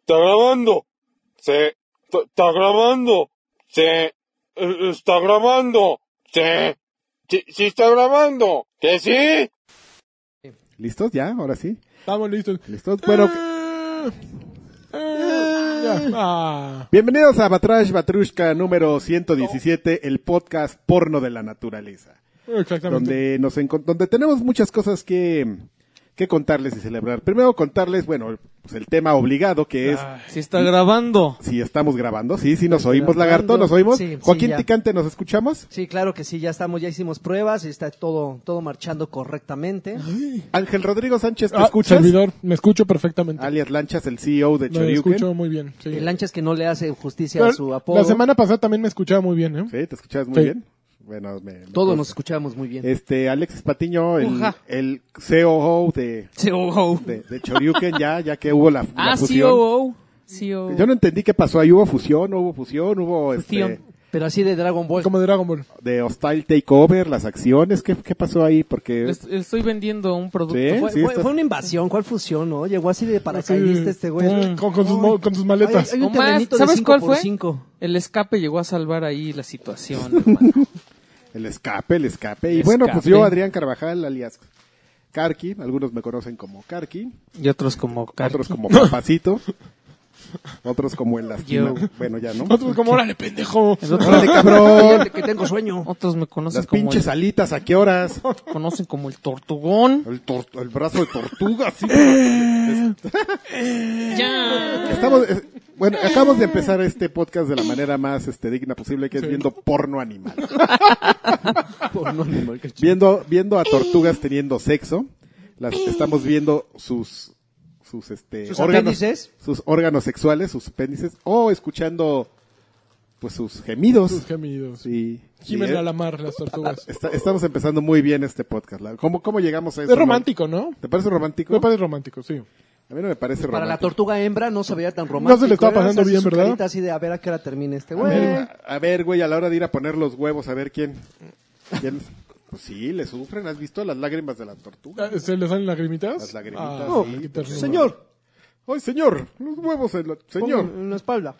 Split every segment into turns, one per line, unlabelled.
¿Está grabando? Sí. ¿Está- ¿Está grabando? Sí. "Eh, ¿Está grabando? Sí. Sí, sí está grabando. ¿Que sí?
¿Listos ya? Ahora sí.
Estamos listos.
¿Listos? Bueno,
Ah, ah, ya. Ah.
bienvenidos a Batrash Batrushka número 117, el podcast porno de la naturaleza.
Exactamente.
Donde, nos encon- donde tenemos muchas cosas que, que contarles y celebrar. Primero contarles, bueno, pues el tema obligado que es
Ay,
Si está grabando.
si estamos grabando. Sí, sí, nos oímos,
grabando.
lagarto, nos oímos.
Sí, sí,
Joaquín
ya.
Ticante, ¿nos escuchamos?
Sí, claro que sí, ya estamos, ya hicimos pruebas y está todo, todo marchando correctamente.
Ángel Rodrigo Sánchez, ¿te
ah,
escuchas?
servidor, me escucho perfectamente.
Alias Lanchas, el CEO de
me
Choryuken.
escucho muy bien. sí.
Ah, El Lanchas que no le hace justicia
Pero
a su apodo.
la semana pasada también me escuchaba muy bien, ¿eh?
Sí, ¿te escuchas muy
Sí.
bien? Bueno, me, me
Todos
consta.
nos escuchamos muy bien.
Este, Alex Patiño, el,
Uja.
el COO de,
oh,
COO.
de, de Choryuken, ya, ya que hubo la, la
Ah,
fusión.
oh.
COO. COO.
Yo no entendí qué pasó ahí. Hubo fusión, no hubo fusión, hubo este,
Fusión.
Pero así de Dragon Ball.
Como de Dragon Ball.
de hostile takeover, las acciones. ¿Qué, qué pasó ahí? Porque
Est- Estoy vendiendo un producto.
Sí,
Fue,
sí,
fue-
estás-
fue una invasión, ¿cuál fusión, no? Llegó así de
Sí.
paracaidista este güey.
Mm, Con, con sus, mo- con sus maletas.
Hay- hay
O
un terrenito de
¿Sabes
cinco
cuál
por
fue?
cinco.
El escape llegó a salvar ahí la situación. hermano.
el escape, el escape. Y
El
bueno, pues
escape.
yo, Adrián Carvajal, alias Karki. Algunos me conocen como Karki,
y otros como
otros como Papacito, otros como el lastima.
Yo.
Bueno, ya no.
Nosotros como, órale, pendejo.
El otro-
¡Órale, cabrón!
Fíjate que tengo sueño.
Otros me conocen
Las
como,
pinches alitas, ¿a qué horas?
el, conocen como el tortugón.
El, tor- el brazo de tortuga, sí. Es-
Ya.
Estamos, es- bueno, acabamos de empezar este podcast de la manera más este, digna posible, que es viendo porno animal. Viendo, viendo a tortugas teniendo sexo. Las estamos viendo sus, sus, este,
¿Sus
órganos,
apéndices?
sus órganos sexuales, sus apéndices, o escuchando, pues, sus gemidos.
Sus gemidos.
Sí, sí,
Jimen
eh.
a la mar, las tortugas.
Está- estamos empezando muy bien este podcast. la- ¿Cómo, cómo llegamos a eso?
Es romántico, ¿no?
no? ¿Te parece romántico?
Me parece romántico, sí.
A mí no me parece
Para la
romántico.
tortuga hembra no se veía tan romántico.
se le estaba
Era
pasando
así
bien,
su
¿verdad?
carita así de a ver a qué hora termina este
A ver,
güey.
a- a ver, güey, a la hora de ir a poner los huevos, a ver quién. quién- pues sí, le sufren. ¿Has visto las lágrimas de la tortuga?
Ah, ¿Se le salen lagrimitas?
Las lagrimitas,
Ah,
sí.
qué ternura.
Señor,
¡Ay, señor! Los huevos, en la-
señor.
señor.
En la espalda.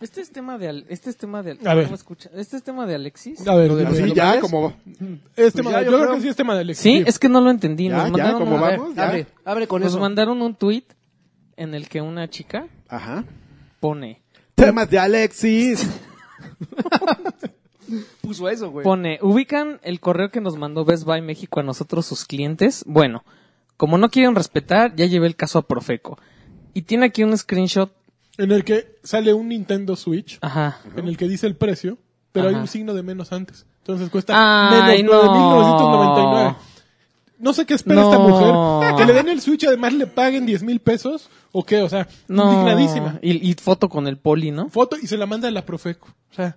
Este es tema de Al- este es tema de Al-
A ver.
¿cómo escucha? Este es tema de Alexis.
A ver,
Lo de
dime.
Así
¿lo
ya,
ves?
como.
Es tema de-
Pues ya, yo
yo creo que
creo-
sí es tema de Alexis.
Sí, es que no lo entendí.
Ya,
Nos
ya,
mandaron
¿cómo
a ver,
vamos? Ya.
Abre, abre con
Nos
eso.
mandaron un tweet en el que una chica
Ajá.
pone
Temas de Alexis.
puso eso,
Pues.
güey.
Pone, ubican el correo que nos mandó Best Buy México a nosotros, sus clientes. Bueno, como no quieren respetar, ya llevé el caso a Profeco. Y tiene aquí un screenshot.
En el que sale un Nintendo Switch,
Ajá.
en el que dice el precio, pero hay
Ajá.
un signo de menos antes. Entonces cuesta
Ay,
menos
no.
9.999. No sé qué espera esta
No.
mujer. Que le den el Switch, además le paguen 10 mil pesos. ¿O qué? O sea,
No.
indignadísima.
Y, y foto con el poli, ¿no?
Foto y se la manda a la Profeco. O sea,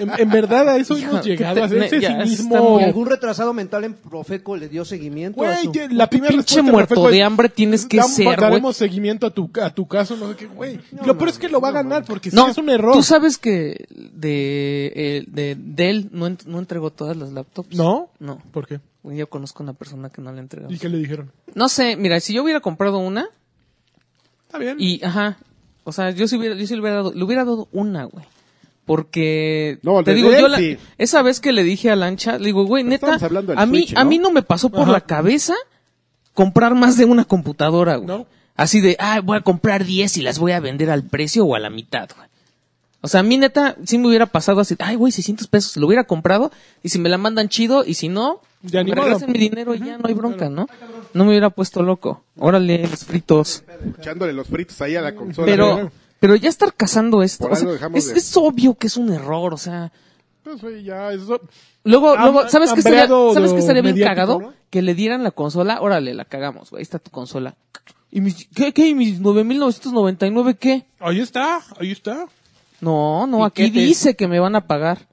en, en verdad a eso hemos
qué
llegado. A
te-
ese
ya,
cinismo.
Y algún retrasado mental en Profeco le dio seguimiento a
Güey,
su...
que la primera
Pinche
respuesta de
muerto
Profeco es,
de hambre tienes que
"Dam-
ser, güey.
Daremos seguimiento a tu, a tu caso, no sé qué, güey. lo peor es que lo va a ganar porque sí
No,
es un error.
tú sabes que de, eh, de Dell no, ent- no entregó todas las laptops.
¿No?
No.
¿Por qué?
Yo conozco una persona que no la entregó.
¿Y qué le dijeron?
No sé, mira, si yo hubiera comprado una,
Está bien.
Y, ajá. O sea, yo sí hubiera, yo sí le hubiera dado, le hubiera dado una, güey. Porque,
No,
te
desde
digo, yo
él
la-
sí.
esa vez que le dije a Lancha, le digo, güey,
Pero
neta,
estamos hablando del
a mí,
Switch,
a
¿no?
mí no me pasó por
Ajá.
la cabeza comprar más de una computadora, güey.
No.
Así de, ah, voy a comprar 10 y las voy a vender al precio o a la mitad, güey. O sea, a mí neta, sí me hubiera pasado así, ay, güey, 600 pesos, lo hubiera comprado y si me la mandan chido y si no,
Ya ni
me
modo.
regresan mi dinero y ya no hay bronca, ¿no? No me hubiera puesto loco. Órale, los fritos.
Echándole los fritos ahí a la consola.
Pero, pero ya estar cazando esto,
Por
o sea,
algo dejamos
es,
de-
es obvio que es un error, o sea.
Pues, güey, ya, eso-
Luego,
Ham-
luego ¿sabes qué estaría,
hambreado
¿sabes qué estaría bien
mediático,
cagado?
¿no?
Que le dieran la consola, órale, la cagamos, güey, ahí está tu consola. ¿Y mis, qué, qué? ¿Y mis 9.999 qué?
Ahí está, ahí está.
No, no, aquí
Piquetes.
dice que me van a pagar.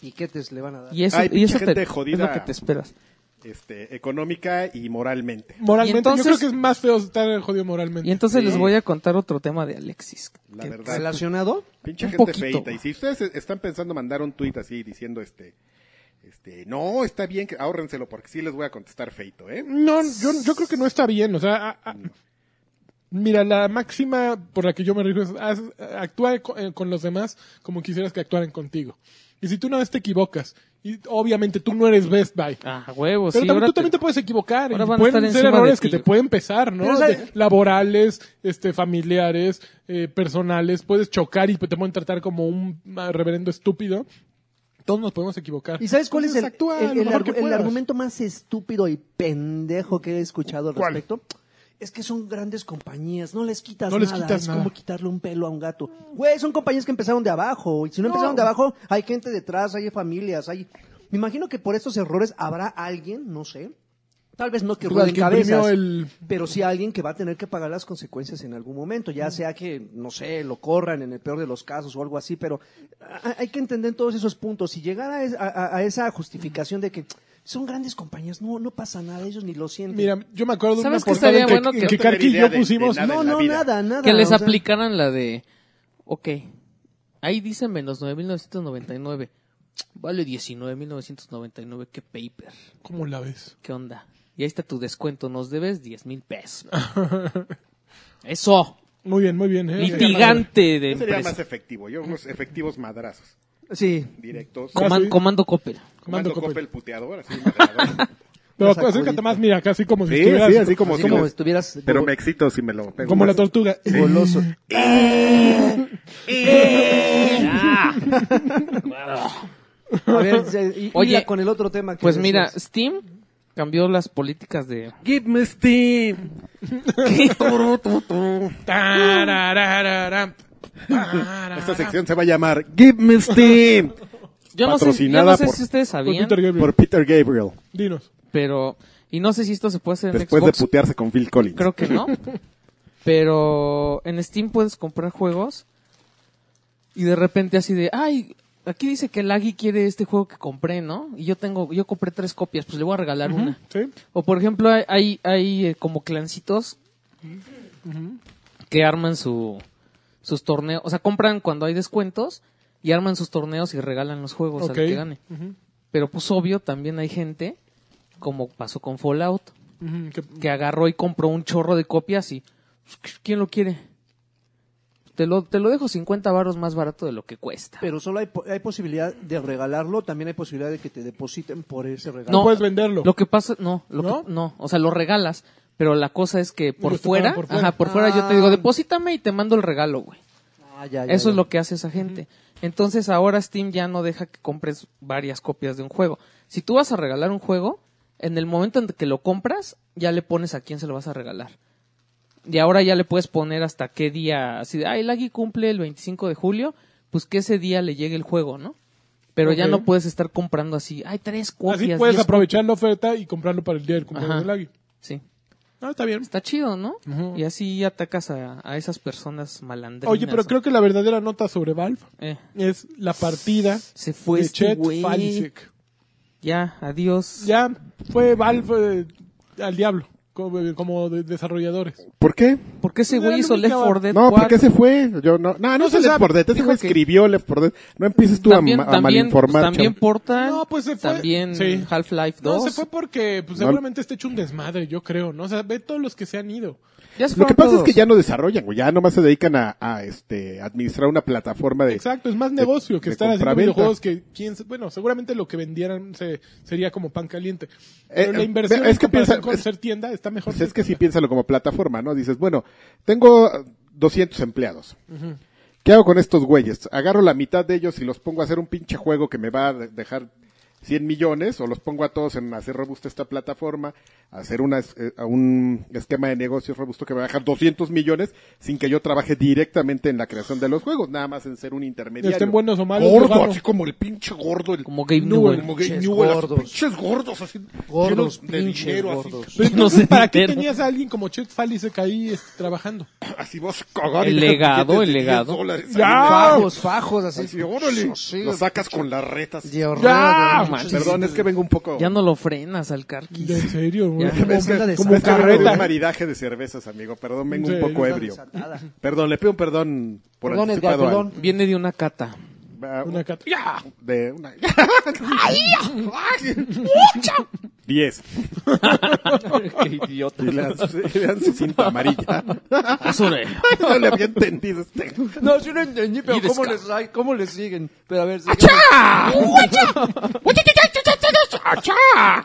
Piquetes le van a dar.
Y eso,
Ay,
y eso
pinche
te,
gente jodida.
es lo que te esperas.
Este, económica y moralmente.
Moralmente,
Y entonces-
yo creo que es más feo estar jodido moralmente.
Y entonces
Sí.
les voy a contar otro tema de Alexis.
La
que-
verdad.
¿Relacionado?
Pinche
Un
gente
poquito.
feita. Y si ustedes eh, están pensando mandar un tuit así diciendo este, este, no, está bien, que ahórrenselo porque sí les voy a contestar feito, ¿eh?
No, yo, yo creo que no está bien, o sea, a- a- Mira, la máxima por la que yo me rijo es haz- actúa co- eh, con los demás como quisieras que actuaran contigo. Y si tú una vez te equivocas, y obviamente tú no eres Best Buy.
Ah, huevos.
Pero
sí,
también,
ahora
tú
te-
también te puedes equivocar.
ahora
Y
van a
pueden
estar
ser
encima
errores
de
que
ti.
te pueden pesar, ¿no?
Pero, o sea,
De- laborales, este, familiares, eh, personales. Puedes chocar y te pueden tratar como un ah, reverendo estúpido. Todos nos podemos equivocar.
¿Y sabes cuál es el,
Entonces, Pues actúa
el-
lo
el
mejor
argu-
que
el
puedas.
argumento más estúpido y pendejo que he escuchado al
¿Cuál?
respecto? Es que son grandes compañías, no les quitas
No les
nada.
quitas
es
nada.
como quitarle un pelo a un gato. Güey, son compañías que empezaron de abajo. Y si no, empezaron de abajo, hay gente detrás, hay familias, hay... Me imagino que por estos errores habrá alguien, no sé, tal vez no que
Pues,
rueden
al que
cabezas,
imprimió el-
pero sí alguien que va a tener que pagar las consecuencias en algún momento, ya sea que, no sé, lo corran en el peor de los casos o algo así, pero a- hay que entender todos esos puntos. Y llegar a, es- a- a- a esa justificación de que son grandes compañías, no, no pasa nada, ellos ni lo sienten.
Mira, yo me acuerdo de una
¿Sabes qué
portada en
estaría
que,
bueno
en
que-
que
No
Karki y
tener
yo
idea de- de
pusimos...
nada.
no,
en la
no,
vida.
nada, nada.
Que les
o sea,
aplicaran la de. Ok, ahí dice menos 9.999. Vale 19.999, qué paper.
¿Cómo la ves?
¿Qué onda? Y ahí está tu descuento, nos debes 10 mil pesos. Eso,
Muy bien, muy bien. ¿eh?
litigante de
Yo sería más
empresa.
efectivo. Yo unos efectivos madrazos.
Sí,
Directos.
Como-
Coman-
sí.
Comando Coppel.
Comando
Mando
Coppel,
Coppel.
puteador, así, madrador.
Pero
Una
acércate
sacudita.
más, mira, casi como si
Sí,
estuvieras...
sí, así como,
así
como-
como estuvieras
Pero
go-
me excito si me lo pego.
Como la
Más.
tortuga.
goloso. A ver, y- y
Oye,
la- con el otro tema. que
Pues mira,
decías.
Steam cambió las políticas de...
Give me steam. Turu, turu, turu.
Tararararam.
Esta sección se va a llamar Give me steam.
Yo no sé, yo
Patrocinada
no sé
por-
si ustedes
Por
sabían,
Peter Gabriel.
Por Peter Gabriel.
Dinos.
pero... Y no sé si esto se puede hacer en
Después de
Xbox.
putearse con Phil Collins.
Creo que no. Pero en Steam puedes comprar juegos y de repente así de, ay, aquí dice que Laggy quiere este juego que compré, ¿no? Y yo tengo, yo compré tres copias, pues le voy a regalar una.
¿Sí?
O por ejemplo, hay, hay, hay, eh, como clancitos que arman su, sus torneos, o sea, compran cuando hay descuentos y arman sus torneos y regalan los juegos
Ok.
al que gane.
Ujú.
Pero pues obvio, también hay gente, como pasó con Fallout,
Ujú, que-
que agarró y compró un chorro de copias y pues, ¿quién lo quiere? Te lo, te lo dejo 50 varos más barato de lo que cuesta.
Pero solo hay, po- hay posibilidad de regalarlo, también hay posibilidad de que te depositen por ese regalo.
No puedes venderlo.
Lo que pasa, no, lo
¿No?
Que, no, o sea, lo regalas, pero la cosa es que por
los te
fuera,
pagan por fuera.
ajá, por fuera yo te
Ah.
digo, depósitame y te mando el regalo, güey.
Ah, ya, ya,
Eso es
ya.
lo que hace esa gente. Entonces ahora Steam ya no deja que compres varias copias de un juego. Si tú vas a regalar un juego, en el momento en que lo compras, ya le pones a quién se lo vas a regalar. Y ahora ya le puedes poner hasta qué día, así de, ay, Laggy cumple el 25 de julio, pues que ese día le llegue el juego, ¿no? Pero ya
Ok.
no puedes estar comprando así, ay, tres copias.
Así puedes
diez
aprovechar la oferta y comprarlo para el día del
Ajá.
cumpleaños del águila.
copias". Sí.
Ah, está bien.
Está chido, ¿no?
Ujú.
Y así atacas a, a esas personas malandrinas.
Oye, pero
¿no?
creo que la verdadera nota sobre Valve
Eh,
es la partida
se fue
de
este
Chet
güey.
Falisek.
Ya, adiós.
Ya fue Valve eh, al diablo como, eh, como de- desarrolladores.
¿Por qué?
¿Por qué ese
Ya
güey
no
hizo
me
Left
acaba-
4 Dead
No,
4?
¿por qué se fue? Yo no, no, no
No
se
se
Left
sabe.
4 Dead, ese
Dijo
güey
que-
escribió Left 4 Dead. No empieces tú a
también,
ma- a,
también,
malinformar.
también
chavo.
Portal,
No, pues se fue.
también
Sí.
Half-Life 2.
No, se fue porque pues,
No.
seguramente está hecho un desmadre, yo creo, ¿no? O sea, ve todos los que se han ido.
Ya se
Lo que
fueron
pasa es
todos.
que ya no desarrollan, güey, ya nomás se dedican a, a, este administrar una plataforma de
Exacto, es más negocio que
de
estar haciendo
compraventa.
videojuegos que, quién, sa- bueno, seguramente lo que vendieran se- sería como pan caliente. Pero
Eh,
la
eh,
inversión
es
en
que
comparación
piensa-
con
es-
ser tienda está mejor.
Pues es que si
tienda.
piénsalo como plataforma, ¿no? Dices, bueno, tengo eh, 200 empleados. ¿Qué hago con estos güeyes? Agarro la mitad de ellos y los pongo a hacer un pinche juego que me va a de- dejar 100 millones o los pongo a todos en hacer robusta esta plataforma, hacer una, es- eh, a un esquema de negocios robusto que me va a dejar 200 millones sin que yo trabaje directamente en la creación de los juegos, nada más en ser un intermediario.
Estén buenos o malos, yo
Gordo,
gano.
así como el pinche gordo. El,
Como Gabe Newell.
Como Gabe
Pinches
Newell, así,
gordos.
pinches gordos, así,
Gordos,
llenos de
pinches
dinero, así,
gordos.
Pero
No
Pues, entonces,
sé,
¿para qué
pero-
tenías a alguien como Chet Falisek ahí este, trabajando?
Así vas a cagar. y
El
dejas
legado,
billetes
el
de 10
legado.
dólares.
¡Ya!
Fajos, fajos, así.
Así, órale.
Sí,
lo sacas con las retas.
de horror,
¡Ya!
de-
manches.
Perdón, es que vengo un poco...
Ya no lo frenas al carquis.
¿En serio? güey?
Ya.
Como-
Es que-
como
es que
Es que vengo de
carreta.
un maridaje de cervezas, amigo. Perdón, vengo
Sí,
un poco
no
ebrio.
desatada.
Perdón, le pido un perdón por
Perdón, Edgar,
anticipado. al-
perdón.
Viene de una cata.
ah,
Una cat- ¡Ya!
de una... Diez.
Qué idiota.
Y le dan su- y le dan su cinta amarilla.
Azure.
No le había entendido este.
No, yo no entendí, pero
Y
¿cómo
desca-
les, ay, ¿cómo les siguen? Pero a ver, sigan.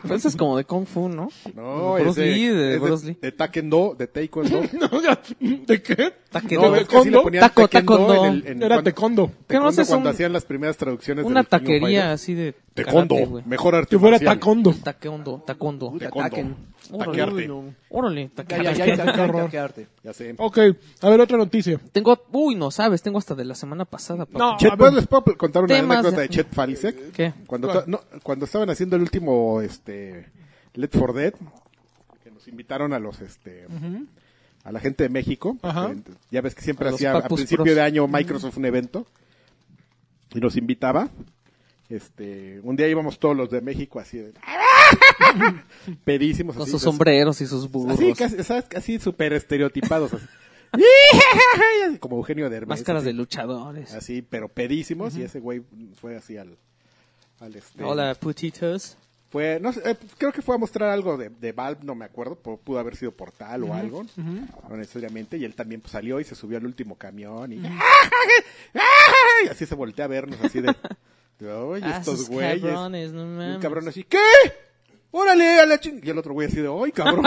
Pero Ese es como de Kung Fu, ¿no?
No,
Bruce
ese-
Lee, de
es
Bruce Lee.
de Taekwondo, de Taekwondo.
No, ya, ¿De qué?
Taque-
No, ves que así le
Taekwondo.
ponían
Taco,
Taekwondo
taekwondo.
en el- en
Era
cuando-
tecondo.
¿Qué no
taekwondo
haces
cuando
un-
hacían las primeras traducciones
Una
del King of
taquería
Fighters.
así de
Taekwondo,
karate, güey.
mejor arte
Que fuera
marcial.
tacondo.
Taqueondo, tacondo.
Puta,
Taekwondo.
ataquen.
Taquearte.
Uy,
Órale,
Ya, ya,
taqueondo.
ya, ya, ya,
horror.
ya, qué arte.
Ya sé.
Ok, a ver otra noticia.
Tengo, uy, no sabes, tengo hasta de la semana pasada. papá.
No.
Chet,
a ver.
¿puedo- ¿les puedo contar una
Temas
anécdota de
de-
Chet Falisek?
¿Qué?
Cuando, ta- no, cuando estaban haciendo el último este, Let for Dead, que nos invitaron a los este, a la gente de México, porque
Ajá.
ya ves que siempre
A los
hacía a
Papus
principio
Pros.
de año Microsoft un evento y nos invitaba. Este, un día íbamos todos los de México así de, pedísimos
Con
así,
sus
los-
sombreros y sus burros.
Así, casi, ¿sabes? Así súper estereotipados. así. Como Eugenio Derbez.
Máscaras
así,
de luchadores.
Así, pero pedísimos. Y ese güey fue así al... al este,
Hola, putitos.
Fue, no sé, eh, creo que fue a mostrar algo de, de Valve, no me acuerdo. pero Pudo haber sido Portal o algo. No necesariamente. Y él también pues, salió y se subió al último camión. Y, y así se voltea a vernos así de... de, Oye,
Ah,
estos
esos
güeyes.
cabrones, no
Y
mames.
un cabrón así, ¿qué? ¡Órale, a la ching! Y el otro güey así de, ¡ay, cabrón!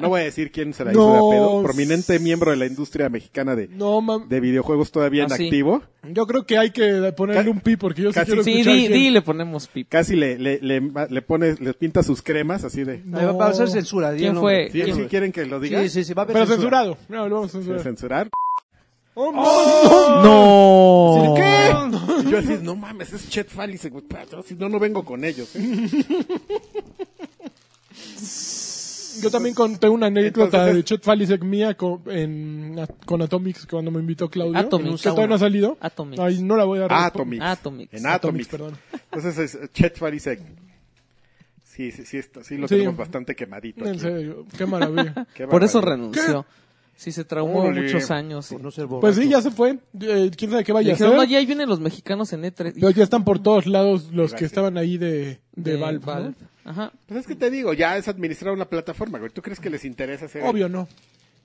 No voy a decir quién se la hizo de
No.
a pedo. Prominente miembro de la industria mexicana de,
No, mam.
de videojuegos todavía en
Ah, sí.
activo.
Yo creo que hay que ponerle
Ca-
un pi porque yo sí
casi-
quiero
Sí,
escuchar
di,
quién-
di, le ponemos pip.
Casi le, le, le, le pone, le pinta sus cremas así de...
No.
Ahí va- Va a ser censura. di el
¿Quién
nombre.
fue?
¿Sí,
¿Quién-
sí quieren que lo diga?
Sí, sí, sí, va a haber
Pero
censura.
censurado. No, lo vamos a
¿Quieren
censurar.
¿Censurar?
¡Oh,
No.
¿Qué? Y yo así, no mames, es Chet Fallis. güey, pa, "Pues, yo Si no, no vengo con ellos. ¿eh?
Yo también conté una anécdota
Entonces-
de Chet Falisek mía con, en, con Atomics cuando me invitó Claudio.
Atomics.
Que todavía no ha salido.
Atomics.
Ay, no la voy a
Atomics.
Atomics.
En Atomics.
Atomics, perdón.
Entonces, es Chet Falisek. Sí, sí, sí, está- sí lo
Sí.
tenemos bastante quemadito.
En
aquí.
serio, qué maravilla.
Qué
Por eso
barbaridad.
renunció. Sí, se traumó
Órale.
muchos años. y-
Por no ser borracho.
Pues sí, ya se fue. Eh, quién sabe qué
Le
vaya a hacer.
Dijeron, no, ya ahí vienen los mexicanos en E E3.
Pero ya están por todos lados los
Gracias.
que estaban ahí de, de,
De
Valve. ¿no?
Ajá.
Pues es que te digo, ya es administrar una plataforma, güey. ¿Tú crees que les interesa hacer?
Obvio no.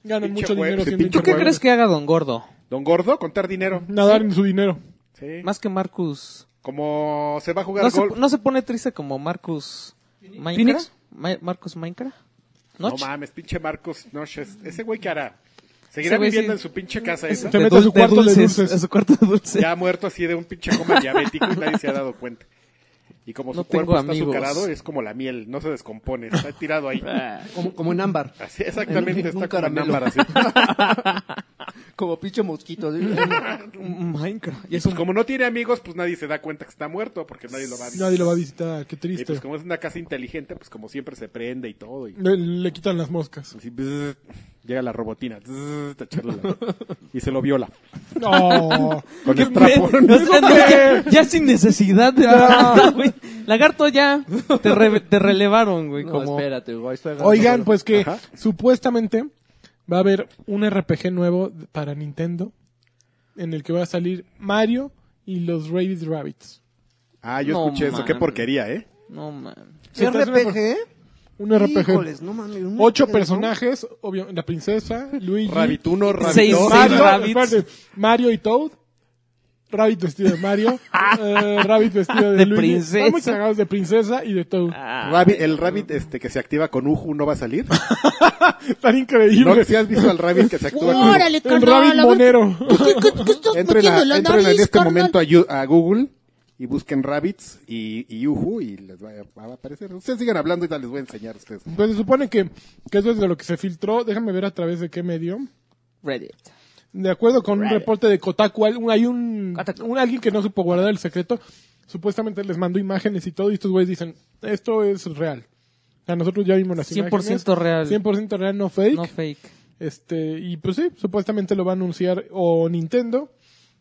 Ganan
Pinche
mucho
güey,
dinero
ese
siendo
pinche
¿Tú qué
Bueno.
internet.
crees que haga Don Gordo?
Don Gordo, contar dinero.
Nadar en su dinero.
Sí.
Más que Marcus.
Como se va a jugar
¿No se,
golf.
no se pone triste como Marcus Minecraft? Ma- ¿Marcus Minecraft?
No,
¿Noch?
mames, pinche Marcos Noches. Ese güey, ¿qué hará? ¿Seguirá
Ese güey
viviendo
sí.
en su pinche casa
Es-
esa?
Se
de
mete a su
dul- de
cuarto de dulces.
A su cuarto de dulces.
Ya muerto así de un pinche coma diabético y nadie se ha dado cuenta. Y como
No
su cuerpo
tengo
está
amigos.
azucarado, es como la miel, no se descompone, está tirado ahí.
Como, como en ámbar.
Así, exactamente,
Ah, En un- en un
está como en
caramelo.
ámbar así.
Como pinche mosquito. ¿sí?
Minecraft. Y
Y
es
pues
un...
como no tiene amigos, pues nadie se da cuenta que está muerto porque nadie lo va a visitar.
Nadie lo va a visitar. Qué
Y
triste.
pues como es una casa inteligente, pues como siempre se prende y todo. Y...
Le, le quitan las moscas.
Así, bzzz, llega la robotina bzzz, a echarle la- y se lo viola
No.
con el trapo.
O sea, no, ya, ya sin necesidad de lagarto, güey. Lagarto ya te, re- te relevaron, güey.
No,
como...
espérate, güey. estoy agarrando
Oigan,
solo.
pues que supuestamente va a haber un RPG nuevo para Nintendo en el que va a salir Mario y los Rabbit Rabbits.
Ah, yo
No
escuché eso, qué
mames.
porquería, ¿eh?
No, man.
Sí, estás en una-
¿RPG?
Un RPG.
Híjoles, no mames. un
Ocho
RPG de-
personajes, obvio, la princesa, Luigi,
Rabbit 1, Rabbit
Seis,
2.
seis.
Mario,
rabbits.
espérate, Mario y Toad. Rabbit vestido de Mario, eh, Rabbit vestido de,
De
Luigi.
princesa.
Están muy cagados de princesa y de Toad.
Rabbit- el rabbit este que se activa con Uju no va a salir.
Están
No,
increíbles.
si has visto al rabbit que se activa con Uju.
Órale,
el
carnal.
Rabbit
a ver,
Monero.
¿Qué, qué- qué estás
Entren,
metiendo en
a-
la
entren en
nariz,
este
carnal?
momento a, Yu- a Google y busquen rabbits y, y Uju y les va a, va a aparecer. Ustedes sigan hablando y tal, les voy a enseñar a ustedes.
Pues se supone que, que eso es de lo que se filtró. Déjame ver a través de qué medio.
Reddit.
De acuerdo con un reporte de Kotaku, al- un- hay un,
Kotaku.
un alguien que no supo guardar el secreto. Supuestamente les mandó imágenes y todo, y estos güeyes dicen, esto es real. O sea, nosotros ya vimos las
100% real.
imágenes. 100% real, no fake.
No fake.
Este, y pues sí, supuestamente lo va a anunciar o Nintendo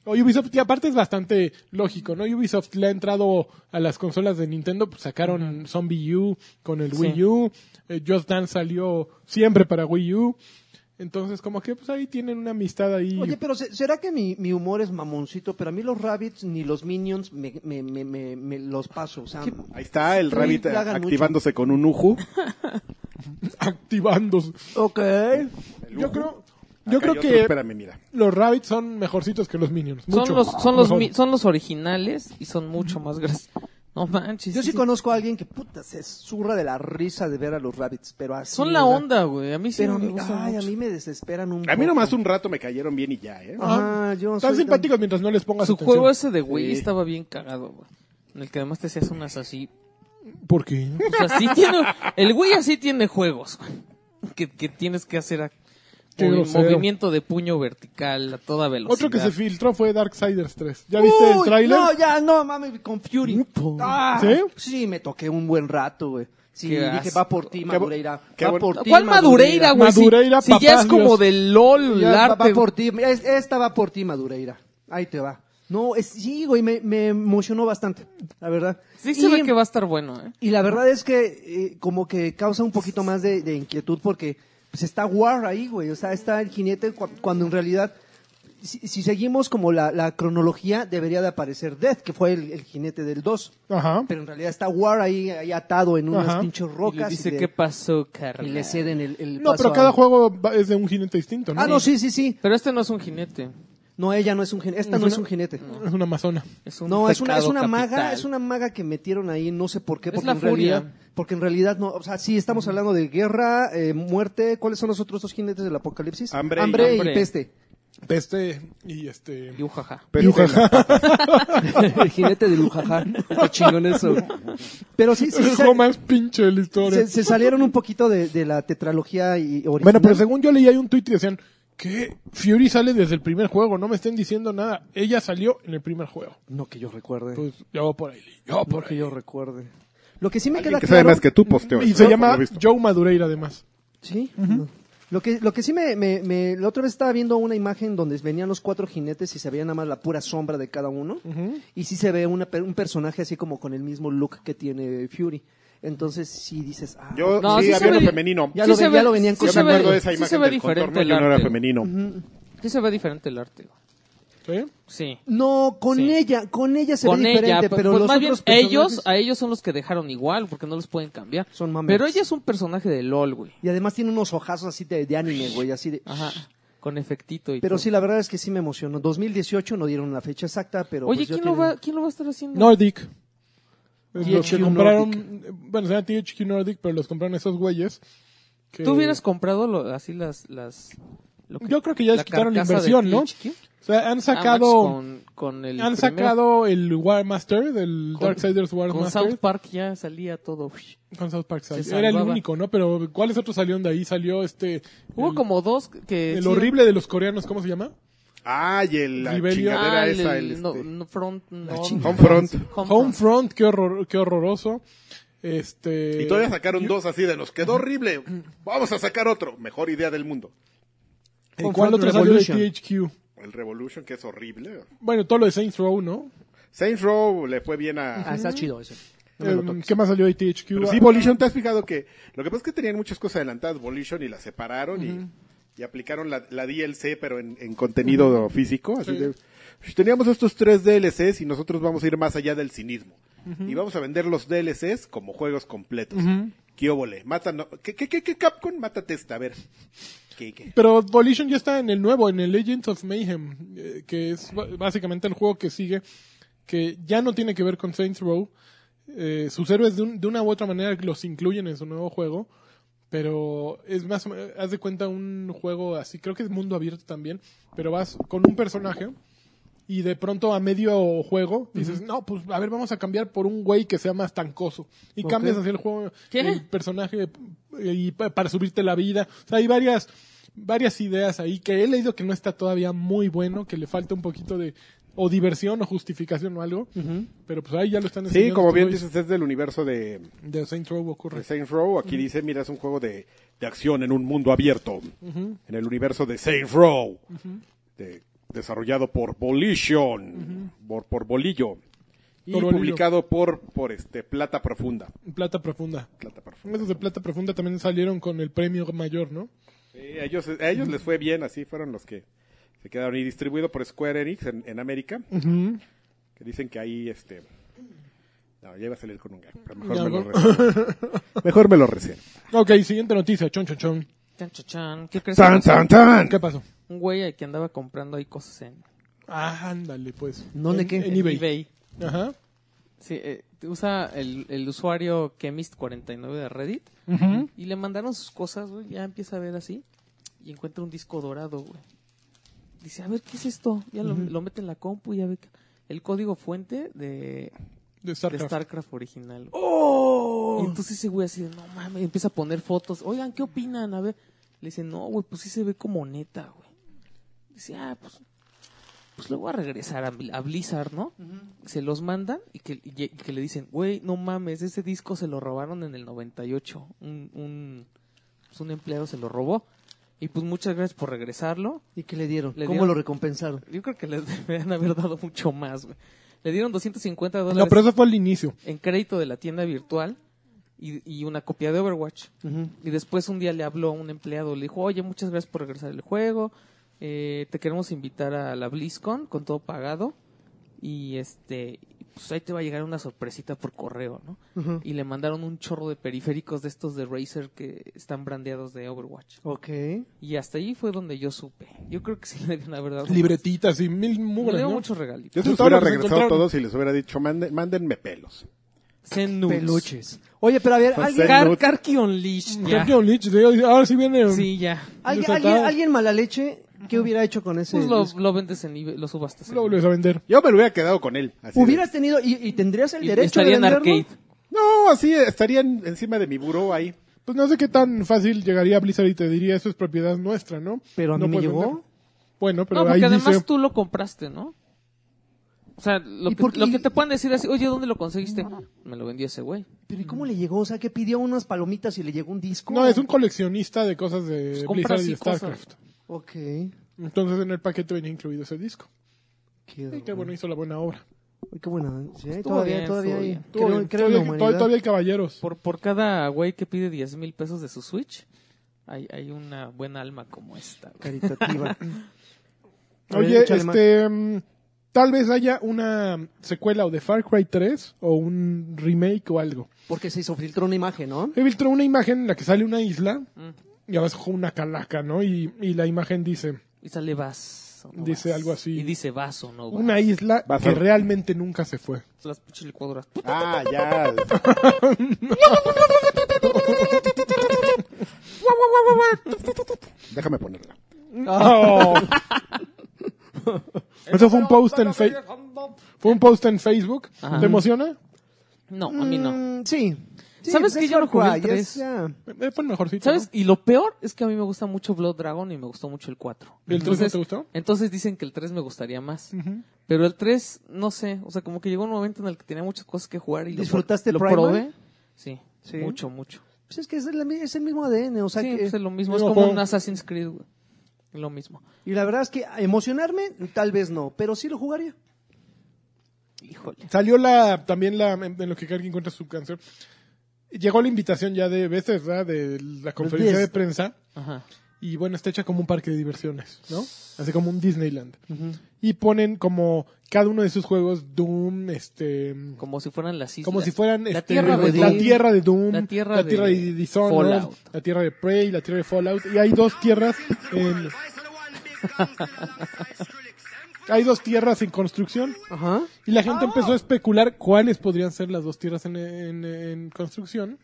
o Ubisoft. Y aparte es bastante lógico, ¿no? Ubisoft le ha entrado a las consolas de Nintendo, pues sacaron Zombie U con el
Sí.
Wii U, eh, Just Dance salió siempre para Wii U. Entonces, como que pues ahí tienen una amistad ahí.
Oye, pero se- ¿será que mi, mi humor es mamoncito? Pero a mí los rabbits ni los minions me, me- me- me- me los paso. O sea,
Ahí está el
Sí,
rabbit eh,
hagan mucho.
activándose con un uju.
activándose.
ok.
Yo creo, yo
Acá
creo
hay otro,
que
espérame, mira.
los rabbits son mejorcitos que los minions. mucho
Son los, son, los,
mejor.
mi- son los originales y son mucho más gracias. No manches.
Yo sí
sí.
conozco a alguien que puta se zurra de la risa de ver a los rabbits, pero así.
Son la
¿verdad?
onda, güey. A mí sí
Pero a
me
mí,
gusta
ay, a mí me desesperan un
A mí
poco.
nomás un rato me cayeron bien y ya,
Ah,
¿eh?
Ajá, yo
Están
soy
simpáticos mientras no les pongas
Su
atención.
juego ese de Wii
Sí.
estaba bien cagado, güey. En el que además te hacías unas así.
¿Por qué?
Pues así tiene, el Wii así tiene juegos, güey. Que, que tienes que hacer a-
Qué
movi-
grosero.
movimiento de puño vertical a toda velocidad.
Otro que se filtró fue Darksiders 3. ¿Ya
tan-
viste el
Uy,
tráiler?
No, ya, no, mames, con Fury. Ah,
¿Sí?
Sí, me toqué un buen rato, güey. Sí,
Qué
dije,
asco.
va por ti,
bu-
Madureira.
qué
Va
bu-
por ti,
¿Cuál Madureira, güey? Si-
Madureira,
si, ya
papá,
es como
Dios.
de LOL, el
Ya, va,
arte.
va por ti. Mira, es- Esta va por ti, Madureira. Ahí te va. No, es, sí, güey, me, me emocionó bastante, la verdad.
Sí se
Y-
ve que va a estar bueno, ¿eh?
Y la verdad es que eh, como que causa un poquito más de, de inquietud porque pues está War ahí, güey. O sea, está el jinete cu- cuando en realidad, si, si seguimos como la, la cronología, debería de aparecer Death, que fue el, el jinete del 2.
Ajá.
Pero en realidad está War ahí, ahí atado en unas
Ajá.
pinches
Y le
rocas. Y,
dice,
le,
¿qué pasó,
y
carnal?
le ceden el, el
No,
paso
pero
a-
cada juego va- es de un jinete distinto, ¿no?
Ah, no, sí, sí, sí.
Pero este no es un jinete.
No, ella no es un jinete. Esta no es un jinete.
Es una amazona.
Es un
No, es una, es
pecado
una maga,
capital.
es una maga que metieron ahí, no sé por qué,
Es
porque
la
en realidad,
furia.
porque en realidad no, o sea, sí estamos hablando de guerra, eh, muerte, ¿cuáles son los otros dos jinetes del apocalipsis?
Hambre y-
y,
Hambre.
peste.
Peste y este...
Y ujaja.
Pero
el jinete de Lujajá, qué chingón eso. Pero sí, sí,
es
sí,
el
se,
juego más pinche de la historia.
se- se salieron un poquito de, de la tetralogía y original.
Bueno, pero según yo leí hay un tuit y decían que Fury sale desde el primer juego, no me estén diciendo nada. Ella salió en el primer juego.
No que yo recuerde,
Pues yo por ahí. leí, Yo
no
por
que
ahí.
yo recuerde. Lo que sí me
Alguien
queda
que sabe
claro...
más que tú posteo.
Y se llama Joe Madureira además.
Sí. Lo que, lo que sí me, me- me- La otra vez estaba viendo una imagen donde venían los cuatro jinetes y se veía nada más la pura sombra de cada uno. Y sí se ve una per- un personaje así como con el mismo look que tiene Fury. Entonces sí dices... Ah,
Yo
No,
sí,
sí se
había
ve
lo
di-
femenino.
Ya lo
se
ven-
ve-
ya lo venían
sí
con-
Yo
se
me
ve-
acuerdo de esa
sí
imagen
se ve
del
diferente
contorno,
el
yo no era
arte.
femenino.
Sí se ve diferente el arte. güey.
¿Sí?
Sí.
No, con
Sí.
ella, con ella se
Con
ve
ella,
diferente,
pe-
pero
pues
los
más bien
otros
ellos,
personajes-
a ellos son los que dejaron igual, porque no los pueden cambiar.
Son mamelos.
Pero ella es un personaje de LOL, güey.
Y además tiene unos ojazos así de, de anime, güey, así de...
Ajá. Con efectito y
Pero
todo.
sí, la verdad es que sí me emocionó. 2018 no dieron la fecha exacta, pero...
Oye,
pues ya
¿quién, lo va,
tienen-
¿quién lo va a estar haciendo?
Nordic. Es
THQ
los que compraron... Bueno, se llama THQ Nordic, pero los compraron esos güeyes. que-
Tú hubieras comprado lo- así las... las lo
Yo creo que ya les
la
quitaron la
carcasa de
inversión, ¿no?
THQ.
O sea, han
Ah, Max,
sacado...
con, con el
Han
primero.
sacado el War Master, del
Con-
Darksiders War
Con
Master.
South Park ya salía todo. Uy.
Con South Park salió.
Se
Era el
salvaba.
único, ¿no? Pero ¿cuáles otros salieron de ahí? Salió este...
Hubo
el-
como dos que...
El
sí,
horrible de los coreanos, ¿cómo se llama?
Ay, el, la
Rebellion.
ah,
chingadera
el-
esa.
el
el,
no-
este.
no front, no,
Home Front.
Homefront, qué, horror, qué horroroso. Este...
Y todavía sacaron dos así de los. Quedó horrible. Vamos a sacar otro. Mejor idea del mundo.
¿Y
Homefront
¿Cuál otro salió de
Revolution.
THQ?
El Revolution, que es horrible.
Bueno, todo lo de Saints Row, ¿no?
Saints Row le fue bien a.
Ah, está chido eso.
Em,
Eh, ¿Qué más salió de THQ?
Pero
Ah,
sí, Volition, ¿te has fijado que lo que pasa es que tenían muchas cosas adelantadas Volition y las separaron y- y, aplicaron la, la DLC, pero en, en contenido físico? Así
Sí.
de, "Sh, teníamos estos tres DLCs y nosotros vamos a ir más allá del cinismo. Y vamos a vender los DLCs como juegos completos. ¿Qué óvole? Mata no- ¿Qué, qué, qué, qué Capcom? Mátate esta, a ver. ¿Qué, qué?
Pero Volition ya está en el nuevo, en el Legends of Mayhem, eh, que es ba- básicamente el juego que sigue, que ya no tiene que ver con Saints Row. Eh, sus héroes de, un- de una u otra manera los incluyen en su nuevo juego, pero es más, o menos- haz de cuenta un juego así, creo que es mundo abierto también, pero vas con un personaje y de pronto a medio juego dices, no, pues a ver, vamos a cambiar por un güey que sea más tancoso. Y
Ok.
cambias así el juego,
¿Qué?
el personaje eh, y pa- para subirte la vida. O sea, hay varias, varias ideas ahí que he leído que no está todavía muy bueno, que le falta un poquito de o diversión o justificación o algo. Pero pues ahí ya lo están enseñando.
Sí, como
estos
bien
güeyes
dices, es del universo de,
De Saints Row ocurre.
de Saints Row. Aquí dice, mira, es un juego de, de acción en un mundo abierto. En el universo de Saints Row. De- desarrollado por Volition. por, por Bolillo. Y
Por Bolillo.
publicado por, por este, Plata Profunda.
Plata Profunda.
Plata Profunda.
Esos de Plata Profunda también salieron con el premio mayor, ¿no?
Sí, a ellos, a ellos les fue bien, así fueron los que se quedaron. Y distribuido por Square Enix en, en América,
Ujú.
que dicen que ahí, este... No, ya iba a salir con un gag, pero mejor
Ya,
me lo
¿no?
reservo. Mejor me lo reservo.
Ok, siguiente noticia, chon, chon, chon.
Chan, chan, chan. ¿Qué crees?
¡Tan, tan, tan!
¿Qué pasó?
Un güey ahí que andaba comprando ahí cosas en
Ah, ándale, pues.
¿Dónde
En-
qué?
En
En
eBay.
eBay.
Ajá.
Sí, eh, usa el, el usuario Chemist49 de Reddit
Ujú.
y le mandaron sus cosas, güey. Ya empieza a ver así y encuentra un disco dorado, güey. Dice, a ver, ¿qué es esto? Ya lo, lo mete en la compu y ya ve que- el código fuente
De
de, de
StarCraft. Oh.
StarCraft original. güey. Y entonces ese güey así de, no mames, empieza a poner fotos. Oigan, ¿qué opinan? A ver. Le dice, no, güey, pues sí se ve como neta, güey. Dice, ah, pues, pues le voy a regresar a, Bl- a Blizzard, ¿no? Se los mandan y que, y- y que le dicen, güey, no mames, ese disco se lo robaron en el 98. Un, un, pues, un empleado se lo robó. Y pues muchas gracias por regresarlo.
¿Y qué le dieron?
Le
¿Cómo
dieron-
lo recompensaron?
Yo creo que les deberían haber dado mucho más, güey. Le dieron 250 dólares
No, pero eso fue al inicio.
en crédito de la tienda virtual y, y una copia de Overwatch. Y después un día le habló un empleado, le dijo, oye, muchas gracias por regresar el juego, eh, te queremos invitar a la BlizzCon con todo pagado y este pues ahí te va a llegar una sorpresita por correo, ¿no?
Ujú.
Y le mandaron un chorro de periféricos de estos de Razer que están brandeados de Overwatch.
Ok.
Y hasta ahí fue donde yo supe. Yo creo que sí le dieron la verdad.
Libretitas y mil muy
Le
buenas,
dio
¿no?
muchos regalitos.
Yo se los
Todo lo
hubiera
que se
regresado a
encontraron.
todos y les hubiera dicho, "Mande- mándenme pelos.
Zen nudes.
Peluches. Oye, pero a ver,
Pues
alguien,
ser-
Ah, Car
nudes.
Karki Unleashed, ya.
Champion League, de hoy. ahora sí viene.
Sí, ya.
alguien,
desatado.
alguien- alguien mala leche, ¿qué hubiera hecho con ese?
Pues lo,
disco?
lo vendes en eBay, lo subastas. en
Lo
eBay.
vuelves a vender.
Yo me lo hubiera quedado con él. así de-
Hubieras tenido, y, y tendrías el
Y
derecho
estaría
de
en
venderlo?
arcade.
No, así estarían encima de mi buró ahí.
Pues no sé qué tan fácil llegaría Blizzard y te diría, eso es propiedad nuestra, ¿no?
Pero a mí
No
me
puedes
llegó.
vender. Bueno, pero
no,
ahí
porque además
dice...
tú lo compraste, ¿no? O sea, lo
¿Y
que,
por qué?
lo que te pueden decir es, oye, ¿dónde lo conseguiste? Me lo vendió ese güey.
Pero ¿y cómo le llegó? O sea, que pidió unas palomitas y le llegó un disco.
No, es un coleccionista de cosas de
Pues compra
Blizzard
así
y StarCraft.
cosas.
Ok.
Entonces en el paquete venía incluido ese disco.
Qué,
Y qué bueno, hizo la buena obra.
Uy, qué buena. Sí,
Estuvo
todavía,
bien,
todavía
estuvo
hay-
bien.
creo-
Estuvo bien.
creo en la
Todavía, todavía-
humanidad.
todavía hay caballeros.
Por, por cada güey que pide 10 mil pesos de su Switch, hay, hay una buena alma como esta. güey.
Caritativa. A ver,
Oye,
échale más.
este... mm, Tal vez haya una secuela o de Far Cry 3 o un remake o algo.
Porque se hizo filtró una imagen, ¿no?
Se filtró una imagen en la que sale una isla
Mm.
y abajo una calaca, ¿no? Y, y la imagen dice,
Y sale vas. o no
Dice
vas.
algo así.
Y dice vas o no vas.
una isla
Vas
que
a-
realmente nunca se fue.
Las pinches licuadoras.
Ah, ya. Déjame ponerla.
Oh.
Eso fue un post en Facebook. Fue un post en Facebook.
Ajá.
¿Te emociona?
No, a mí no.
Mm, sí. Sí,
¿Sabes
pues
qué?
es
Yo no jugué
Far
el
Cry, es
tres.
ya-
Eh, Fue mejorcito.
¿Sabes?
¿no?
Y lo peor es que a mí me gusta mucho Blood Dragon y me gustó mucho el 4.
¿Y el tres no
Entonces-
te gustó?
Entonces dicen que el 3 me gustaría más.
Ujú.
Pero el 3, no sé, o sea, como que llegó un momento en el que tenía muchas cosas que jugar y lo-
¿Disfrutaste
lo,
Primal?
probé. Sí,
Sí.
mucho, mucho.
Pues es que es, la mi- es el mismo ADN, o sea
sí,
que...
pues es lo mismo, es
mismo
como
juego.
un Assassin's Creed, güey. Lo mismo.
Y la verdad es que emocionarme, tal vez no, pero sí lo jugaría.
Híjole.
Salió la, también la, en en lo que Karki encuentra su canción. Llegó la invitación ya de veces, ¿verdad? De la conferencia
Yes.
de prensa.
Ajá.
Y bueno, está hecha como un parque de diversiones, ¿no? Así como un Disneyland. Y ponen como cada uno de sus juegos, Doom, este...
Como si fueran las islas.
Como si fueran
la
este,
tierra de
la
Doom.
tierra de Doom,
La tierra de
de Dishonored,
Fallout.
la tierra de Prey, la tierra de Fallout. Y hay dos tierras en, hay dos tierras en construcción.
Ajá.
Y la gente empezó a especular cuáles podrían ser las dos tierras en, en- en construcción.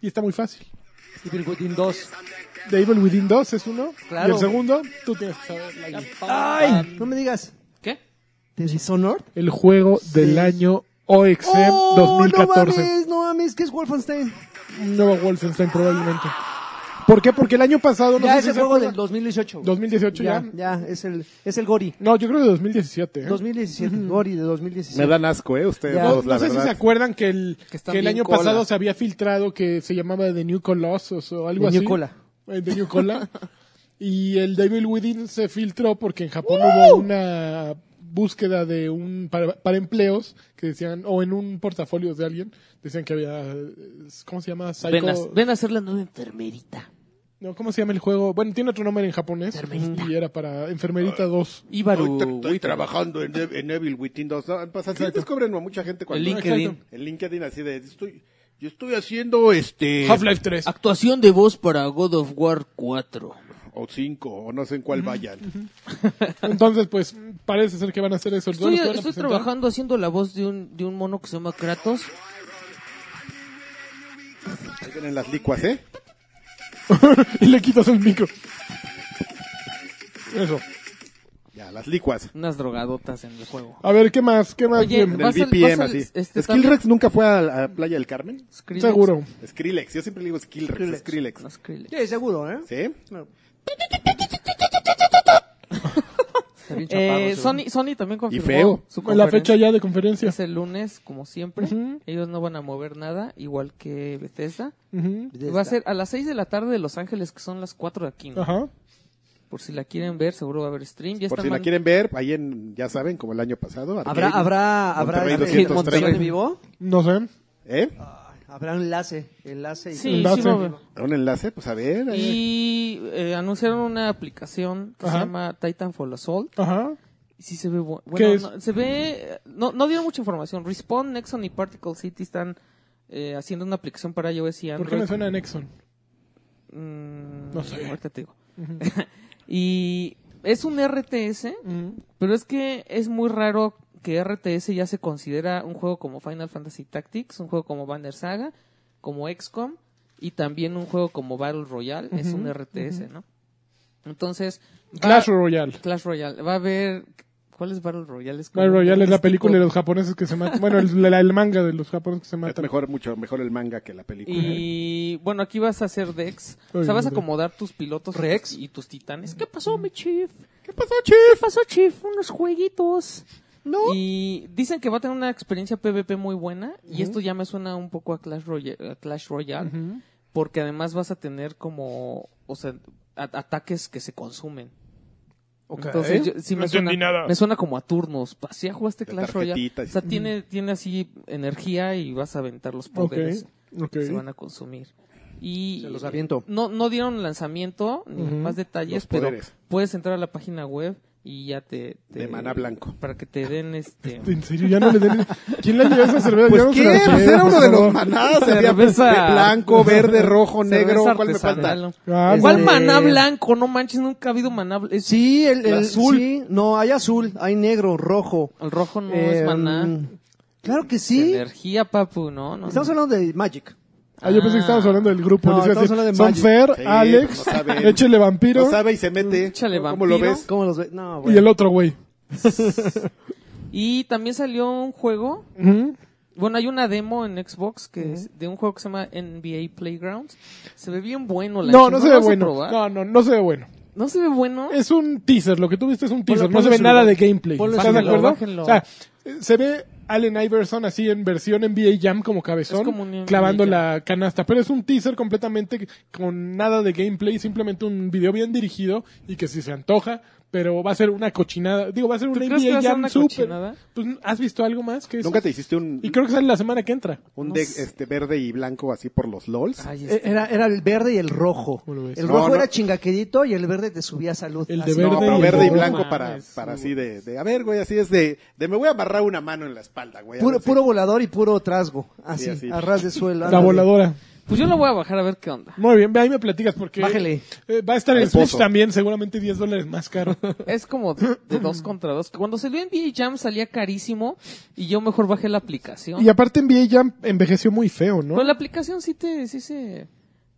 Y está muy fácil.
Evil Within 2.
The Evil Within 2 es uno.
Claro.
Y el segundo, tú tienes que saber.
La-
¡Ay! No me digas.
¿Qué?
¿De Dishonored?
El juego del año OXM
Oh, no
2014.
mames, no mames, que es Wolfenstein.
Un Nuevo Wolfenstein probablemente. ¿Por qué? Porque el año pasado... no
ya
sé
es
si
el
se
juego
acuerdan.
del 2018. güey.
2018 ya.
Ya, ya, es el, es el Gori.
¿Eh?
No, yo creo de 2017. ¿eh?
2017, Gori de 2017.
Me dan asco, ¿eh? Ustedes
Ya.
dos,
Pues No
la
sé si se
verdad.
acuerdan que el,
Que
que
están
el
bien
año
cola.
pasado se había filtrado que se llamaba The New Colossus o algo
The
así.
New Cola.
Eh, The New Cola. y el Devil Within se filtró porque en Japón hubo una búsqueda de un para, para empleos que decían o en un portafolio de alguien decían que había eh, ¿cómo se llama? Psycho-
Ven a, ven a ser la nueva enfermerita.
No, ¿cómo se llama el juego? Bueno, tiene otro nombre en japonés.
Enfermerita.
Y era para Enfermerita 2.
Ibaru.
estoy trabajando en, Ev- en Evil Within 2. No, pues así
Exacto.
descubren a mucha gente cuando...
El LinkedIn.
Exacto. El LinkedIn así de... Estoy, yo estoy haciendo este...
Half-Life 3.
Actuación de voz para God of War 4.
O 5, o no sé en cuál vayan.
Entonces, pues, parece ser que van a hacer esos
Estoy,
duelos que van a
estoy
presentar.
trabajando haciendo la voz de un, de un mono que se llama Kratos.
Ahí vienen las licuas, ¿eh?
y le quitas el micro. Eso.
Ya, las licuas.
Unas drogadotas en el juego.
A ver, ¿qué más? ¿Qué más?
Oye,
Bien,
Del
Vas al-
BPM,
vas al-
así.
este,
¿Skillrex nunca fue a, a Playa del Carmen?
Skrillex.
seguro.
Skrillex, yo siempre le digo Skillrex, Skrillex.
Skrillex.
No, Skrillex.
Sí, seguro, ¿eh?
¿Sí?
No.
Está bien chapado,
Eh,
seguro.
Sony, Sony también confirmó
feo.
su
La
conferencia.
fecha ya de conferencia.
es el lunes, como siempre.
Ujú.
Ellos no van a mover nada, igual que Bethesda.
Ujú.
Pues Va a ser a las 6 de la tarde de Los Ángeles, que son las 4 de aquí. ¿no?
Ajá.
Por si la quieren ver, seguro va a haber stream. Ya
Por
están
si la
man-
quieren ver, ahí en, ya saben, como el año pasado.
¿Habrá,
Arcade.
habrá, habrá
Monterrey
este,
230.
transmisión en vivo?
No sé.
¿Eh?
Ay, Habrá enlace, enlace. y-
Sí, sí
Enlace.
va a haber.
¿Un enlace? Pues a ver. ahí-
Y eh, anunciaron una aplicación que
Ajá.
se llama Titanfall Assault.
Ajá.
Y sí se ve bu- bueno.
¿Qué es?
no, se ve. No, no dieron mucha información. Respawn, Nexon y Particle City están eh, haciendo una aplicación para iOS y
¿Por
Android.
qué me suena a Nexon?
Mm,
No sé.
Ahorita te digo. y es un RTS,
Mm.
pero es que es muy raro que RTS ya se considera un juego como Final Fantasy Tactics, un juego como Banner Saga, como XCOM y también un juego como Battle Royale, es un
Ujú,
RTS, ¿no? Entonces, va-
Clash Royale.
Clash Royale, va a haber ¿cuál es Battle Royale? Es como
Battle Royale es la
místico.
película de los japoneses que se matan. Bueno, el, la- el manga de los japoneses que se
Es
matan.
mejor, mucho mejor el manga que la película.
Y bueno, aquí vas a hacer Dex. O
Ay,
sea, vas a
madre.
acomodar tus pilotos Rex y tus titanes. ¿Qué pasó, mi chief?
¿Qué pasó, Chief?
¿Qué pasó, Chief? Unos jueguitos. No. Y dicen que va a tener una experiencia PvP muy buena. Y esto ya me suena un poco a Clash Royale. a Clash Royale
Ujú.
Porque además vas a tener como. O sea, a- ataques que se consumen. Entonces, yo- sí
No
me, suena,
entendí nada.
me suena como a turnos. Pa, Si ya jugaste
De
este Clash Royale.
tarjetitas
O
y-
sea, tiene, tiene así energía y vas a aventar los
Ok.
poderes
Ok.
se van a consumir. Y
Se los aviento.
No, no dieron lanzamiento ni
Ujú.
más detalles,
Los
pero
poderes.
puedes entrar a la página web y ya te, te-
De maná blanco.
para que te den este
En serio, ya no le den. ¿Quién le lleva esa cerveza?
Pues
Ya no se
qué,
la
pues
lleve,
era uno
por
de los
favor.
manadas, había
Cerveza-
de blanco, verde, rojo, negro,
cerveza
¿cuál me falta?
artesanal.
Ah,
¿Cuál
Este-
maná blanco? No manches, nunca ha habido maná. bl- Es,
Sí, el, el-
Azul.
sí. no, hay azul, hay negro, rojo.
El rojo no es
Eh,
maná.
Claro que sí.
Energía, papu, no, no.
Estamos
no.
hablando de Magic.
Ah, yo pensé que estábamos hablando del grupo.
No,
Les iba a
estamos
decir,
hablando de
Son Fer,
Magic.
Sí,
Alex,
no saben.
échele vampiro
No sabe y se mete.
Échale
¿Cómo lo
vampiro.
ves?
¿Cómo los ve? No,
y
bueno.
el otro güey.
Y también salió un juego.
Ujú.
Bueno, hay una demo en Xbox que es de un juego que se llama NBA Playgrounds. Se ve bien bueno. La
No,
chingada,
no se
¿lo
ve
vas a
bueno.
probar?
No, no, no se ve bueno.
¿No se ve bueno.
Es un teaser, lo que tú viste es un teaser,
Ponlo-
no se ve
ponlo en su
nada de
lugar.
gameplay.
Ponlo en
¿Estás
su
de
lugar.
acuerdo?
Bájenlo.
O sea, eh, se ve Allen Iverson así en versión NBA Jam como cabezón,
Es como un NBA
clavando
Jam.
la canasta, pero es un teaser completamente que- con nada de gameplay, simplemente un video bien dirigido y que si se antoja, pero va a ser una cochinada. Digo, va a ser un
¿Tú crees que va
NBA
a ser
Jam
una
súper.
cochinada?
Pues, ¿Has visto algo más que eso?
Nunca te hiciste un,
Y creo que sale la semana que entra.
un
no
de-
sé.
este verde y blanco así por los LOLs.
Ay,
Eh,
este-
Era, era el verde y el rojo.
¿Cómo lo ves?
El
No,
rojo
no.
era chingaquedito y el verde te subía salud.
El de
Así.
verde
no, pero
y
verde y
rojo.
blanco
Mames,
para, para
güey.
así de, de, a ver, güey, así es de, de me voy a amarrar una mano en la espalda, güey. a
Puro,
ver si-
puro volador y puro trasgo. Así,
Sí, así.
a ras de suelo.
La
ándale.
voladora.
Pues yo la voy a bajar a ver qué onda.
Muy bien, ve, ahí me platicas porque
Bájale.
eh, va a estar
Al
el Switch
pozo.
también, seguramente 10 dólares más caro.
Es como de dos contra dos. Cuando salió NBA Jam salía carísimo y yo mejor bajé la aplicación.
y aparte NBA Jam envejeció muy feo, ¿no?
Pero la aplicación sí te, sí se,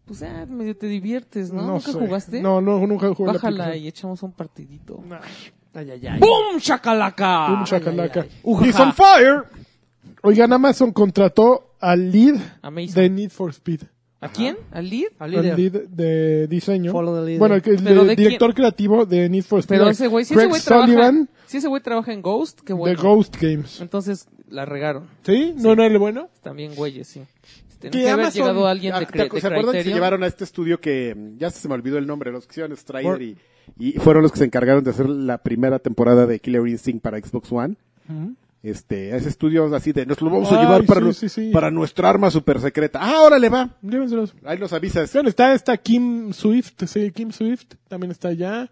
pues ah, medio te diviertes, ¿no?
sé.
¿Nunca jugaste?
No, no, nunca jugué la
Bájala
aplicación.
y echamos un partidito.
Ay, ay, ay.
¡Bum! ¡Chacalaca!
Boom, shakalaka.
Ay, ay, ay. Ujaja.
He's on fire. Oigan, Amazon contrató al lead
Amazing.
de Need for Speed.
¿A quién? ¿Al lead?
Al
Al
líder.
lead de diseño.
Follow the leader.
Bueno, el, que- el
¿Pero
de-
de
director creativo de Need for Speed.
Pero ese güey, si ese
Craig
güey trabaja,
Sullivan
si ese güey trabaja en Ghost, qué
de
bueno.
Ghost Games.
Entonces la regaron.
¿Sí? ¿No, no era el bueno?
También güeyes, sí. Tiene
Que
que haber
Amazon-
llegado alguien
Ah,
de,
¿te
cre-
acu-
de
¿Se acuerdan que se
Criterion.
llevaron a este estudio que mm, ya se me olvidó el nombre, los que hicieron Strider
Por-
y, y fueron los que se encargaron de hacer la primera temporada de Killer Instinct para Xbox One? este, a ese estudio así de, nos lo vamos a
Ay,
llevar para,
sí,
nu-
sí, sí.
para nuestra arma super secreta. Ah, órale va.
Llévenselos.
Ahí los avisas.
Bueno, está, está Kim Swift, sí, Kim Swift también está allá.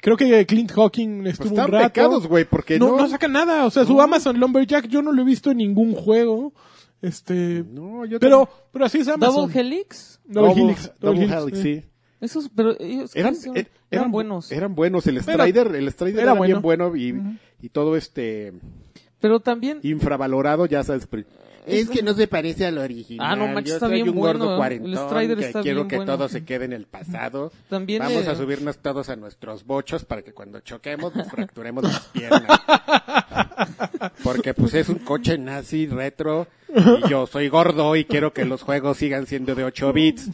Creo que Clint Hawking
Pues
estuvo
están
un rato.
pecados, güey, porque
no,
no.
no saca nada. O sea, su Amazon Lumberjack yo no lo he visto en ningún juego. Este.
No, yo
pero, pero así es Amazon.
Double Helix.
Double
Double-
Helix, Double
Double
Helix,
Helix,
eh.
sí.
Esos, pero ellos ¿qué
Eran,
son?
er-
Eran
eran
buenos.
Eran buenos. El
Era-
Strider, el Strider
era
era, bien bueno y, y todo este
Pero también,
infravalorado, ya sabes. pero- Es que no se parece al original.
Ah, no manches,
Yo
está
soy
bien
un
bueno,
gordo
¿eh?
cuarentón
El Strider
que
está
quiero
bien
que
bueno.
todo se quede en el pasado.
También,
Vamos
eh,
a subirnos todos a nuestros bochos para que cuando choquemos nos fracturemos las piernas. Porque pues es un coche nazi retro y yo soy gordo y quiero que los juegos sigan siendo de 8 bits.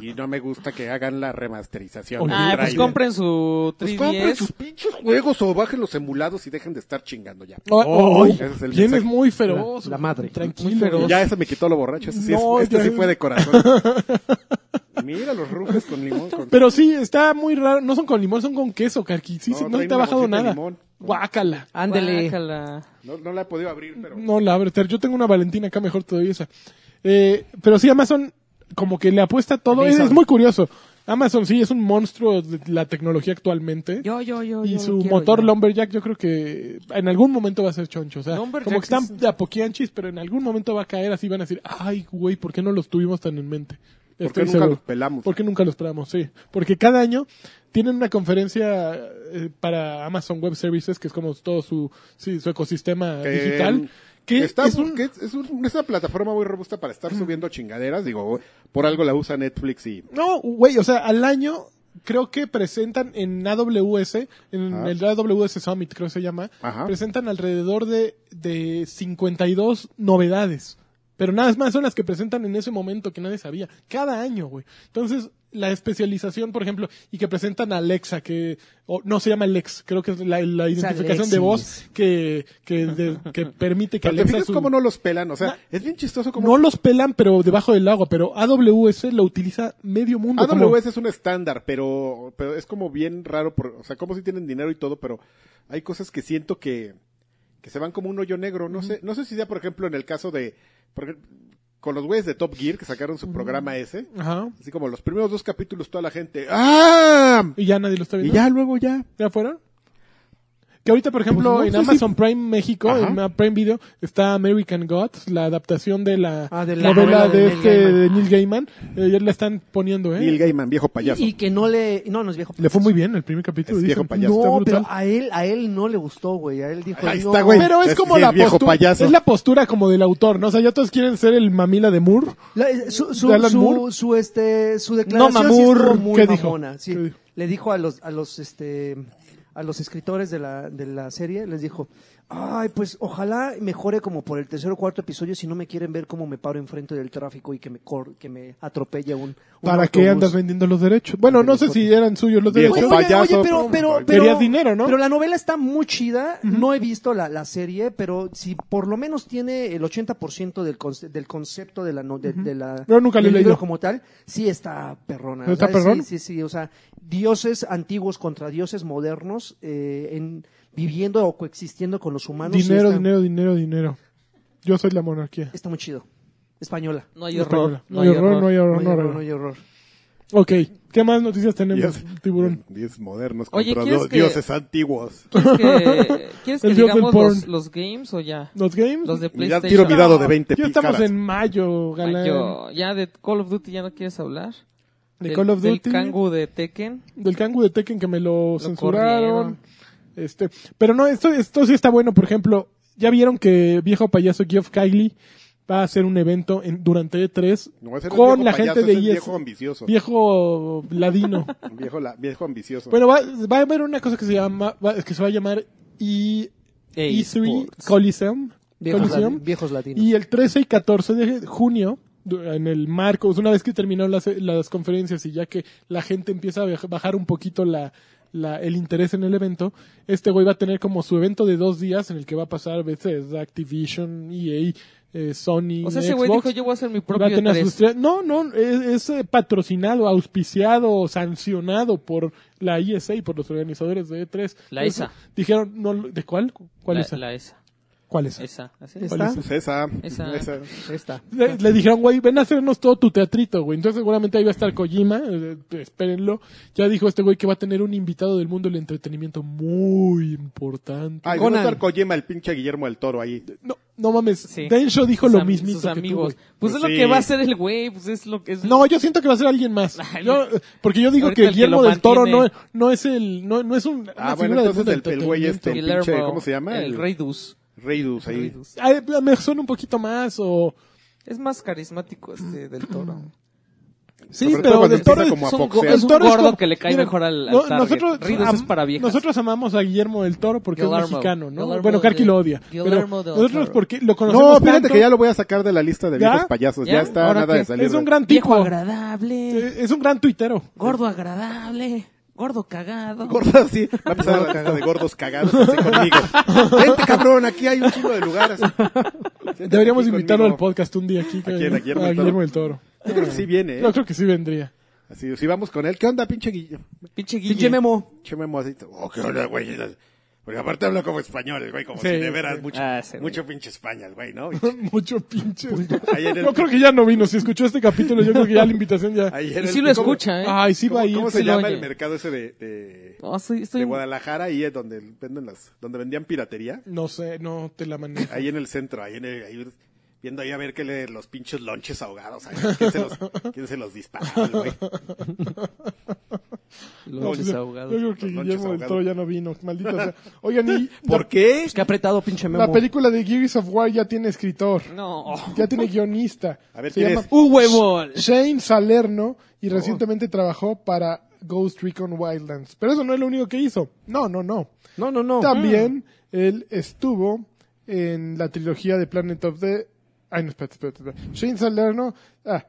Y no me gusta que hagan la remasterización. del
ah, pues
Strider.
compren su 3DS.
Pues compren sus pinches juegos o bajen los emulados y dejen de estar chingando ya.
Oh, oh,
Ese
oh.
es el
¿Quién es
mensaje.
muy feroz?
La- la madre.
Tranquilo.
Muy feroz.
Ya ese me quitó lo borracho, ese sí, es-
No,
este
ya
sí
es-
fue de corazón. Mira los rufes con limón. con-
Pero sí, está muy raro. No son con limón, son con queso, Carqui. Sí,
No,
sí, no,
traen
se te ha
una
bajado
bolsita de
nada.
limón.
Guácala.
Ándele.
Guácala.
No, no la he podido abrir, pero...
No, la verdad, yo tengo una Valentina acá mejor todavía esa. Eh, pero sí, Amazon como que le apuesta a todo. Es,
Amazon.
es muy curioso. Amazon sí es un monstruo de la tecnología actualmente.
Yo, yo, yo.
y
yo
su
lo quiero,
motor
yo.
Lumberjack yo creo que en algún momento va a ser choncho. O sea,
Lumberjack
como que están
es-
de a poquianchis, pero en algún momento va a caer así. Van a decir, ay, güey, ¿por qué no los tuvimos tan en mente?
¿Por qué
Estoy
nunca los pelamos?
¿Por qué nunca los pelamos? Sí. Porque cada año tienen una conferencia eh, para Amazon Web Services, que es como todo su, sí, su ecosistema
Que,
digital. Que
está-
es un,
que es- es un- es una plataforma muy robusta para estar subiendo chingaderas. Digo, por algo la usa Netflix y...
No, güey, o sea, al año creo que presentan en AWS, en
Ajá.
el AWS Summit creo que se llama,
Ajá.
presentan alrededor de, de 52 novedades. Pero nada más son las que presentan en ese momento que nadie sabía. Cada año, güey. Entonces, la especialización, por ejemplo, y que presentan a Alexa, que o, no se llama Alex, creo que es la, la identificación de
Alexis.
voz que, que, de- que permite que
Pero te
Alexa...
fijas
su-
cómo no los pelan, o sea, es bien chistoso como...
no los pelan, pero debajo del agua. Pero AWS lo utiliza medio mundo. como-
AWS es un estándar, pero, pero es como bien raro, por, o sea, como si tienen dinero y todo, pero hay cosas que siento que, que se van como un hoyo negro. No sé, no sé si sea, por ejemplo, en el caso de, por ejemplo, con los güeyes de Top Gear que sacaron su programa ese,
Ajá.
así como los primeros dos capítulos toda la gente, ¡ah!
Y ya nadie lo está
Y
viendo.
ya luego ya.
¿Ya fueron? Que ahorita, por ejemplo,
Pues no
en
sé
Amazon Prime México,
Ajá.
en Prime Video, está American Gods, la adaptación de la,
Ah, de la
novela
novela
de,
de Neil
este de
Gaiman.
Neil Gaiman. Eh, ya la están poniendo, ¿eh?
Neil Gaiman, viejo payaso.
Y, y que no le. No, no es viejo.
Le fue muy bien el primer capítulo.
Es viejo
dicen.
payaso.
Está
No,
brutal.
pero a él, a él no le gustó, güey. A él dijo.
Ahí
no.
está, güey.
Pero es
Es-
como
sí, es
la
viejo
postura.
payaso.
Es la postura como del autor, ¿no? O sea, ya todos quieren ser el mamila de Moore.
La- eh, su, su,
¿De Alan
su-
Moore?
su, este, su declaración
No,
sí
Mamur,
estuvo muy
¿qué dijo?
mamona, sí.
¿Qué dijo?
Le dijo a los, a los, este, a los escritores de la, de la serie, les dijo, ay, pues ojalá mejore como por el tercer o cuarto episodio si no me quieren ver cómo me paro enfrente del tráfico y que me, cor que me atropella un, un
¿Para qué
autobús".
andas vendiendo los derechos? Bueno, no sé si eran suyos los
Viejo
derechos.
Oye,
payaso.
oye, pero, pero, pero,
Querías dinero, ¿no?
Pero la novela está muy chida. No he visto la, la serie, pero si por lo menos tiene el 80% del, conce- del concepto de la, no- de, de la
Yo nunca lo he
del libro
leído.
como tal, sí está perrona.
¿No está
O sea, sí,
perrón?
Sí, sí, o sea, dioses antiguos contra dioses modernos eh, en, viviendo o coexistiendo con los humanos. sí
dinero,
está-
dinero, dinero, dinero. Yo soy la monarquía.
Está muy chido. Española.
No hay
Española.
error.
No hay error, no hay
No
error,
hay
no hay
horror,
error.
no hay horror.
Ok, ¿qué más noticias tenemos,
Diez-
tiburón?
diez modernos
Oye,
contra
¿quieres
dos
que-
dioses antiguos.
¿Quieres que, ¿quieres que
El dios del
digamos
porn.
los, los games o ya?
¿Los games?
Los de
Mira,
PlayStation.
tiro mirado de 20
ya estamos
picaras.
en mayo,
Ay,
galán.
yo- ya de Call of Duty ya no quieres hablar.
De
Del-
Call of Duty.
Del Kangu de Tekken.
Del Kangu de Tekken que me lo,
Lo
censuraron.
corrieron.
Este, pero no, esto, esto sí está bueno. Por ejemplo, ya vieron que viejo payaso Geoff Kylie va a hacer un evento en, durante E3
No, ese no es
con
viejo
la
payaso,
gente
ese
de
es
ES.
viejo ambicioso.
Viejo Pues ladino.
Viejo, la- viejo ambicioso.
bueno, va, va a haber una cosa que se llama, va- que se va a llamar E,
EA
3
Sports.
Coliseum.
Viejos,
Coliseum.
lati- viejos latinos.
Y el 13 y 14 de junio, du- en el marco, pues, una vez que terminaron las, las conferencias y ya que la gente empieza a baj- bajar un poquito la, la- el interés en el evento, este güey va a tener como su evento de dos días en el que va a pasar veces Activision, EA, eh, Sony,
O sea, ese
Xbox.
güey dijo, yo voy a hacer mi
Va a
propio
tener sus
3.
tres- No, no, es, es, eh, patrocinado, auspiciado, sancionado por la ISA y por los organizadores de E3.
La
Entonces,
ESA.
Dijeron, no, ¿de cuál? ¿Cuál
la, E
ESA?
la esa.
¿Cuál es?
Esa, así.
Es-
¿Cuál es?
Pues esa.
Esa.
esa.
Esta.
Le, le dijeron, güey, ven a hacernos todo tu teatrito, güey. Entonces seguramente ahí va a estar Kojima, eh, espérenlo. Ya dijo este güey que va a tener un invitado del mundo del entretenimiento muy importante.
Ay,
Conan.
va a estar Kojima, el pinche Guillermo del Toro ahí.
No, no mames,
Sí.
Densho dijo
Sus
lo
am-
mismito
Sus
que tú, güey.
amigos. pues
Pues
es lo
sí.
que va a hacer el güey, pues es lo que es.
No, yo siento que va a ser alguien más.
Ay,
Yo, eh, porque yo digo
ahorita
que
el que
Guillermo
lo
del Toro no,
mantiene.
no es el, no, no es un.
Ah,
una
bueno,
figura del
entonces
mundo
el-
del
el güey este.
entretenimiento.
Guillermo,
pinche, ¿cómo se llama?
El
El-
Reidus.
Reidus ahí.
Reidus.
Ay, me suena un poquito más o.
Es más carismático este del toro.
Sí,
Sobre todo
pero
cuando
Mm. del Toro
empieza como a
es un
boxear.
go- es
El
un
toro
gordo
como-
que le cae
Mira,
mejor al, al
no-
target. Reedus
am-
es para viejas.
Nosotros amamos a Guillermo del Toro porque es
Guillermo.
mexicano, ¿no?
Guillermo
bueno, Karki
del-
lo odia.
Guillermo
pero
del Toro.
nosotros porque lo conocemos
No, fíjate
tanto,
que ya lo voy a sacar de la lista de
¿Ya?
viejos payasos. Ya,
¿Ya?
está
¿Ahora
nada
qué?
de salir.
es un
de-
gran
Viejo
tipo.
agradable,
Eh, Es un gran tuitero.
gordo agradable, gordo cagado.
Gordo así. Va a empezar la lista de gordos cagados así conmigo. Vente, cabrón, aquí hay un chingo de lugares.
Deberíamos invitarlo al podcast un día aquí. que-
quién? ¿A Guillermo
a
del Toro?
Guillermo del Toro.
Yo creo que sí viene,
Yo
¿eh?
creo que sí vendría.
Así, si vamos con él. ¿Qué onda, pinche Guillermo?
Pinche Guille.
Pinche Memo.
Pinche Memo así. Oh, qué onda, güey. Porque aparte habla como español, el güey, como
Sí,
si de veras mucho,
Ah, sí, güey.
mucho pinche España, el güey, ¿no?
Mucho pinche.
Ahí en el-
Yo creo que ya no vino. Si escuchó este capítulo, yo creo que ya la invitación ya.
Ahí en
Y
el-
sí lo
¿cómo-
escucha, ¿eh?
Ay, sí
¿Cómo,
va a ir.
cómo
sí
se
lo
llama
oye.
el mercado ese de, de,
No, estoy, estoy-
de Guadalajara? Ahí es donde venden las, donde vendían piratería.
No sé, no te la manejo.
Ahí en el centro, ahí en el, ahí, viendo ahí a ver qué le los pinches lonches ahogados. ahí, ¿quién, se los, ¿Quién se los dispara, el güey?
Los
Yo
desahogados.
creo que
Los lonches
Guillermo del
ahogados.
Toro ya no vino. Maldita sea. Oigan, y
¿Por qué?
Qué apretado, pinche
la,
Memo.
la película de Gears of War ya tiene escritor.
No.
Ya tiene guionista.
A ver,
Se
¿quién
llama
es?
¡Un huevón!
Shane Salerno y recientemente trabajó para Ghost Recon Wildlands. Pero eso no es lo único que hizo. No, no, no.
No, no, Mm. no.
También él estuvo en la trilogía de Planet of the... Ay, no, espérate, espérate. espérate. Shane Salerno, ah,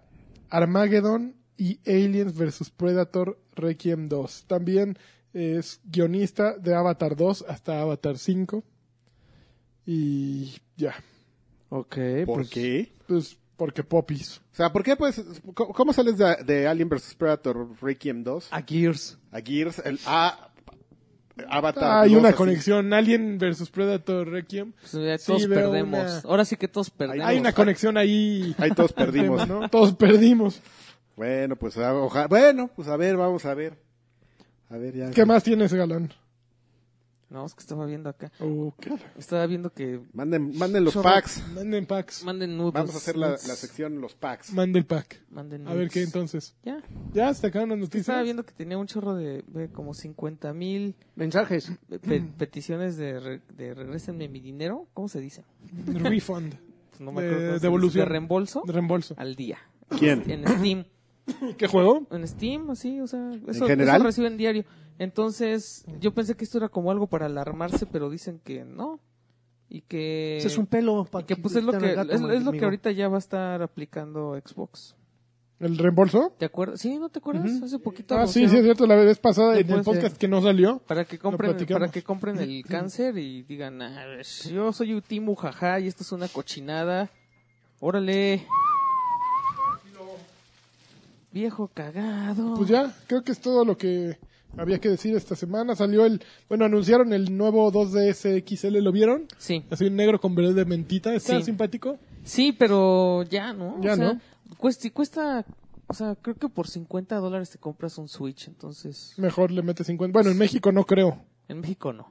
Armageddon y Aliens vs. Predator Requiem 2. También es guionista de Avatar 2 hasta Avatar 5. Y ya,
Ok,
¿Por
pues,
qué?
pues porque popis.
O sea, ¿por qué pues? ¿Cómo cómo sales de, de Alien vs Predator Requiem 2?
A Gears.
A Gears, el A Avatar.
Ah, hay
dos,
una
pues, así.
conexión Alien vs. Predator Requiem.
Pues, ya
Sí,
todos
veo
perdemos.
una-
Ahora sí que todos perdemos.
Hay una conexión ahí.
Ahí todos perdimos,
¿no? Todos perdimos.
Bueno, pues a- oja- bueno, pues a ver, vamos a ver. A ver ya.
¿Qué más tienes, Galán?
No, es que estaba viendo acá.
Oh, qué-
Estaba viendo que
Manden, manden los packs.
Manden packs.
manden nudes.
Vamos a hacer la, la
nudes.
sección los packs.
Mande el pack.
Manden
A ver
nudes.
qué entonces.
Ya.
Ya se acabaron las
Estaba
noticias.
viendo que tenía un chorro de, de como 50 mil
Mensajes.
Mm.
peticiones de, re- de regresenme mi dinero. ¿Cómo se dice?
Refund.
Pues no me
De-
acuerdo. cómo se dice.
devolución.
De reembolso
De reembolso.
al día.
¿Quién?
En Steam.
¿Qué juego?
En Steam, así, o sea, eso,
general?
eso reciben diario. Entonces, yo pensé que esto era como algo para alarmarse, pero dicen que no. Y que.
Ese es un pelo.
y
pa-
que pues es lo
quitar
que,
al gato,
es, es lo que
amigo.
ahorita ya va a estar aplicando Xbox.
¿El reembolso?
¿Te acuerdas? Sí, ¿no te acuerdas? Hace poquito.
Ah, sí,
anunciaron
sí, es cierto. La vez pasada en el
Después de-
podcast que no salió.
Para que
Lo
compren,
platicamos.
para que compren el cáncer y digan, "Ah, yo soy un Timu jaja y esto es una cochinada. Órale. Viejo cagado.
Pues ya, creo que es todo lo que había que decir esta semana. Salió el. Bueno, anunciaron el nuevo 2DS XL. ¿Lo vieron?
Sí.
Así un negro con verde mentita. Está
Sí.
simpático.
Sí, pero ya, ¿no?
Ya,
o sea,
¿no?
Cuesta, cuesta, o sea, creo que por 50 dólares te compras un Switch, entonces
Mejor le mete 50. Bueno, en México no creo.
en México no.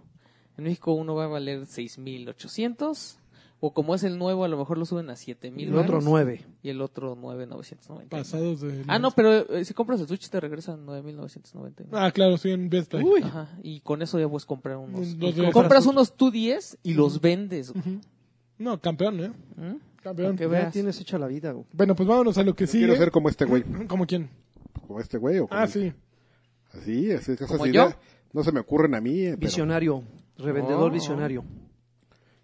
En México uno va a valer 6800 o como es el nuevo, a lo mejor lo suben a 7000
El otro
varos,
nueve.
y el otro 9990.
Pasados de.
Ah, no, pero eh, si compras el Switch te regresan 9.999.
Ah, claro, sí, en Best Buy.
Ajá, y con eso ya puedes comprar unos.
Un- dos
Y
de esos.
compras unos tú 10 y los vendes. güey.
No, campeón, ¿eh?
¿Mm?
Campeón.
Ok. Que
Ya
veas.
tienes hecha la vida. güey.
Bueno, pues vámonos a lo que sigue.
Quiero ser como este güey.
¿Como quién?
Como este güey o como
Ah, sí.
Así, así esas
¿Como
ideas
yo?
no se me ocurren a mí. eh, pero-
Visionario. Revendedor
Oh.
visionario.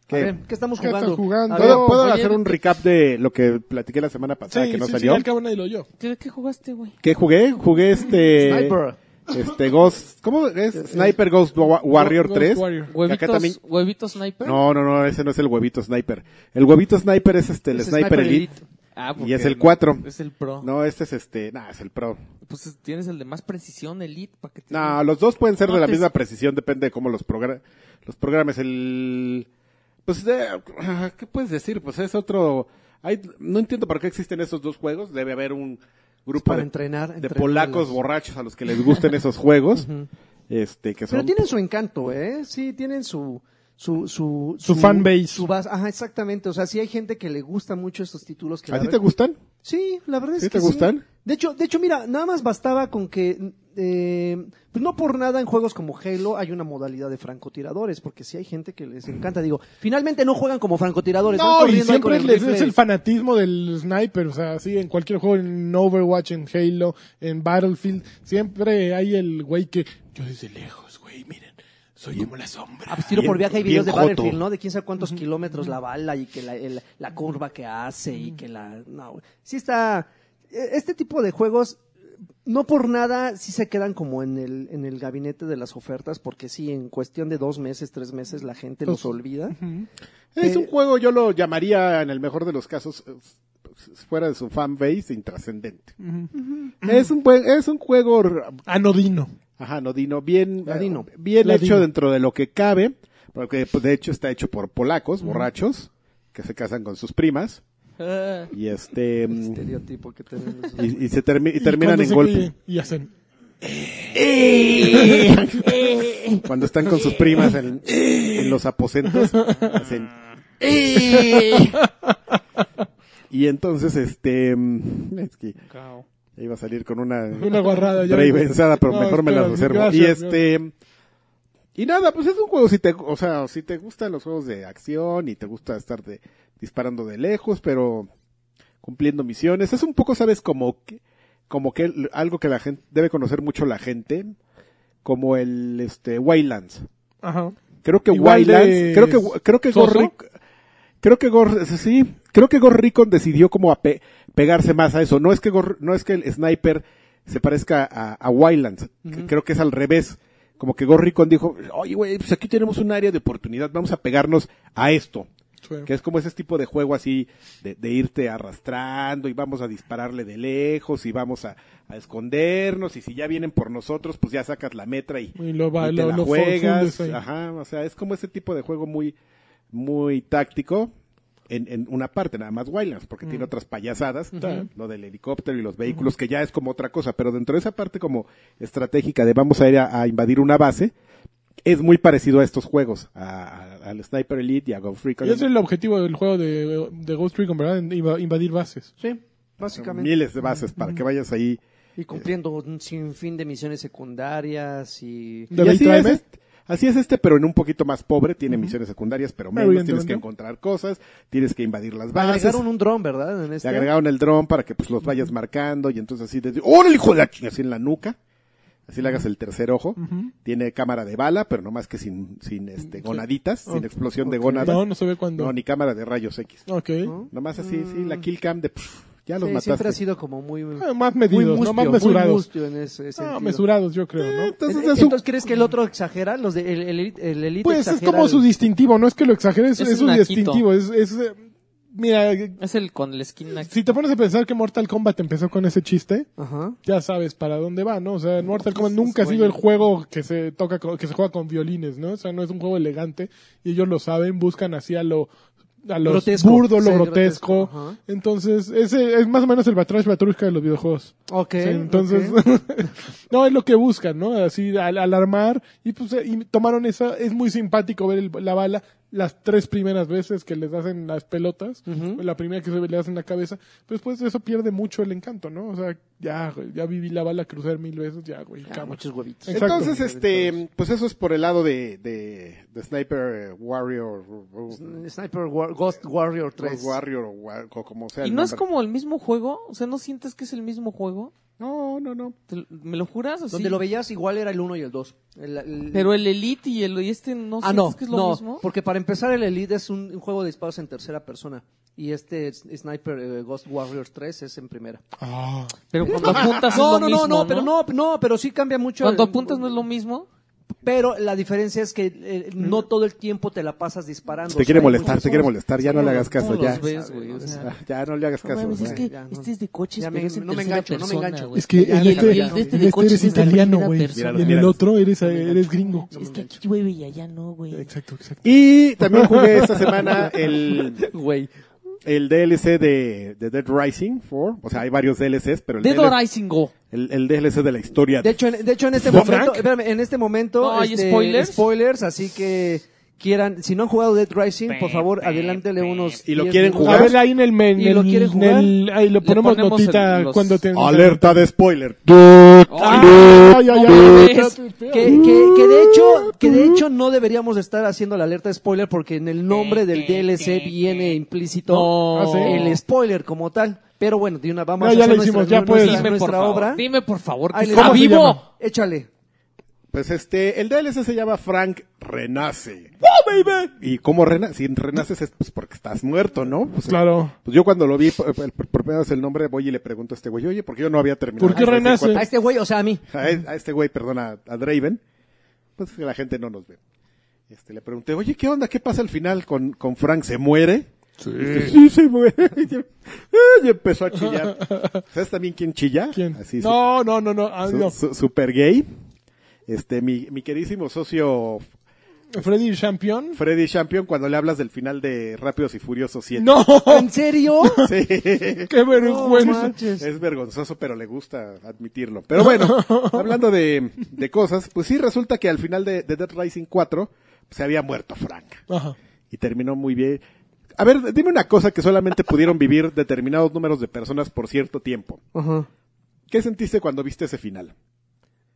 ¿Qué?
A ver, ¿qué estamos
¿Qué
jugando?
estás jugando?
A ver,
¿Puedo, puedo
oye,
hacer un recap de lo que platiqué la semana pasada
sí,
que no
sí, sí,
salió?
al cabo nadie lo oyó.
¿Qué, qué jugaste, güey?
¿Qué jugué? Jugué este...
Sniper.
Este Ghost... ¿Cómo es? Sniper Ghost Wa- Warrior
Ghost
3.
Warrior. Acá
¿Huevitos,
también-
huevitos Sniper?
No, no, no, ese no es el huevito Sniper. El huevito Sniper es este, el
Es
Sniper,
Sniper
Elite.
Elite.
Ah,
Y es
porque
el 4.
Es el Pro.
No, este es este... Nah, es el Pro.
Pues es- tienes el de más precisión, Elite, para que te...
pues-
No, los dos pueden ser
No
de la
te-
misma precisión, depende de cómo los, progra- los programas. El Pues, eh, ¿qué puedes decir? Pues es otro... Hay, no entiendo por qué existen esos dos juegos. Debe haber un grupo
para
de,
entrenar,
de
entrenar
polacos
los-
borrachos a los que les gusten esos juegos. este, que son...
Pero tienen su encanto, ¿eh? Sí, tienen su... Su, su,
Su fanbase.
su bas- Ajá, exactamente. O sea, sí hay gente que le gusta mucho estos títulos. Que
¿A
la
ti
ve-
te gustan?
Sí, la verdad es
¿Sí
que
te gustan?
De hecho, de hecho, mira, nada más bastaba con que, eh, pues no por nada en juegos como Halo hay una modalidad de francotiradores, porque sí hay gente que les encanta. Digo, finalmente no juegan como francotiradores. van
No, y
corriendo ahí con
siempre les-
rifle.
es el fanatismo del sniper, o sea, sí, en cualquier juego, en Overwatch, en Halo, en Battlefield, siempre hay el güey que, yo desde lejos, güey, miren, soy como la sombra.
Ah, pues tiro
Bien-
por viaje hay videos de
bien joto.
Battlefield, ¿no? De quién sabe cuántos kilómetros la bala y que la, el- la curva que hace y que la... No, güey. sí está... eh, Este tipo de juegos, no por nada, sí se quedan como en el, en el gabinete de las ofertas, porque sí, en cuestión de dos meses, tres meses, la gente los
Pues,
olvida.
Es
Eh,
un juego, yo lo llamaría, en el mejor de los casos, eh, fuera de su fanbase, intrascendente. Es un buen, es un juego, r-
Anodino.
ajá, nodino, bien,
Ladino.
eh, bien
Ladino.
hecho dentro de lo que cabe, porque pues, de hecho está hecho por polacos, borrachos, que se casan con sus primas,
Ah,
y este, mm,
Estereotipo que tenemos.
y, y se termi- y
Y
terminan
cuando
en
se
golpe.
pille- Y hacen.
Cuando están con sus primas en, en los aposentos, hacen, y entonces este, mm, es que
cao.
iba a salir con
Una guarrada. ya
Brave
ves.
pensada, pero
No,
mejor me la
espera,
reservo.
gracias,
y
gracias.
este y nada, pues es un juego si te, o sea, si te gustan los juegos de acción y te gusta estar de, disparando de lejos, pero cumpliendo misiones, es un poco sabes como que como que l- algo que la gente debe conocer mucho la gente, como el este Wildlands.
Ajá.
Creo que
Igual de
Wildlands, creo que creo que
soso.
Gorrick creo que Gor sí, creo que Gorricon decidió como a pe- pegarse más a eso. No es que Gor- no es que el sniper se parezca a, a Wildlands, C- creo que es al revés. Como que Gorricon dijo, oye güey, pues aquí tenemos un área de oportunidad, vamos a pegarnos a esto.
Sí.
Que es como ese tipo de juego así, de, de irte arrastrando y vamos a dispararle de lejos y vamos a, a escondernos y si ya vienen por nosotros, pues ya sacas la metra y,
Y lo va-
y te
lo-
la
lo
juegas. Ah,
fundes ahí.
Ajá, o sea, es como ese tipo de juego muy, muy táctico en, en una parte, nada más Wildlands, porque
Mm.
tiene otras payasadas, lo del helicóptero y los vehículos, que ya es como otra cosa, pero dentro de esa parte como estratégica de vamos a ir a, a invadir una base, es muy parecido a estos juegos, a- a- al Sniper Elite y a Go Free
Y ese es el objetivo del juego de, de Ghost Recon, ¿verdad? Inva- Invadir bases.
Sí, básicamente.
miles de bases para que vayas ahí.
Y cumpliendo un sinfín de misiones secundarias y...
¿De
Y así, es
Daytime?
este, así es este, pero en un poquito más pobre, tiene misiones secundarias, pero menos, tienes
Evidentemente.
que encontrar cosas, tienes que invadir las bases.
Agregaron un dron, ¿verdad? En este.
Le agregaron el dron para que pues los vayas marcando y entonces así desde ¡Órale, hijo de la chingada! Así en la nuca. Así le hagas el tercer ojo.
Mm.
Tiene cámara de bala, pero nomás que sin, sin este, gonaditas, sin explosión de gonadas.
No, no se ve cuando.
No, ni cámara de rayos X.
Ok.
Nomás así, sí,
Mm.
la kill cam de pff, ya los
Sí, siempre
mataste.
ha sido como muy...
Ah, más medidos,
muy
¿no? Más
muy
mesurados.
mustio en ese
Ah,
sentido.
mesurados, yo creo, ¿no?
Entonces
Eh,
es un-
entonces, ¿crees que el otro exagera? Los de, el, el, elite- el elite
Pues es
exagera
como
el-
su distintivo, no es que lo exagere, es,
Es
es
un
un
naquito.
distintivo. Es, es, eh, mira, eh,
Es el con la esquina.
si te pones a pensar que Mortal Kombat empezó con ese chiste,
Ajá.
ya sabes para dónde va, ¿no? O sea, Mortal Kombat nunca ha sido el juego que se toca, con- que se juega con violines, ¿no? O sea, no es un juego elegante y ellos lo saben, buscan así a lo a lo
Grotesco.
burdo, lo
Sí,
grotesco.
grotesco, ajá.
Entonces, ese es más o menos el Batrash Batrushka de los videojuegos.
Ok.
Sí, entonces,
ok.
no, es lo que buscan, ¿no? Así, al, alarmar, y pues, eh, y tomaron esa, es muy simpático ver el- la bala las tres primeras veces que les hacen las pelotas, la primera que se le hacen la cabeza, pero después de eso pierde mucho el encanto, ¿no? O sea, ya, güey, ya viví la bala cruzar mil veces, ya, güey,
Ah,
cama.
muchos huevitos.
Exacto.
Entonces, este, pues eso es por el lado de, de, de Sniper Warrior,
Pues,
Sniper War- Ghost Warrior 3.
Warrior o wa- o como sea.
¿Y
el
no es
nombre.
como el mismo juego? O sea, ¿no sientes que es el mismo juego?
No, no, no.
¿Te lo- ¿Me lo juras? Así?
Donde lo veías igual era el 1 y el 2. El- el-
Pero el Elite y el y este no
Ah,
sientes
no,
que es lo
no,
mismo.
porque para empezar el Elite es un, un juego de disparos en tercera persona y este es- Sniper eh, Ghost Warrior 3 es en primera.
Ah.
Pero cuando apuntas es
no,
lo
Ah, no,
mismo,
no, no, pero no, no, pero sí cambia mucho.
Cuando
el-
apuntas no es lo mismo.
Pero la diferencia es que eh, no todo el tiempo te la pasas
Te
disparando. O
quiere
sea, hay
molestar,
muchas
te quiere
horas.
molestar, ya no le hagas caso,
¿Cómo
ya.
los ves, güey? O sea,
Ya no le hagas
no
caso.
mames, es
güey.
que
ya, no.
este es de coches,
Ya me-
pero es en
no me
tercera
engancho, no me
persona,
engancho.
Es que
Ya,
en este,
ya, ya.
en
Este de
este
coches
eres
es de
italiano,
primera
güey.
persona.
Y en el otro eres, eh, eres gringo.
Es que aquí llueve y allá no, güey.
Exacto, exacto.
Y también jugué esta semana el,
Güey.
el DLC de, de Dead Rising 4. O sea, hay varios DLCs, pero el,
Dead
DLC,
or Rising Go.
el, el DLC de la historia.
De hecho, en, de hecho, en este
¿No,
momento,
Frank?
espérame, en este momento,
No, hay
este,
spoilers.
spoilers, así que quieran, si no han jugado Dead Rising, por favor, adelántele unos.
Y lo
10
quieren
minutos.
A
jugar.
ver, ahí en el men.
¿Y lo
en el-
quieres jugar?
en el- ahí lo
Le
ponemos,
ponemos
notita
el- los-
cuando tenemos.
Alerta de spoiler.
Ah,
Ay, ay, ay, ay,
ves?
Que, que, que de hecho, que de hecho no deberíamos estar haciendo la alerta de spoiler porque en el nombre del DLC viene implícito
No.
Ah, ¿sí?
el spoiler como tal. Pero bueno, de una vamos
No,
a
ya
hacer
lo hicimos,
nuestra,
ya puedes.
nuestra-
Dime, por
nuestra
favor,
obra.
dime, por favor, que
Ahí le-
está
¿Cómo se
vivo.
llama?
Échale.
Pues este, el DLC se llama Frank Renace. ¿Y cómo renace? Si renaces es pues porque estás muerto, ¿no? Pues,
Claro.
Pues yo cuando lo vi por, por- por primera vez el nombre, voy y le pregunto a este güey, oye, porque yo no había terminado.
¿Por qué
Hasta
renace?
cuate-
A este güey, o sea, a mí.
a, a este güey, perdón, a, a Draven, pues la gente no nos ve. Este, le pregunté, oye, ¿qué onda? ¿Qué pasa al final con, con Frank? ¿Se muere? Sí. sí, se muere. Y, yo- ah, y empezó a chillar. ¿Sabes también quién chilla?
¿Quién?
Así, su-
no, no, no, no. ah,
su-
no.
su- super gay. Este, mi, mi queridísimo socio
Freddy Champion.
Freddy Champion, cuando le hablas del final de Rápidos y Furiosos 7.
No,
¿En serio?
Sí.
qué
No
vergüenza.
manches.
Es vergonzoso, pero le gusta admitirlo. Pero bueno, hablando de, de cosas, pues sí resulta que al final de, de Dead Rising 4 pues, se había muerto Frank.
Ajá.
Y terminó muy bien. A ver, dime una cosa que solamente pudieron vivir determinados números de personas por cierto tiempo.
Ajá.
¿Qué sentiste cuando viste ese final?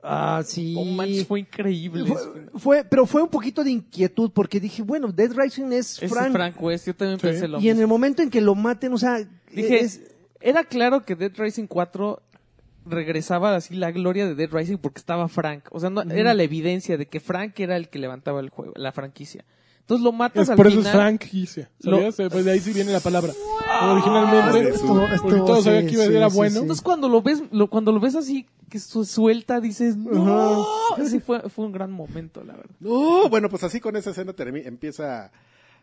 Ah, sí.
No manches, fue increíble.
Fue- fue- pero fue un poquito de inquietud porque dije, bueno, Dead Rising es
Ese
Frank.
Frank West, yo también
Sí.
pensé lo
y en
mismo.
el momento en que lo maten, o sea,
Dije,
es-
era claro que Dead Rising 4 regresaba así la gloria de Dead Rising porque estaba Frank. O sea, no- era la evidencia de que Frank era el que levantaba el juego, la franquicia. Entonces lo matas
Es,
al
por eso
final.
es franquicia. ¿Sabías? Eh, Pues de ahí sí viene la palabra. Originalmente,
estuvo-
porque
estuvo,
todos sabían
sí,
que iba a
sí,
era
sí,
bueno.
sí.
Entonces cuando lo ves, lo- cuando lo ves así que su- suelta, dices, no. Sí, fue, fue un gran momento, la verdad.
No, bueno, pues así con esa escena termi- empieza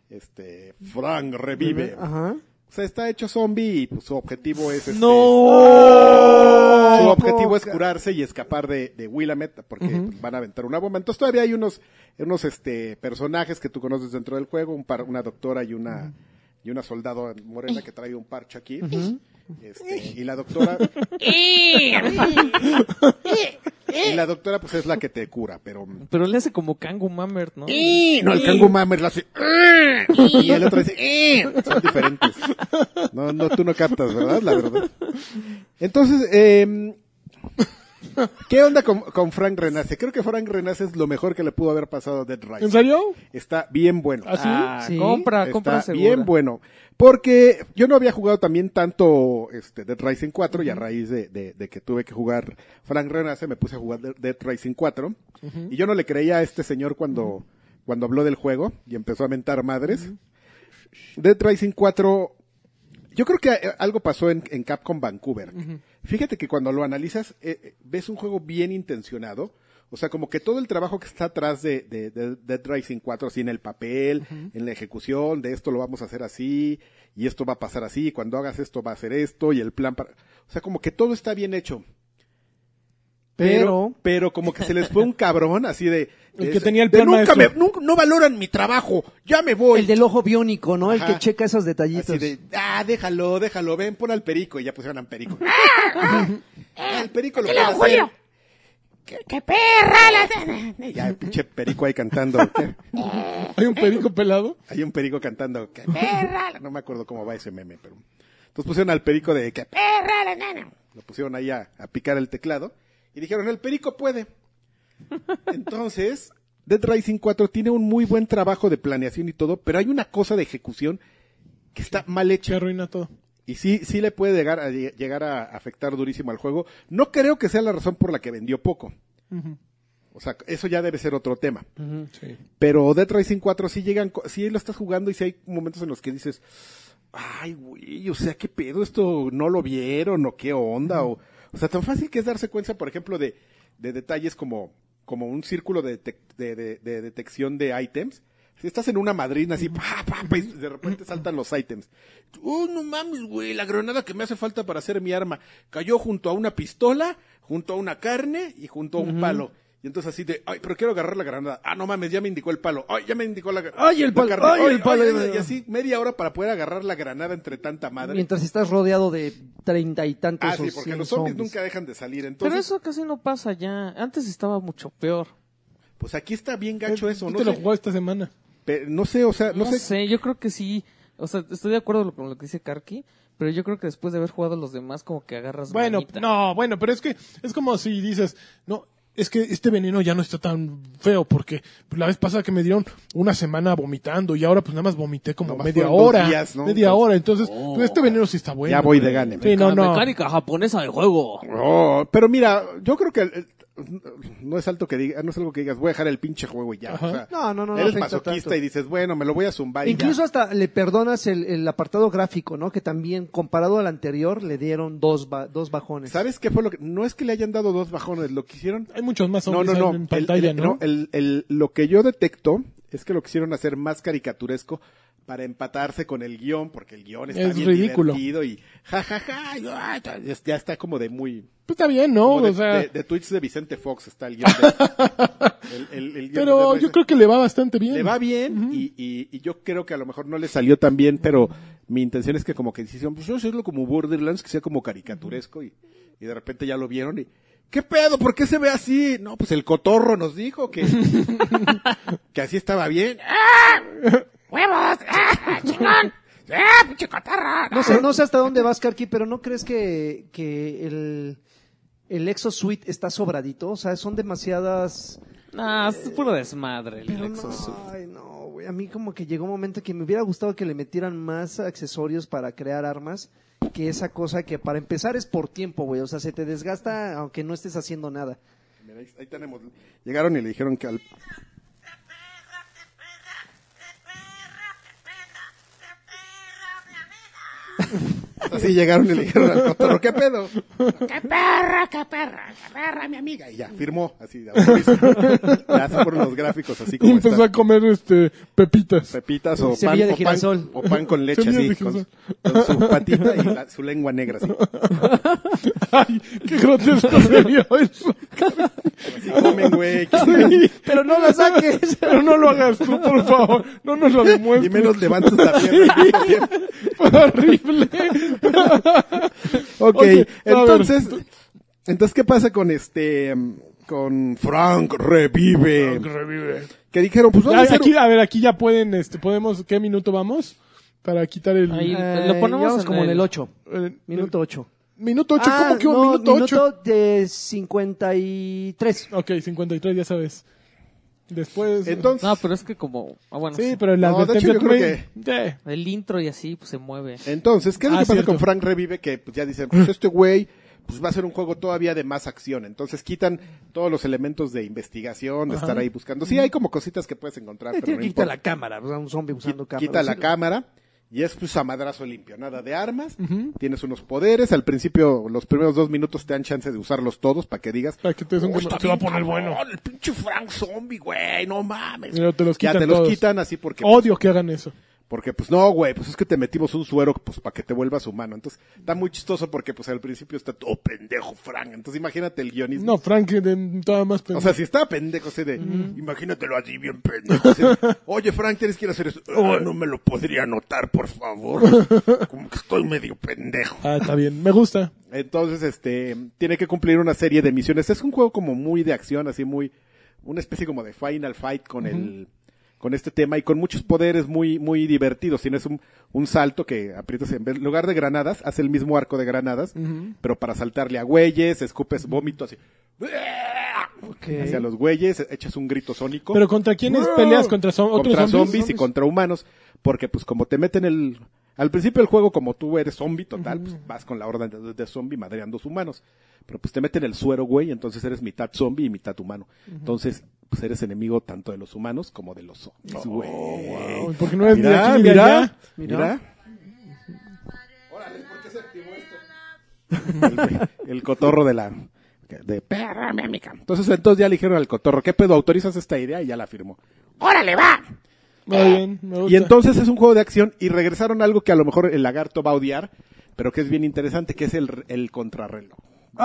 este Frank revive.
Ajá.
O sea, está hecho zombie y pues, su objetivo es este,
No.
Su objetivo es curarse y escapar de, de Willamette porque pues, van a aventar una bomba. Entonces todavía hay unos, unos este, personajes que tú conoces dentro del juego, un par- una doctora y una, y una soldado morena que trae un parche aquí. Este, y la doctora... y la doctora pues es la que te cura, pero...
Pero le hace como Kangu Mamert, ¿no?
No, el Kangu Mammer la hace... "Ah", Y el otro dice... "Ah", Son diferentes. No, no, tú no captas, ¿verdad? La verdad. Entonces, eh, ¿qué onda con, con Frank Renace? Creo que Frank Renace es lo mejor que le pudo haber pasado a Dead
¿En
Rising.
serio?
Está bien bueno.
¿Así?
Ah,
Sí.
Compra,
Está
compra segura.
bien bueno. Porque yo no había jugado también tanto este, Dead Rising 4 y a raíz de, de- de que tuve que jugar Frank Renace me puse a jugar Dead- Dead Rising 4 y yo no le creía a este señor cuando, cuando habló del juego y empezó a mentar madres. Dead Rising 4, yo creo que eh, algo pasó en, en Capcom Vancouver. Fíjate que cuando lo analizas, eh, eh, ves un juego bien intencionado. O sea, como que todo el trabajo que está atrás de, de- de Dead Rising 4, así en el papel, en la ejecución, de esto lo vamos a hacer así, y esto va a pasar así, y cuando hagas esto va a hacer esto, y el plan para... O sea, como que todo está bien hecho. Pero,
Pero-
pero como que se les fue un cabrón así de...
El
de-
que tenía el
de
plan
nunca me,
maestro".
nunca- no valoran mi trabajo, ya me voy.
el del ojo biónico, ¿no? El
Ajá.
que checa esos detallitos.
Así de, ah, déjalo, déjalo, ven, pon al perico. Y ya pusieron al perico. ¡Ah! ¡Ah! el perico lo puede hacer.
Julio. ¡Qué, qué perra! La...
Y Ya, el pinche perico ahí cantando.
¿Hay un perico pelado?
Hay un perico cantando. ¡Qué perra! No me acuerdo cómo va ese meme, pero. Entonces pusieron al perico de que
¡Perra la nana!
lo pusieron ahí a, a picar el teclado y dijeron, el perico puede. Entonces, Dead Rising 4 tiene un muy buen trabajo de planeación y todo, pero hay una cosa de ejecución que está mal
Se
hecha.
arruina todo.
Y sí, sí le puede llegar a, llegar a afectar durísimo al juego. No creo que sea la razón por la que vendió poco. O sea, eso ya debe ser otro tema.
Sí.
Pero Dead Rising 4 sí llegan, co- sí lo estás jugando y sí hay momentos en los que dices, ay, güey, o sea, qué pedo, esto no lo vieron o qué onda. O, o sea, tan fácil que es darse cuenta, por ejemplo, de, de detalles como, como un círculo de, detec- de- de- de detección de ítems. Si estás en una madrina así, pa, pa, pa, y de repente saltan los ítems. ¡Oh, no mames, güey! La granada que me hace falta para hacer mi arma cayó junto a una pistola, junto a una carne y junto a un palo. Y entonces así de, ay, pero quiero agarrar la granada. Ah, no mames, ya me indicó el palo. Ay, ya me indicó la granada.
Ay, el palo, ay, el palo.
y así media hora para poder agarrar la granada entre tanta madre.
Mientras estás rodeado de treinta y tantos
Ah, sí,
o
porque
cien
los zombies,
zombies.
nunca dejan de salir.
Pero
Entonces,
eso casi no pasa ya. Antes estaba mucho peor.
pues aquí está bien
Eh,
gacho eso,
Tú
¿no?
te Este lo
sé.
jugó esta semana.
Pe- no sé, o sea, no,
No, sé.
sé.
yo creo que sí. O sea, estoy de acuerdo lo- con lo que dice Karki, pero yo creo que después de haber jugado a los demás, como que agarras.
Bueno,
manita.
no, bueno, pero es que es como si dices, no, es que este veneno ya no está tan feo porque pues, la vez pasada que me dieron una semana vomitando y ahora pues nada más vomité como
Nomás
media
fueron dos
hora,
días, ¿no?
media hora, entonces pues, este veneno sí está bueno.
Ya voy de
güey.
gane.
Sí, no,
La
no.
oh. mecánica japonesa del juego.
Oh, pero mira, yo creo que el- el- no es alto que diga, no es algo que digas, voy a dejar el pinche juego y ya.
Ajá.
o sea,
No, no, no, no
Eres
afecta
masoquista
tanto.
y dices, bueno, me lo voy a zumbar y
Incluso
ya.
hasta le perdonas el, el apartado gráfico, ¿no? Que también, comparado al anterior, le dieron dos, ba- dos bajones.
¿Sabes qué fue lo que? No es que le hayan dado dos bajones, lo que hicieron.
Hay muchos más
No,
zombies
no, no.
en
El-
pantalla,
el-
¿no?
no, el- el- lo que yo detecto es que lo quisieron hacer más caricaturesco para empatarse con el guión, porque el guión está
Es
bien
ridículo.
divertido y ja, ja, ja, y, ah, ya- ya está como de muy...
Pues está bien, ¿no?
Como de,
o sea,
de- de tweets de Vicente Fox está el guión. de- el- el- el guión
pero
de-
yo creo que le va bastante bien.
Le va bien y, y- y yo creo que a lo mejor no le salió tan bien, pero mi intención es que como que hicieron, pues yo hacerlo como Borderlands, que sea como caricaturesco y, y de repente ya lo vieron y... ¿Qué pedo? ¿Por qué se ve así? No, pues el cotorro nos dijo que, que así estaba bien.
¡Huevos! ¡Ah, chingón! ¡Ah, pinche cotarra!
No sé, no sé hasta dónde vas, Karki, pero ¿no crees que, que el, el Exo Suite está sobradito? O sea, son demasiadas...
Nah, es puro desmadre. el Nexus.
no, ay, no, güey. A mí como que llegó un momento que me hubiera gustado que le metieran más accesorios para crear armas que esa cosa que para empezar es por tiempo, güey. O sea, se te desgasta aunque no estés haciendo nada.
Mira, ahí, ahí tenemos. Llegaron y le dijeron que al... Así llegaron y le dijeron al cotorro, ¿qué pedo?
¡Qué perra, qué perra, qué perra, mi amiga!
Y ya, firmó, así. de autorización. Ya se fueron los gráficos, así
Y
como
empezó
están.
a comer este pepitas.
Pepitas o pan,
Semilla de
o, pan,
girasol.
o pan con leche,
Semilla
así,
de
con,
girasol.
con su patita y la- su lengua negra, así.
Ay, qué grotesco se vio eso.
Así comen, güey.
Pero no la saques.
Pero no lo hagas tú, por favor. No nos lo
Y
demuestres.
menos levantas la pierna. al mismo tiempo.
Fue horrible.
Ok,
Ok, a ver.
entonces, entonces, ¿qué pasa con este, mm, con Frank Revive? Que dijeron, pues vamos
Ya,
a hacer
aquí,
un-
a ver, aquí ya pueden, este, podemos, ¿qué minuto vamos? Para quitar el...
Ahí.
Eh,
Lo ponemos
llevamos
en
como en
el-
el 8.
eh,
Minuto 8.
Minuto 8,
Ah,
¿cómo que un
no,
minuto 8?
Minuto de
Ah,
53.
Ok, 53, ya sabes. Después...
Entonces,
No, pero es que como. Ah, bueno.
sí,
sí.
pero la
No, de hecho,
advertencia
yo
tú
creo
me- Sí.
El intro y así pues, se mueve.
Entonces, ¿qué es lo
Ah,
que pasa
cierto.
con Frank Revive? Que pues, ya dicen, pues este güey pues, va a ser un juego todavía de más acción. Entonces quitan todos los elementos de investigación, de estar ahí buscando. Sí, hay como cositas que puedes encontrar, pero
Tiene
no
que quitar
importa.
la cámara, o sea, un zombie usando cámara.
Quita la
Sí.
cámara y es pues a madrazo limpio. Nada de armas, tienes unos poderes. Al principio, los primeros dos minutos te dan chance de usarlos todos para que digas...
Para que te des un-
"Oh, está
se va a
bien
poner bueno.
cabrón, El pinche Frank Zombie, güey, no mames.
Pero te los
ya
quitan
te los
todos. Oh.
quitan así porque... pues,
Odio que hagan eso.
porque pues no, güey, pues es que te metimos un suero pues para que te vuelvas humano. Entonces, está muy chistoso porque pues al principio está todo pendejo, Frank. Entonces, imagínate el guionista.
No, Frank, de, todavía más...
O
pendejo.
sea, si está pendejo, así de, imagínatelo así bien pendejo. así de, Oye, Frank, ¿tienes que ir a hacer eso?
Oh,
"Ah, no me lo podría anotar, por favor. Como que estoy medio pendejo.
Ah, está bien. Me gusta.
Entonces, este, tiene que cumplir una serie de misiones. Es un juego como muy de acción, así muy, una especie como de Final Fight con el, con este tema y con muchos poderes muy, muy divertidos. Tienes un, un salto que aprietas en vez- en lugar de granadas, hace el mismo arco de granadas, pero para saltarle a güeyes, escupes vómito así. Hacia los güeyes, echas un grito sónico.
Pero ¿contra quiénes peleas? ¿Contra, zom- otros
contra zombies,
zombies?
y contra humanos, porque pues como te meten el... Al principio del juego, como tú eres zombie total, pues vas con la orden de, de zombie madreando a los humanos. Pero pues te meten el suero, güey, entonces eres mitad zombie y mitad humano. Entonces, pues eres enemigo tanto de los humanos como de los zombies,
Oh,
güey.
Ay, Porque no es ni
Mira,
aquí ni
mira,
allá.
mira. Órale, ¿por qué se activó esto? El, el cotorro de la... de perra.
Perra, mi amiga.
Entonces, entonces ya le dijeron al cotorro, ¿qué pedo? ¿Autorizas esta idea? Y ya la firmó.
Órale, va.
Muy bien, me gusta.
Y entonces es un juego de acción y regresaron a algo que a lo mejor el lagarto va a odiar, pero que es bien interesante, que es el, el contrarreloj. Te,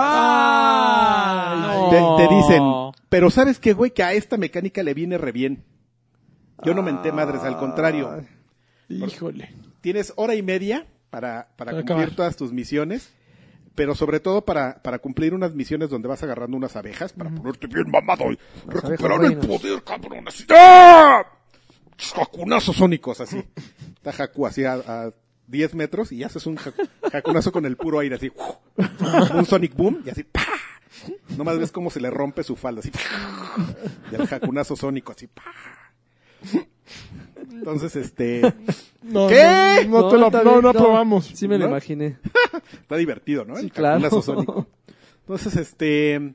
No.
te dicen, pero ¿sabes qué, güey? Que a esta mecánica le viene re bien. Yo no menté madres, al contrario.
Híjole.
Tienes hora y media para, para
Para
cumplir
acabar.
todas tus misiones, pero sobre todo para, para cumplir unas misiones donde vas agarrando unas abejas para ponerte bien mamado y recuperar el
buenas.
poder, cabrón. Así. ¡Ah! Jacunazos sónicos, así. Está jacu así a, a 10 metros y haces un ja- jacunazo con el puro aire, así. Un sonic boom y así. ¡pa! Nomás ves cómo se le rompe su falda, así. Y el jacunazo sónico, así. ¡pa! Entonces, este.
No,
¿Qué?
No, no te lo-
está
no,
bien,
no aprobamos.
Sí me lo
¿No?
imaginé.
Está divertido, ¿no?
Sí,
El
claro.
Cacunazo sónico. Entonces, este.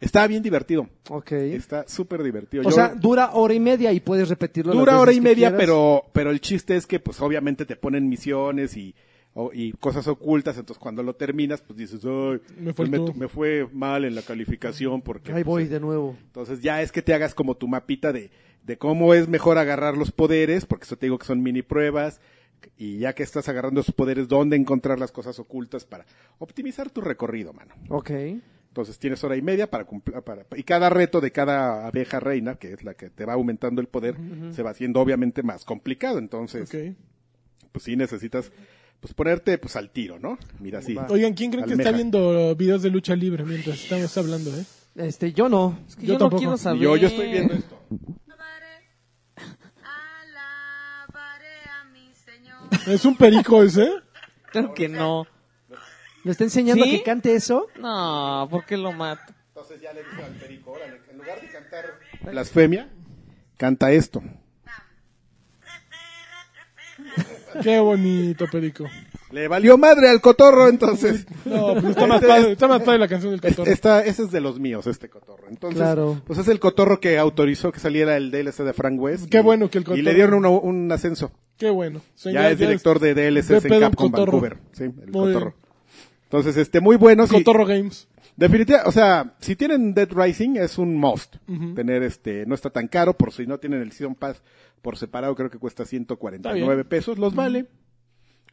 Está bien divertido.
Ok.
Está súper divertido.
O
Este, Yo-
sea, dura hora y media y puedes repetirlo. las
dura
veces
hora y
que
media,
quieras.
pero, pero el chiste es que, pues, obviamente te ponen misiones y, o- y cosas ocultas. Entonces, cuando lo terminas, pues dices, ay,
Me
pues,
faltó".
me fue mal en la calificación porque.
Ahí
pues,
voy de nuevo.
entonces ya es que te hagas como tu mapita de, de cómo es mejor agarrar los poderes, porque eso te digo que son mini pruebas, y ya que estás agarrando esos poderes, dónde encontrar las cosas ocultas para optimizar tu recorrido, mano.
Ok.
Entonces tienes hora y media para cumplir, para, y cada reto de cada abeja reina, que es la que te va aumentando el poder, se va haciendo obviamente más complicado. Entonces,
Ok.
pues sí necesitas, pues ponerte pues al tiro, ¿no? Mira, sí.
Oigan, ¿quién creen que está
Almeja.
viendo videos de lucha libre mientras estamos hablando, eh?
Este, yo no.
Que
Yo
yo, no
tampoco.
quiero saber.
Y Yo, yo estoy viendo esto.
Alabaré a mi Señor.
Es un perico ese.
Claro que no.
¿Le está enseñando
¿Sí?
a que cante eso?
No, ¿por qué lo mato?
Entonces ya le dijo al perico, órale, en lugar de cantar blasfemia, canta esto.
Qué bonito perico.
Le valió madre al cotorro, entonces.
No, pues está más
Este-
padre, está más padre la canción del
este-
cantor.
esta- ese es de los míos, este cotorro. Entonces,
Claro.
pues es el cotorro que autorizó que saliera el DLC de Frank West.
Qué
Y-
bueno que el cotorro-
Y le dieron una- un ascenso.
Qué bueno. Señor,
ya es director de DLCs
de
en
pedo
Capcom
cotorro.
Vancouver. Sí, el
Muy
cotorro. Entonces, este, muy bueno.
es
sí.
Cotorro Games.
Definitivamente, o sea, si tienen Dead Rising es un must. Tener este, no está tan caro, por si no tienen el Season Pass por separado, creo que cuesta
Está
149
bien.
pesos, los vale.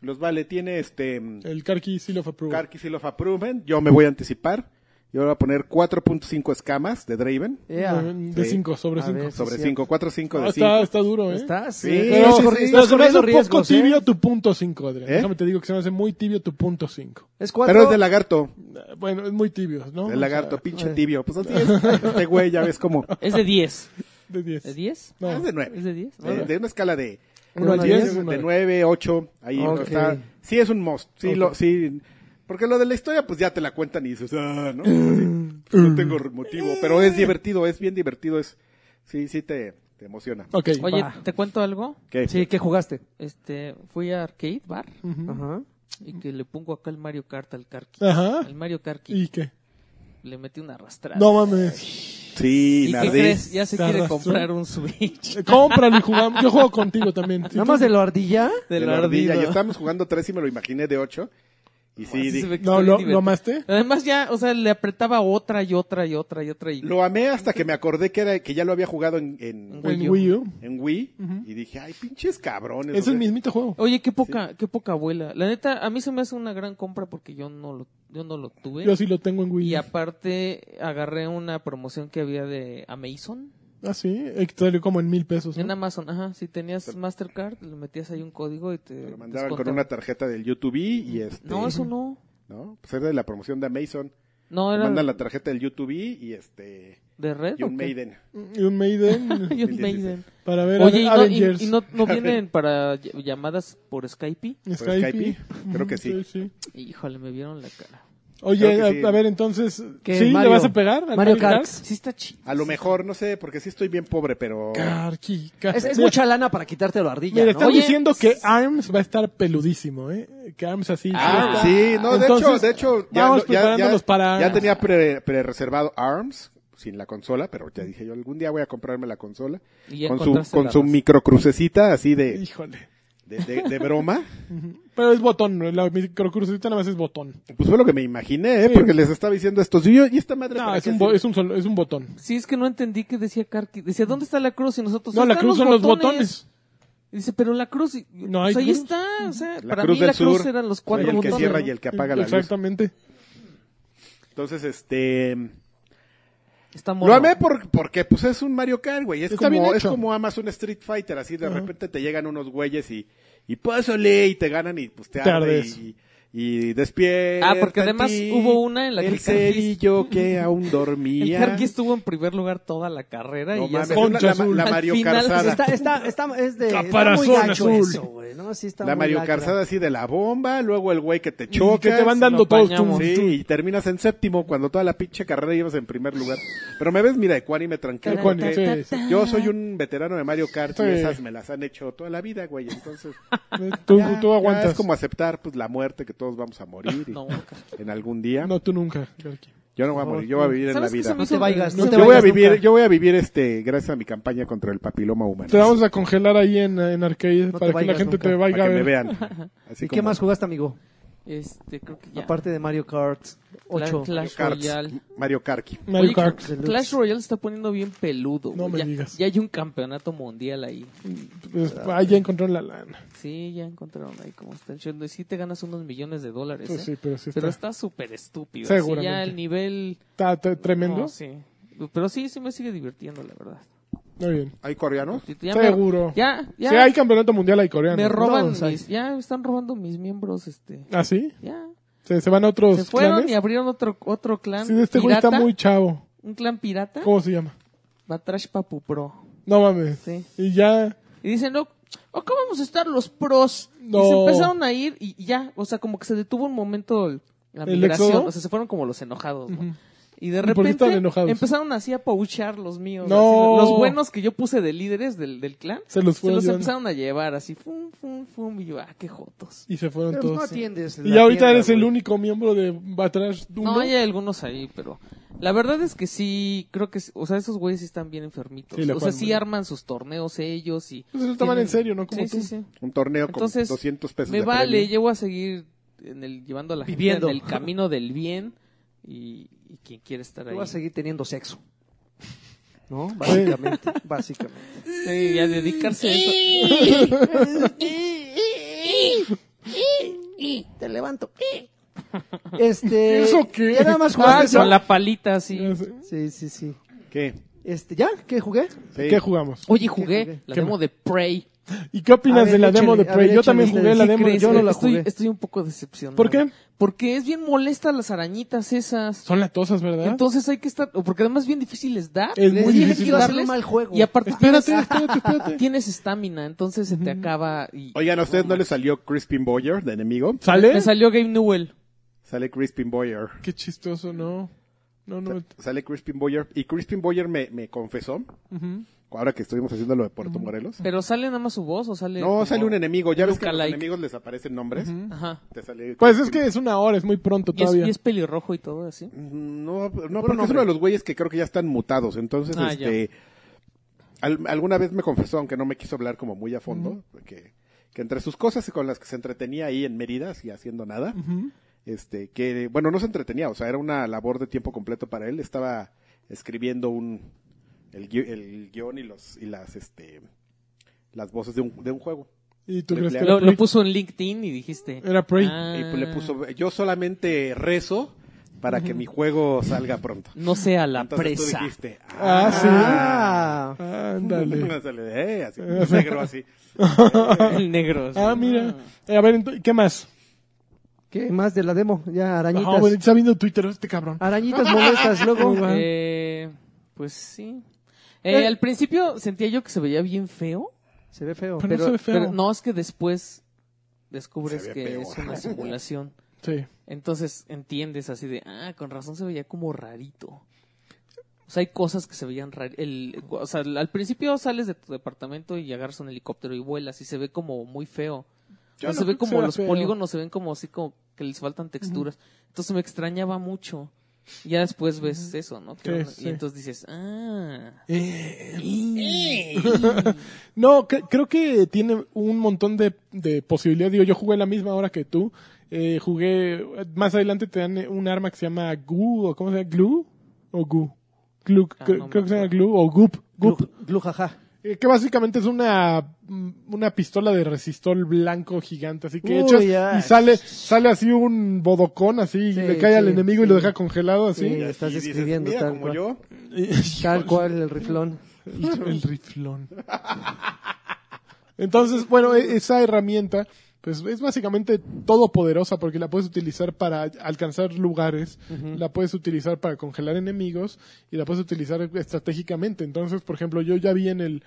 Los vale, tiene este
El Carkey Seal of Approval.
Carkey Seal of Approval, yo me voy a anticipar. Yo voy a poner 4.5 escamas de Draven
Ea.
De
ah. Sí.
5, sobre
A
5.
ver.
sobre
sí,
5, 4 5
Ah,
de
está,
5.
está duro, ¿eh?
¿Estás?
Sí,
Estás
sí, sí.
corri-
Pero
estás
se me hace
corriendo
un poco
riesgos, ¿eh?
tibio tu punto 5, Adrián.
¿Eh?
Déjame te digo que se me hace muy tibio tu punto 5.
¿eh? Es cuatro.
Pero es de lagarto,
Eh, Bueno, es muy tibio, ¿no?
el lagarto,
O sea,
pinche
eh.
tibio. Pues así es, este güey ya ves como...
Es de 10.
de 10.
¿De 10?
No.
Ah, es de
¿Es
9.
de 10?
De, de una escala de
Uno
de
al
diez,
diez,
uno
de
al-
9, 8,
Ah,
ahí
Ok.
está. Sí es un must, sí
Ok.
lo sí porque lo de la historia pues ya te la cuentan y dices, ah, no, Así, pues, no tengo motivo, pero es divertido, es bien divertido, es sí sí te, te emociona.
Ok.
Oye,
Va.
¿te cuento algo?
¿Qué?
Sí, ¿qué jugaste?
Este, fui a Arcade Bar
Ujú.
Ajá.
y que le pongo acá el Mario Kart al Karki.
Ajá.
Al Mario Karki.
Ah. ¿Y qué?
Le metí una arrastrada.
No mames.
Sí,
¿Y qué
Nardí.
crees? Ya se
¿Te
quiere
arrastró?
comprar un Switch.
Eh, Cómprale y jugamos. Yo juego contigo también. Si
¿Nada
tú-
más de lo ardilla?
De
De
la
la ardilla,
ardilla.
y estábamos jugando 3 y me lo imaginé de 8 y sí
Así se
dije,
ve que
No,
está bien
lo,
divertido.
lo amaste.
Además ya, o sea, le apretaba otra y otra y otra y otra y...
lo amé hasta que me acordé que era que ya lo había jugado en en,
En
En Wii U.
Wii U.
en Wii
Ujú.
y dije, ay, pinches cabrones.
Es
o sea,
el mismito juego.
Oye, qué poca, qué poca abuela. La neta, a mí se me hace una gran compra porque yo no lo, yo no lo tuve.
Yo sí lo tengo en
Y
Wii U.
aparte agarré una promoción que había de Amazon.
Ah, sí. eh, que Salió como en mil
Pues
pesos. ¿no?
En Amazon, ajá. Si tenías Mastercard, le metías ahí un código y te...
me lo mandaban con
descontaban.
una tarjeta del YouTube y este
No, eso no.
¿no? Pues era de la promoción de Amazon.
No,
Te
era
Mandan la tarjeta del YouTube y este
de red.
y
¿o
un
qué?
Maiden.
Y un Maiden.
Y un
2016.
Maiden.
para ver
Oye, ¿y
Aven-
no, y-
Avengers.
y no- no vienen para ll- llamadas por Skype?
¿Por Pues Skype? Creo que sí.
Ujú,
Híjole, me vieron la cara.
Oye,
Creo que
a,
sí.
a ver, entonces,
¿Qué,
¿sí
Mario?
le vas a pegar? al
Mario Kart?
Sí Ah, está chido.
A lo mejor, no sé, porque sí estoy bien pobre, pero
Kart, qui- Kart.
Es, es
Mira,
mucha lana para quitarte lo ardilla,
Mira,
¿no?
están
Oye,
diciendo que ARMS va a estar peludísimo, ¿eh? Que ARMS así.
Ah,
sí
Sí, no, de
Entonces,
hecho, de hecho ya,
vamos
no- ya,
preparándonos
ya,
para-
ya tenía pre- pre-reservado ARMS sin la consola, pero ya dije yo algún día voy a comprarme la consola
Y ya
con su
encontraste
con
la
su
razón.
microcrucecita así
está.
de
Híjole.
de, de- de broma.
Pero es botón, la microcrucecita nada más es botón.
Pues fue lo que me imaginé, ¿eh?
Sí.
porque les estaba diciendo estos Y, yo, ¿y esta madre.
No,
para
es
qué
un, bo-
sirve?
es, un solo- es un botón.
Sí, es que no entendí que decía Karki. Decía, ¿dónde está la cruz? Y nosotros.
No,
"Ahí
la
Pues están
cruz son los botones.
Y dice, pero la cruz. y-
No
pues
hay
ahí
cruz.
está. O sea,
La
para
cruz
mí
del
la cruz
sur.
eran los
Soy
cuatro
el que
botones.
cierra
¿no?
y el que apaga la luz.
Exactamente.
Entonces, este.
Está mono.
Lo amé por- porque pues es un Mario Kart, güey. Es
Está bien
como, es
hecho.
como amas un Street Fighter, así de
Ajá.
repente te llegan unos güeyes y, y pásale y te ganan y pues te
Te
arde
ardes.
y, y despierta.
Ah, porque además
en ti
hubo una en la que
el
el Karki-
cerillo que aún
El
dormía.
Karki estuvo en primer lugar toda la carrera
No
y ya
mames,
se-
la, la-
azul.
la
Al
Mario
final, pues,
Carzada.
Está, está, está, es de, está
Caparazón
muy gacho
azul.
eso, güey, ¿no? Sí está
La
muy
Mario
lacra.
Carzada así de la bomba, luego el güey que te
Y
choca.
que te van
nos
dando todos
bañamos.
tum,
Sí,
tum.
y terminas en séptimo cuando toda la pinche carrera ibas en primer lugar. Pero me ves, mira, ecuánime, tranquilo.
Ecuánime,
porque
sí,
Yo soy un veterano de Mario Kart y
Sí.
esas me las han hecho toda la vida, güey. Entonces,
Tú,
ya-
tú
ya
aguantas.
es como aceptar pues la muerte, que todos vamos a morir y-
No,
en algún día.
No, tú nunca, Karki.
yo no voy a morir, yo voy a vivir en la
¿Sabes qué
vida.
se me
No te
hizo-
vayas, no
se-
te
Yo voy a
vayas
vivir,
nunca.
yo voy a vivir este, gracias a mi campaña contra el papiloma humano.
Te vamos a congelar ahí en, en arcade
No te
para que la
vayas
gente
nunca.
te
para
vaya a
que me
ver.
vean. Así
¿Y
como
qué más jugaste, amigo?
Este, creo que ya.
Aparte de Mario Kart
Cla-
8.
Clash
Karts,
Royale.
Mario Karki.
Mario
Oye,
Kart.
Clash Royale se está poniendo bien peludo.
No
güey.
me
ya,
digas.
Ya hay un campeonato mundial ahí.
Pues, ah, ya encontró la lana.
Sí, ya encontraron ahí como está el show. Y sí te ganas unos millones de dólares.
Pues
¿eh?
sí, pero sí
Pero
está-
está súper estúpido. así,
Seguramente.
ya el nivel.
Está t- tremendo.
No, sí. Pero sí, sí me sigue divirtiendo, la verdad.
Muy bien.
¿Hay coreanos?
Ya me-
Seguro.
ya, ya.
Sí, hay campeonato mundial ahí coreano.
me roban
Todos hay.
mis, ya me están robando mis miembros, este.
¿Ah, sí?
Ya.
Se, se van a otros
Se fueron
clanes.
y abrieron otro, otro clan.
Sí, este güey
pirata, ¿Eh?
está muy chavo.
Un clan pirata.
¿Cómo se llama?
Batrash Papu Pro.
No mames.
Sí.
Y ya.
Y dicen, no, acá vamos a estar los pros.
No.
Y se empezaron a ir y y ya, o sea, como que se detuvo un momento el- la
¿El
migración.
éxodo?
o sea, se fueron como los enojados, ¿no? Y de
¿Y por qué
repente
estaban enojados?
empezaron así a pauchar los míos.
No.
así, los- los buenos que yo puse de líderes del, del clan.
Se los fueron llevando.
empezaron a llevar así, fum, fum, fum. Y yo, ah, qué jotos.
Y se fueron
Pero pues,
todos.
no atiendes.
Y ya ahorita eres el único miembro de Batrash Duno.
No, hay algunos ahí, pero la verdad es que sí, creo que, sí, o sea, esos güeyes sí están bien enfermitos.
Sí, le
o sea,
juegan muy
sí
bien.
arman sus torneos ellos y...
Pues se lo toman en serio, ¿no? Como
Sí, sí,
tú.
sí.
Un torneo
Entonces,
con 200 pesos
Me
de
vale,
premio.
yo voy a seguir en el, llevando a la gente
Viviendo.
en el camino del bien y, y quien quiere estar ahí.
Tú vas a seguir teniendo sexo. ¿No?
Básicamente,
Básicamente. básicamente.
Sí, y a dedicarse a eso.
Y te levanto.
Este.
¿Eso qué?
¿Ya nada más
Ah,
jugaste eso?
con la palita, sí.
Ya sé.
Sí, sí, sí.
¿Qué?
Este, ¿Ya? ¿Qué jugué?
Sí.
¿Qué jugamos?
Oye,
¿Qué jugué?
jugué la
¿Qué
demo de Prey.
¿Y qué opinas
A ver,
de la demo
échale,
de
a
Prey?
ver,
Yo también
échale,
jugué la
¿sí
demo.
crees
Yo no
que
la
esto-
estoy,
jugué.
estoy un poco decepcionado.
¿Por qué?
Porque es bien molesta las arañitas esas.
Son latosas, ¿verdad?
Entonces hay que estar, o porque además es bien difícil es dar.
¿Ah? Es muy
Les dije que
difícil.
iba a ser
darles
un mal juego.
Y aparte
Espérate,
tienes-
espérate, espérate.
tienes estamina, entonces se te acaba y
Oigan, ¿a ustedes no les salió Crispin Boyer de enemigo?
¿Sale?
me salió Game Newell.
Sale Crispin Boyer.
Qué chistoso, ¿no? No, no.
Sale Crispin Boyer. Y Crispin Boyer me, me confesó,
Ujú.
ahora que estuvimos haciendo lo de Puerto Morelos.
Pero sale nada más su voz o sale
No, sale un enemigo. Ya ves que a los
lookalike.
enemigos les aparecen nombres.
Ajá.
Te sale
Pues es
Crispin-
que es una hora, es muy pronto
Y es,
todavía.
y es pelirrojo y todo así.
No, no porque es uno de los güeyes que creo que ya están mutados. Entonces,
Ah,
este. al- alguna vez me confesó, aunque no me quiso hablar como muy a fondo, que, que entre sus cosas con las que se entretenía ahí en Mérida, y haciendo nada, este, que, bueno, no se entretenía, o sea, era una labor de tiempo completo para él. Estaba escribiendo un. el, gui- el guión y, los, y las, este, las voces de un, de un juego.
¿Y tú crees que
Era
Lo,
Prey?
lo puso en LinkedIn y dijiste.
Era Prey.
"Ah,
Y pues le puso, yo solamente rezo para que mi juego salga pronto.
No sea la
Entonces tú
presa.
dijiste,
Ah, sí.
Ah.
Ándale.
Ándale, eh, así, negro así.
El negro. así.
Ah, mira. Eh, a ver, ento- ¿qué más?
¿Qué más de la demo? Ya,
Ah, bueno,
arañitas.
está viendo Twitter este cabrón.
Arañitas molestas luego.
Eh, pues sí. Eh,
Ah. Eh.
Al principio sentía yo que se veía bien feo.
Se ve feo.
Pero- no
Pero,
se ve feo.
pero no, es que después descubres
Se ve
que
peor.
es una simulación.
Sí.
Entonces entiendes así de, ah, con razón se veía como rarito. O sea, hay cosas que se veían raras. O sea, al principio sales de tu departamento y agarras un helicóptero y vuelas y se ve como muy feo. O sea,
no
Ah, se ve
creo que
como
sea
los
feo.
polígonos, se ven como así como que les faltan texturas. Entonces me extrañaba mucho. Ya después ves eso, ¿no? Que
Sí,
era una-
sí.
Y entonces dices, ah.
Eh,
y-
No, cre- creo que tiene un montón de, de posibilidades. Digo, yo jugué la misma hora que tú. Eh, jugué, más adelante te dan eh, un arma que se llama Goo, o ¿cómo se llama? ¿Glue? ¿O Goo? Glue,
Ah,
cre-
no me
creo que se llama
acuerdo.
Glue, o Goop. Goop.
Glu- Glujaja.
Eh, que básicamente es una, mm, una pistola de resistol blanco gigante, así que
Uy,
echas
ya.
y sale, sale así un bodocón, así,
Sí,
le cae al
sí,
enemigo y
sí.
lo deja congelado, así.
Sí, estás
Y dices,
describiendo
mira,
tal
como
cual.
yo.
Tal cual el riflón.
El riflón. Entonces, bueno, e- esa herramienta, pues es básicamente todopoderosa porque la puedes utilizar para alcanzar lugares, la puedes utilizar para congelar enemigos y la puedes utilizar estratégicamente. Entonces, por ejemplo, yo ya vi en el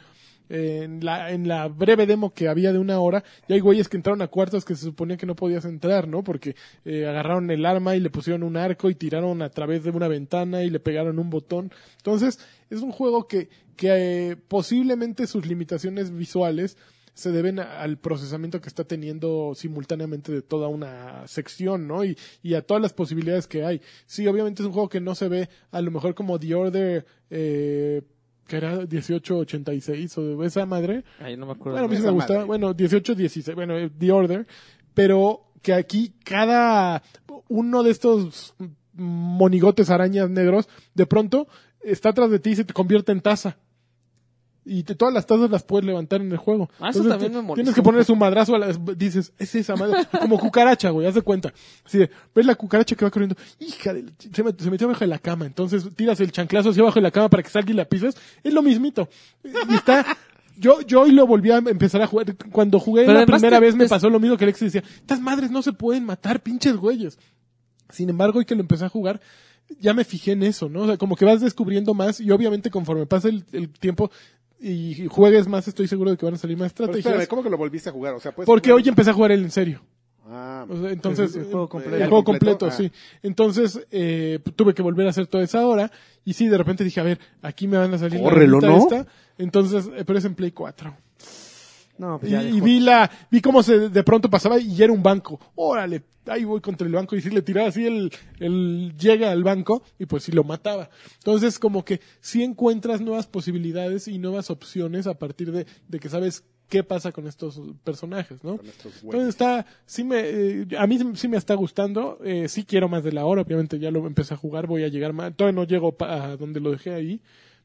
en la, en la breve demo que había de una hora, ya hay güeyes que entraron a cuartos que se suponía que no podías entrar, ¿no? Porque eh, agarraron el arma y le pusieron un arco y tiraron a través de una ventana y le pegaron un botón. Entonces, es un juego que, que eh, posiblemente sus limitaciones visuales se deben a- al procesamiento que está teniendo simultáneamente de toda una sección, ¿no? Y, y a todas las posibilidades que hay. Sí, obviamente es un juego que no se ve a lo mejor como The Order, eh, que era 1886 o de esa madre.
Ay, no me acuerdo.
Bueno, pues a mí sí
esa
me gusta.
madre.
Bueno, 18, 16, bueno, eh, The Order. Pero que aquí cada uno de estos monigotes arañas negros, de pronto está atrás de ti y se te convierte en taza. Y te- todas las tazas las puedes levantar en el juego.
Ah, eso también
ti-
me molestó.
Tienes que ponerle su madrazo a las... Dices, es esa madre. Como cucaracha, güey, haz de cuenta. Así de, ves la cucaracha que va corriendo. Hija de... la ch- Se, me- se metió abajo de la cama. Entonces tiras el chanclazo hacia abajo de la cama para que salga y la pisas. Es lo mismito. Y está... Yo, yo hoy lo volví a empezar a jugar. Cuando jugué
Pero
la
además
primera
te-
vez me
te-
pasó lo mismo que Alex decía. Estas madres no se pueden matar, pinches güeyes. Sin embargo, hoy que lo empecé a jugar, ya me fijé en eso, ¿no? O sea, como que vas descubriendo más y obviamente conforme pasa el, el tiempo y juegues más, estoy seguro de que van a salir más
Pero
estrategias.
espérame, ¿cómo que lo volviste a jugar? O sea, pues.
porque hoy empecé a jugar el en serio.
Ah,
O sea, entonces, eh,
El juego completo.
el juego
completo,
completo,
ah.
sí. Entonces, eh, tuve que volver a hacer toda esa hora. Y sí, de repente dije, a ver, aquí me van a salir
Córrelo,
ranita
¿no?
Entonces, eh, pero es en Play 4.
No, pues
Y,
ya
y
dejó.
vi la, vi cómo se de pronto pasaba y era un banco. Órale, ahí voy contra el banco y si le tiraba así el, el llega al banco y pues si lo mataba. Entonces como que si encuentras nuevas posibilidades y nuevas opciones a partir de, de que sabes qué pasa con estos personajes, ¿no? Entonces está, sí me, eh, a mí sí me está gustando, eh, sí quiero más de la hora, obviamente ya lo empecé a jugar, voy a llegar más, todavía no llego pa- a donde lo dejé ahí,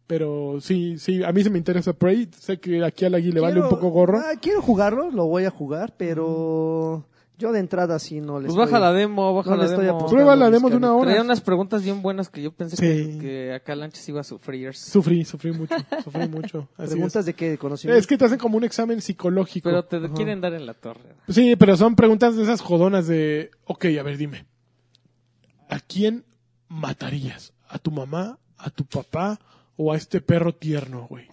pero sí, sí, a mí se me interesa Prey, sé que aquí a Lagui le vale un
Quiero-
poco gorro.
Ah, quiero jugarlo, lo voy a jugar, pero yo de entrada sí no le
Pues
estoy-
baja la demo, baja
no
la
le estoy
demo.
apostando
Prueba la
mis
demo de una
canicas.
hora.
Traía unas preguntas bien buenas que yo pensé
Sí.
que, que acá Lanchas iba a sufrir.
Sufrí, sufrí mucho, sufrí mucho. Así
Preguntas de qué, de
es.
conocimiento.
es que te hacen como un examen psicológico.
Pero te quieren dar en la torre.
Sí, pero son preguntas de esas jodonas de, ok, a ver, dime, ¿a quién matarías? ¿A tu mamá, a tu papá o a este perro tierno, güey?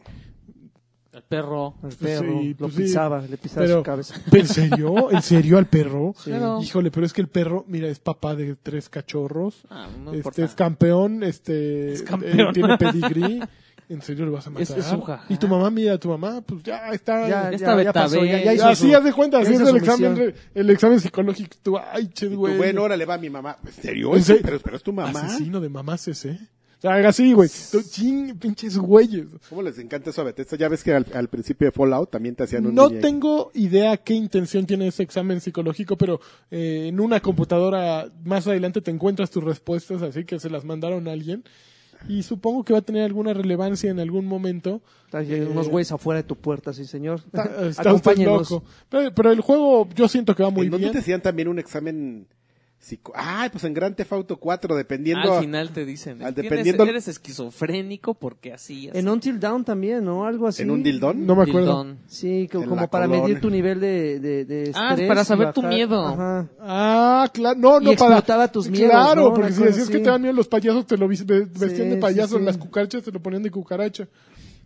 El perro.
El perro,
Sí,
lo
pues sí.
pisaba, le pisaba
Pero-
su cabeza.
¿En serio? ¿En serio al perro?
Claro.
Híjole, pero es que el perro, mira, es papá de tres cachorros.
Ah, no
este
importa.
es campeón, este
Es campeón.
eh, tiene pedigrí. ¿En serio lo vas a matar?
Es- es un jajá.
y tu mamá, mira, tu mamá, pues ya está.
Ya,
Ya
ya,
está
ya pasó,
Betabel.
ya, ya hizo
así
su-
haz de cuenta,
ya
así es
hizo
el
su
examen,
misión.
re- el examen psicológico. Tú, ay, che,
Y tu
güey.
bueno, ahora le va a mi mamá. ¿En serio?
¿En serio? Ah,
Pero, pero es tu mamá.
Asesino de mamás ese. ¿eh? O sea, así, güey. Tú, Ching, pinches güeyes.
¿Cómo les encanta eso a Bethesda? Ya ves que al, al principio de Fallout también te hacían un
No
niño.
tengo idea qué intención tiene ese examen psicológico, pero eh, en una computadora más adelante te encuentras tus respuestas, así que se las mandaron a alguien. Y supongo que va a tener alguna relevancia en algún momento. Eh,
Hay unos güeyes afuera de tu puerta, sí señor.
Está, está usted
Acompáñenos.
loco. Pero, pero el juego yo siento que va muy
¿En dónde
bien.
te hacían también un examen psico? Ah, pues en Grand Theft Auto 4, dependiendo.
Al final te dicen.
al
"Tienes-
dependiendo-
Eres esquizofrénico porque así es.
En Until Down también, ¿no? Algo así.
¿En un dildón?
No me acuerdo.
Dildón.
Sí, co-
En
como
la
para
colonia.
medir tu nivel de, de, de
Ah,
estrés
para
y
saber tu
bajar-
miedo.
Ajá.
Ah, claro. No,
Y
no para.
explotaba tus miedos,
Claro,
¿no? Una
porque si
cosa
decías que
así.
te dan miedo los payasos, te lo vis- ve- vestían de
sí,
payaso.
sí.
Las cucarachas te lo ponían de cucaracha.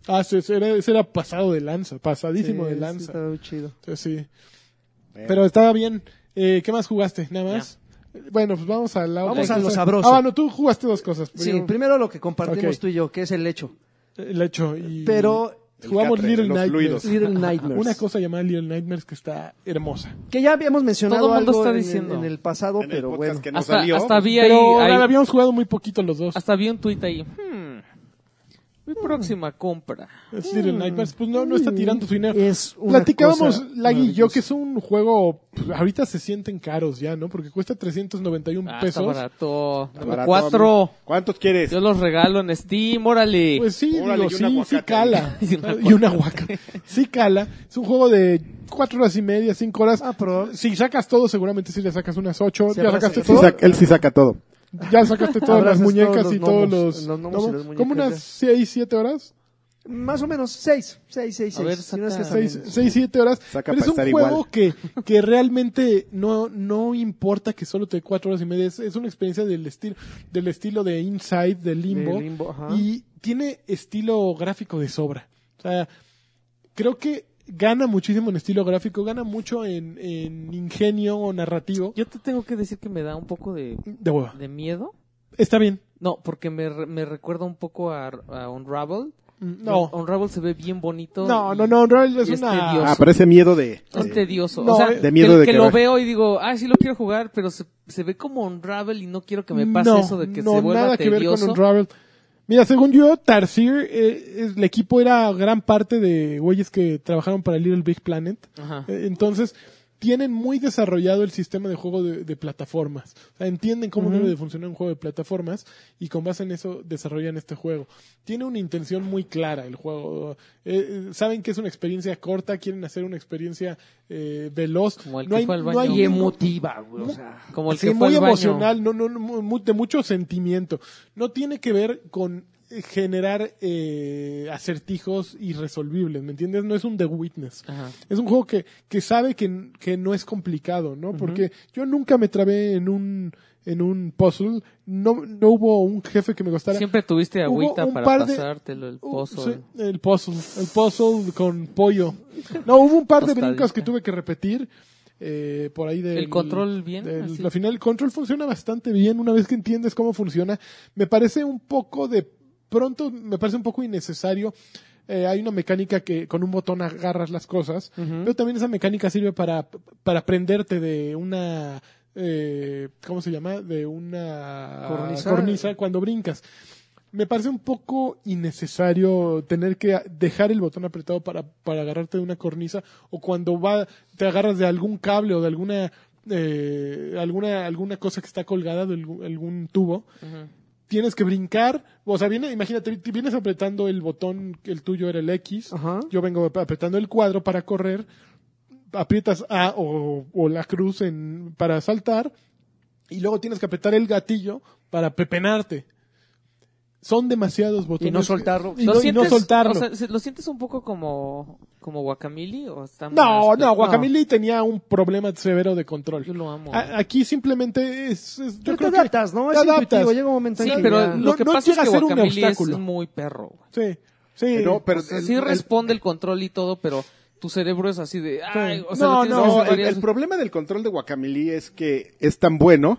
Ah, sí, ese era, ese era pasado de lanza. Pasadísimo
Sí,
de
sí,
lanza.
estaba muy chido.
Entonces, sí.
Bueno.
Pero estaba bien. Eh, ¿Qué más jugaste? ¿Nada más? Eh, Bueno, pues vamos a la otra
Vamos a lo
cosa.
sabroso.
Ah, bueno, tú jugaste dos cosas.
Sí,
Yo-
primero lo que compartimos
Ok.
tú y yo, que es el hecho.
el hecho. Y
Pero
El
jugamos
catre,
Little
los
Nightmares.
fluidos.
Little Nightmares.
Una cosa llamada Little Nightmares que está hermosa.
que ya habíamos mencionado
Todo el mundo
algo
está
en-
diciendo.
en, el pasado,
en el
pero
podcast
bueno.
que no
Hasta,
salió.
hasta vi ahí.
Pero
ahí-
nada, habíamos jugado muy poquito los dos.
hasta vi un tuit ahí. hmm, Mi próxima compra.
Es decir,
Mm.
el Nightmares, pues no, no está tirando su dinero.
Es una
Platicábamos,
cosa
Lagui y yo,
maravillosa.
que es un juego. pues, ahorita se sienten caros ya, ¿no? Porque cuesta 391
Ah, está
pesos.
barato. Número
Barato,
cuatro.
¿Cuántos quieres?
Yo los regalo en Steam, órale.
Pues sí,
Órale, y
digo,
un
sí, sí
aguacate.
cala. Ah,
Y una
y una aguacate. Sí cala. Es un juego de cuatro horas y media, cinco horas.
Ah, pero-
Si sacas todo, seguramente sí le sacas unas ocho.
Sí,
¿Ya
habrá
sacaste
Sí
todo?
saca- él sí saca todo.
Ya sacaste todas las
Abrazas
muñecas
todos los
y todos
gnomos,
los...
los gnomos y las
Como
muñecas,
unas seis, siete horas.
Más o menos, seis, seis, seis,
A ver,
seis. Si no es que
saca-
también-
seis, seis, siete horas.
Saca
pero es
para
un
estar
juego que, que realmente no, no importa que solo te dé cuatro horas y media. Es, es una experiencia del estilo, del estilo de Inside, de Limbo.
De Limbo, ajá.
y tiene estilo gráfico de sobra. O sea, creo que gana muchísimo en estilo gráfico, gana mucho en, en ingenio narrativo.
Yo te tengo que decir que me da un poco de,
De hueva.
de miedo.
Está bien.
No, porque me, re- me recuerda un poco a, a Unravel.
No.
Unravel se ve bien bonito.
No,
y-
no, no, Unravel es
y es
una...
tedioso.
Ah, pero ese miedo de...
Es tedioso.
No,
o sea,
eh.
De miedo
que,
de
que
que
lo
va-
veo y digo, ah, sí lo quiero jugar, pero se, se ve como Unravel y no quiero que me pase
No,
eso de que
no,
se vuelva
nada que
tedioso.
ver con Unravel. Mira, según yo, Tarsier, eh, es- el equipo era gran parte de güeyes que trabajaron para Little Big Planet.
Ajá.
Eh, Entonces, tienen muy desarrollado el sistema de juego de, de plataformas. O sea, entienden cómo debe de funcionar un juego de plataformas y con base en eso desarrollan este juego. Tiene una intención muy clara el juego. Eh, eh, saben que es una experiencia corta, quieren hacer una experiencia eh, veloz.
Como el
no
que
hay,
fue al
no
baño.
hay
Y
ningún-
emotiva, güey. O sea,
Como el
Sí,
que fue
muy
al baño.
emocional, no, no, no, mu- de mucho sentimiento. No tiene que ver con eh, generar eh, acertijos irresolvibles, ¿me entiendes? No es un The Witness.
Ajá.
Es un juego que, que sabe que, n- que no es complicado, ¿no? Porque yo nunca me trabé en un en un puzzle, no, no hubo un jefe que me costara.
Siempre tuviste
Hubo
este agüita
un
para
par de-
pasártelo el
Uh,
pozo. eh.
sí, el puzzle, el puzzle con pollo. No, hubo un par de
Tostadita.
brincos que tuve que repetir. eh, por ahí del,
¿El control bien? Ah,
del-
Así.
al final el control funciona bastante bien una vez que entiendes cómo funciona me parece un poco de pronto me parece un poco innecesario Eh, hay una mecánica que con un botón agarras las cosas pero también esa mecánica sirve para para aprenderte de una eh, cómo se llama de una
Cornisa.
cornisa cuando brincas me parece un poco innecesario tener que a- dejar el botón apretado para, para agarrarte de una cornisa o cuando va te agarras de algún cable o de alguna eh, alguna alguna cosa que está colgada de algún, algún tubo tienes que brincar o sea viene imagínate te vienes apretando el botón el tuyo era el X
Ajá.
yo vengo ap- apretando el cuadro para correr aprietas A o, o la cruz en, para saltar y luego tienes que apretar el gatillo para pepenarte son demasiados botones
no soltarlo.
y no, y no soltarlo
o sea, se- ¿Lo sientes un poco como, como Guacamili? O está
no
más-
no Guacamili tenía un problema severo de control
este, Yo lo amo.
A- Aquí simplemente es, es- yo
Pero
creo
te
que
adaptas, ¿no?
te
Es
adaptas.
intuitivo, llega un momento
sí,
en que
pero
ya-
no-
lo que
no
pasa es
llega a
que
ser un
Guacamili es
obstáculo.
muy perro. güey.
Sí, sí.
Pero, pero
O sea,
el-
sí
el-
responde el control y todo, pero tu cerebro es así de... Ay, o sea,
No,
lo tienes que
no,
hacer
el,
varias-
el problema del control de Guacamilí es que es tan bueno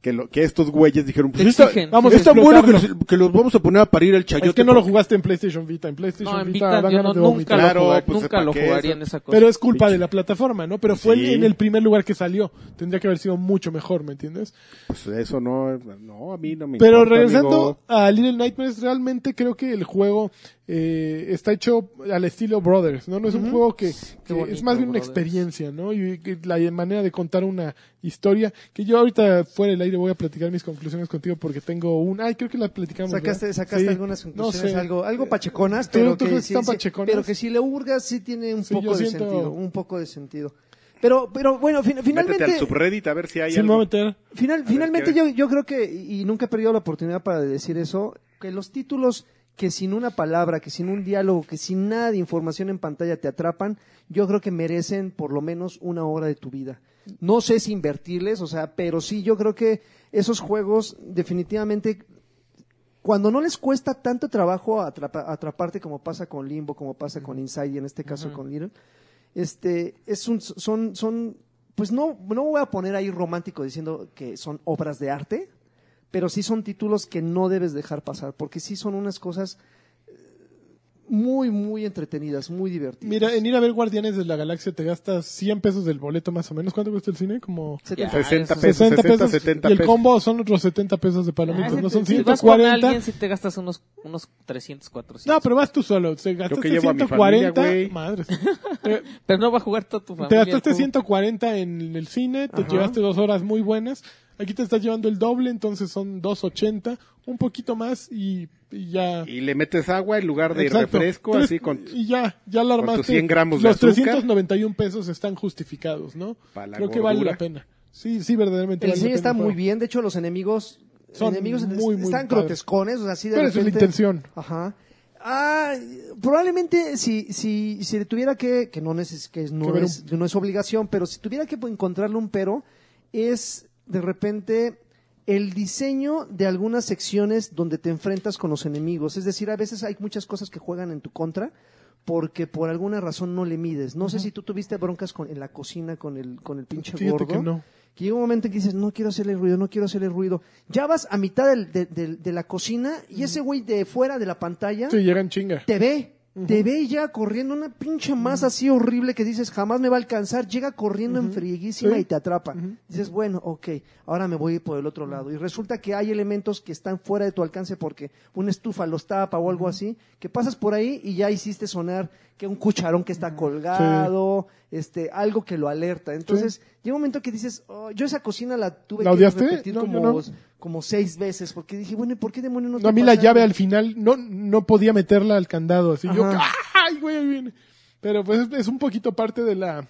que, lo, que estos güeyes dijeron, pues
Te
está-
exigen.
Vamos
es
a
tan bueno que
explotarlo.
los, que los vamos a poner a parir el chayote.
es que no lo
porque-
jugaste en PlayStation Vita. En PlayStation
No, en
Vita,
Vita
dan
yo
ganas
no,
de
nunca,
vomitar.
lo,
Claro,
jugar-
pues,
nunca
¿para
lo
qué?
jugaría en esa cosa.
Pero es culpa de la plataforma, ¿no? Pero fue
Sí.
en el primer lugar que salió. Tendría que haber sido mucho mejor, ¿me entiendes?
Pues eso no, no, a mí no me
Pero
importa,
regresando
amigo.
a Little Nightmares, realmente creo que el juego eh, está hecho al estilo Brothers, ¿no? No es un juego que, que
bonito,
es más bien una
Brothers.
experiencia, ¿no? Y que la manera de contar una historia que yo ahorita fuera del aire voy a platicar mis conclusiones contigo porque tengo un... Ay, creo que la platicamos.
Sacaste,
¿verdad?
sacaste
Sí.
algunas conclusiones,
No sé. Eh,
algo, algo pacheconas,
¿Tú-
pero,
tú
que
crees que
sí-
están
sí-
pacheconas?
pero que si le hurgas sí tiene un
Sí, yo
poco de
siento-
sentido, un poco de sentido. Pero, pero bueno, fin- finalmente...
Métete al subreddit a ver si hay
Sí, me
algo.
voy a meter.
Final, finalmente
¿qué?
yo, yo creo que, y y nunca he perdido la oportunidad para decir eso, que los títulos que sin una palabra, que sin un diálogo, que sin nada de información en pantalla te atrapan, yo creo que merecen por lo menos una hora de tu vida. No sé si invertirles, o sea, pero sí, yo creo que esos juegos definitivamente cuando no les cuesta tanto trabajo atrapa- atraparte como pasa con Limbo, como pasa con Inside y en este caso con Little, este, es un, son, son, pues no, no voy a poner ahí romántico diciendo que son obras de arte, pero sí son títulos que no debes dejar pasar, porque sí son unas cosas eh, muy, muy entretenidas, muy divertidas.
Mira, en ir a ver Guardianes de la Galaxia te gastas 100 pesos del boleto más o menos. ¿Cuánto cuesta el cine? Como
Ya,
60
eso-
pesos,
60 Ah, pesos.
70
y el
pesos.
combo son otros 70 pesos de palomitas.
Ah,
no son
si vas con
140.
alguien, si te gastas unos, unos 300, 400.
No, pero vas tú solo. Te gastaste
llevo a mi
140.
familia, güey.
madres. Te,
Pero no va a jugar toda tu familia.
te gastaste
tú.
140 en el cine, te
Ajá.
llevaste dos horas muy buenas. Aquí te estás llevando el doble, entonces son 280, un poquito más y, y ya.
Y le metes agua en lugar de
Exacto.
refresco,
Tres-
así con...
y ya, ya la
con tus
armaste.
100 gramos de
Los
azúcar.
391 pesos están justificados, ¿no?
Pa' la
Creo que vale
gordura.
la pena. Sí, sí, verdaderamente
El
vale la
diseño está
pena.
muy bien. De hecho, los enemigos,
Son
enemigos
muy, muy
están
padres.
grotescones. O sea, así de
Pero esa es la
repente-
intención.
Ajá. Ah, probablemente si, si, si le tuviera que, que no, neces- que no,
Que ver
es, que no es obligación, pero si tuviera que encontrarle un pero, es de repente el diseño de algunas secciones donde te enfrentas con los enemigos. Es decir, a veces hay muchas cosas que juegan en tu contra porque por alguna razón no le mides. No sé si tú tuviste broncas con, en la cocina con el, con el pinche
Fíjate
gordo
que no.
que llega un momento en que dices, no quiero hacerle ruido, no quiero hacerle ruido. Ya vas a mitad del- de, de- de la cocina y ese güey de fuera de la pantalla
Sí, llegan chinga.
te ve, te ve y llega corriendo una pinche masa así horrible que dices, jamás me va a alcanzar. Llega corriendo en frieguísima
Sí.
y te atrapa. Dices, bueno, ok, ahora me voy por el otro lado. Y resulta que hay elementos que están fuera de tu alcance porque una estufa los tapa o algo así, que pasas por ahí y ya hiciste sonar que un cucharón que está colgado, este, algo que lo alerta. Entonces, llega un momento que dices, oh, yo esa cocina la tuve
¿La
que
odiaste?
repetir
No,
como,
yo no.
como seis veces porque dije, bueno, ¿y por qué demonios no,
No,
te
a mí la
pasa
llave
algo?
al final no, no podía meterla al candado, así yo,
Ajá.
¡ay, güey! ahí viene! Pero pues es- es un poquito parte de la,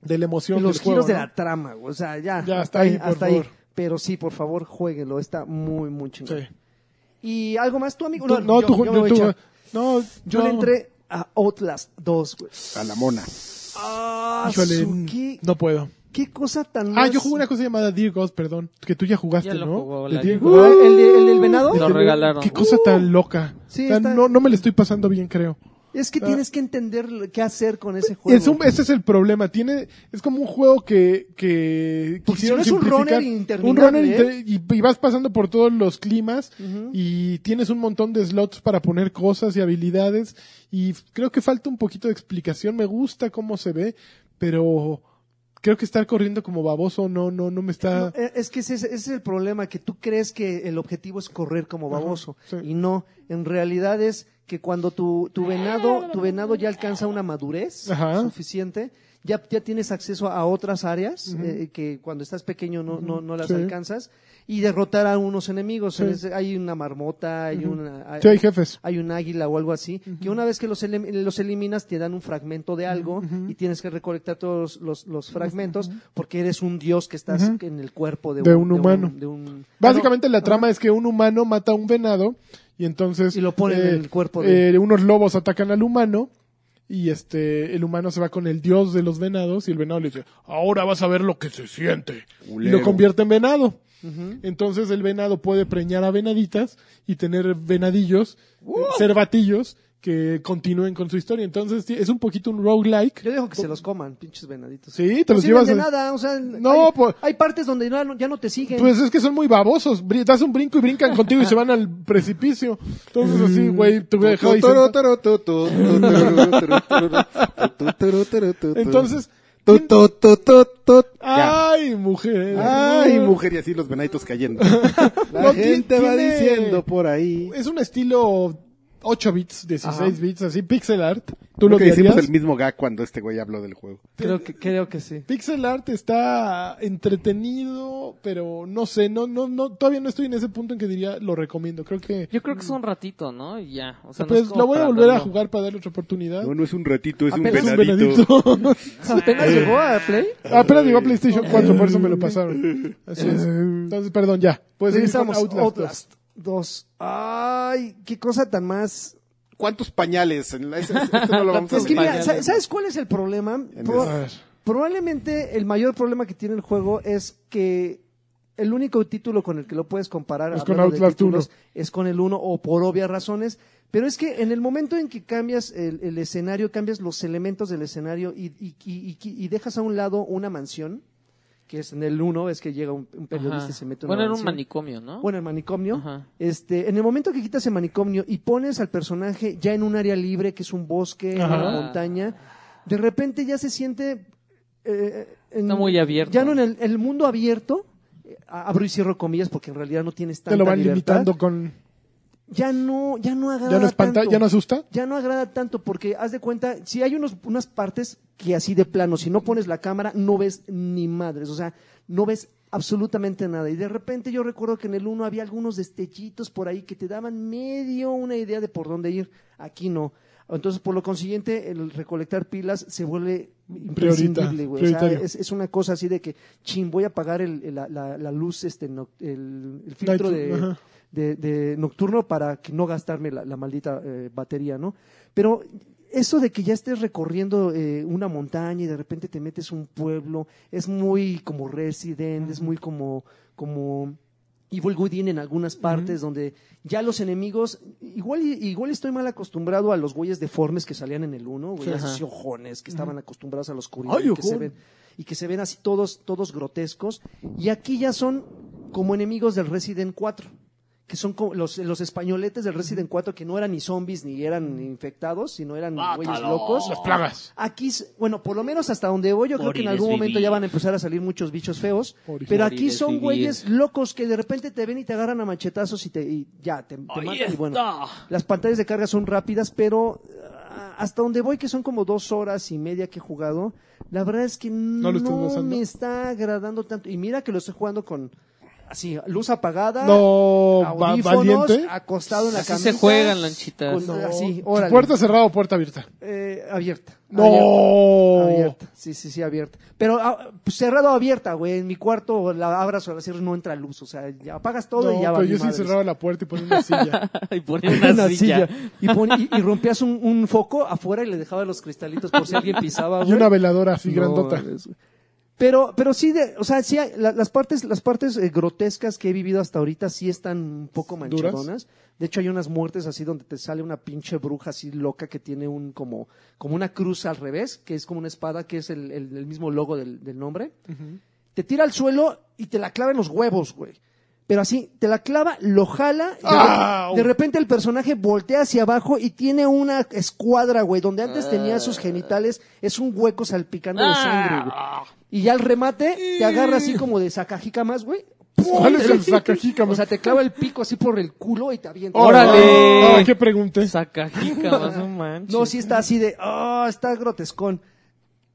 de la emoción
los
del
giros
juego,
de
¿no?
la trama, güey, o sea, ya.
Ya, hasta ahí, por favor.
Pero sí, por favor, jueguenlo, está muy, muy chingón.
Sí.
¿Y algo más tú, amigo?
Tú- no,
yo,
tú,
yo me voy
tú-
a echar.
no,
Yo
no.
le entré a Outlast 2, güey.
A la mona.
Ah,
Híjole,
su- qué,
no puedo.
qué cosa tan
Ah,
más-
yo jugué una cosa llamada Dear God, perdón, que tú ya jugaste,
Ya lo
¿no?
jugó
De
la
Dear
Dear
God.
Ah, ¿el de- el del venado?
Del
Lo
venado.
regalaron.
Qué cosa tan loca.
Sí,
O sea,
está-
no, no me la estoy pasando bien, creo.
Es que
Ah.
tienes que entender lo- qué hacer con ese juego.
Es un- ese es el problema. Tiene, es como un juego que, que
Porque Pues si
quisieron
no es un
simplificar.
runner interminable,
Un runner
¿eh?
inter- y, y vas pasando por todos los climas y tienes un montón de slots para poner cosas y habilidades. Y f- creo que falta un poquito de explicación. Me gusta cómo se ve, pero creo que estar corriendo como baboso no, no, no me
No,
está.
eh, es que ese, es- ese es el problema, que tú crees que el objetivo es correr como baboso.
sí.
Y no, en realidad es que cuando tu, tu venado, tu venado ya alcanza una madurez
Ajá.
suficiente, ya, ya tienes acceso a otras áreas eh, que cuando estás pequeño no, no, no las
Sí.
alcanzas, y derrotar a unos enemigos.
Sí.
En ese- hay una marmota, hay una... hay-
Sí, hay jefes.
hay un águila o algo así, que una vez que los, elim- los eliminas te dan un fragmento de algo y tienes que recolectar todos los, los fragmentos porque eres un dios que estás
Ujú.
en el cuerpo de,
De un humano.
de un-
Básicamente
Ah, no.
la trama es que un humano mata a un venado y entonces
Y lo ponen en el cuerpo de-
eh, unos lobos atacan al humano y este el humano se va con el dios de los venados y el venado le dice ahora vas a ver lo que se siente y
Culero.
lo convierte en venado entonces el venado puede preñar a venaditas y tener venadillos eh, cervatillos que continúen con su historia entonces sí, es un poquito un roguelike
Ah, Yo dejo que se los coman, pinches venaditos.
sí te
No
los
sirven
llevas
de
a-
nada, o sea,
No,
hay,
pues-
hay partes donde ya no, ya no te siguen.
Pues es que son muy babosos. Bri- Das un brinco y brincan contigo y se van al precipicio. Entonces así, güey, te hubiera dejado ahí
Toro, toro,
sentado.
Mm. tu, tu, tu, toro, toro, toro, tu, toro, toro, tu, tu.
Entonces, Ah,
Tu, tu, tu, tu, tu. Ya.
ay, mujer.
Ah.
Ay, mujer, y así los venaditos cayendo. La
No, ti-
gente va
tiene-
diciendo por ahí.
Es un estilo 8 bits, 16 bits, así, pixel art. Tú
Creo
lo
que
que
hicimos pues el mismo gag cuando este güey habló del juego.
creo, que, creo que sí.
Pixel art está entretenido, pero no sé, no, no, no, todavía no estoy en ese punto en que diría lo recomiendo. Creo que,
Yo creo que es un ratito, ¿no? Y ya. O sea, no es
pues
como
lo voy a
para
volver a
verlo.
jugar para darle otra oportunidad.
No, no es un ratito, es un
Apenas
un
venadito.
venadito.
Apenas llegó a Play.
Apenas llegó a PlayStation 4, por eso me lo pasaron. Así es. Entonces, perdón, ya. Pues
Regresamos, Outlast 2. Ay, qué cosa tan más
¿Cuántos pañales? En la- ese- ese- este no lo vamos a
Es que
ver.
mira, sa- ¿sabes cuál es el problema?
En
Pro-
esa-
probablemente el mayor problema que tiene el juego es que el único título con el que lo puedes comparar
Es
hablando
con
de
Outlast
títulos, es con el 1 o por obvias razones. Pero es que en el momento en que cambias el, el escenario, cambias los elementos del escenario y, y- y- y- y dejas a un lado una mansión, que es en el 1, es que llega un, un periodista
Ajá.
y se mete en una
Bueno, era un
mansión.
manicomio, ¿no?
Bueno, el manicomio.
Ajá.
Este, en el momento que quitas el manicomio y pones al personaje ya en un área libre, que es un bosque,
Ajá.
una montaña, de repente ya se siente... eh, en-
Está muy abierto.
Ya no en el, el mundo abierto, eh, abro y cierro comillas, porque en realidad no tienes tanta
Te lo van
libertad.
limitando con.
Ya no, ya no agrada
Ya no espanta,
tanto
ya no asusta.
ya no agrada tanto porque haz de cuenta, si hay unos, unas partes que así de plano, si no pones la cámara, no ves ni madres, o sea, no ves absolutamente nada. Y de repente yo recuerdo que en el 1 había algunos destellitos por ahí que te daban medio una idea de por dónde ir. Aquí no. Entonces, por lo consiguiente, el recolectar pilas se vuelve imprescindible, güey. O sea,
prioritario.
es, es una cosa así de que, chin, voy a pagar el- el- la, la- la luz, este, noc- el, el filtro
Night-
de,
ajá.
de, de nocturno para que no gastarme la, la maldita eh, batería, ¿no? Pero eso de que ya estés recorriendo eh, una montaña y de repente te metes a un pueblo, es muy como Resident, es muy como, como Evil Goodin en algunas partes, donde ya los enemigos, igual, y- igual estoy mal acostumbrado a los güeyes deformes que salían en el 1, güeyes
Ajá.
así ojones, que estaban acostumbrados a la oscuridad
Ay,
y que se
ojón.
ven y que se ven así todos, todos grotescos. Y aquí ya son como enemigos del Resident 4, que son como los, los españoletes del Resident 4 que no eran ni zombies ni eran infectados, sino eran güeyes locos.
Las plagas.
Aquí, s- bueno, por lo menos hasta donde voy, yo creo que en
Morir es
algún momento
vivir.
ya van a empezar a salir muchos bichos feos.
Morir.
Pero
Morir
aquí
es
son
vivir.
güeyes locos que de repente te ven y te agarran a machetazos y, te, y ya, te, te matan. Y bueno, las pantallas de carga son rápidas, pero ah, hasta donde voy, que son como dos horas y media que he jugado, la verdad es que no,
lo estás gozando?
me está agradando tanto. Y mira que lo estoy jugando con así, luz apagada.
No, va-
audífonos,
valiente.
acostado en la
Así
camisa.
se juegan, lanchitas.
con-
No.
Así, órale.
Puerta cerrada o puerta abierta.
Eh, abierta. Abierta.
No.
Abierta, sí, sí, sí, abierta. Pero ah, pues, cerrado o abierta, güey. En mi cuarto la abras o la cierras, no entra luz. O sea, ya apagas todo
No,
y ya va.
pero yo sí cerraba la puerta y ponía una silla.
y ponía una, silla.
Y, pon- y- y rompías un, un foco afuera y le dejabas los cristalitos por si alguien pisaba.
y
güey.
una veladora así
No,
grandota.
mames, güey. Pero, pero sí, de, o sea, sí, hay- la- las partes, las partes eh, grotescas que he vivido hasta ahorita sí están un poco
¿Duras?
manchadonas. De hecho, hay unas muertes así donde te sale una pinche bruja así loca que tiene un como, como una cruz al revés, que es como una espada, que es el, el- el mismo logo del, del nombre. Te tira al suelo y te la clava en los huevos, güey. Pero así, te la clava, lo jala, y de,
¡Au!
de repente el personaje voltea hacia abajo y tiene una escuadra, güey, donde antes tenía sus genitales, es un hueco salpicando
Ah,
de sangre, güey. Y ya al remate, te agarra así como de sacajica más, güey.
¿Cuál es el sacajica?
O sea, te clava el pico así por el culo y te avienta.
¡Órale!
Ahora que pregunte.
Sacajica, más no manches.
No, sí está así de, ah, está grotescón.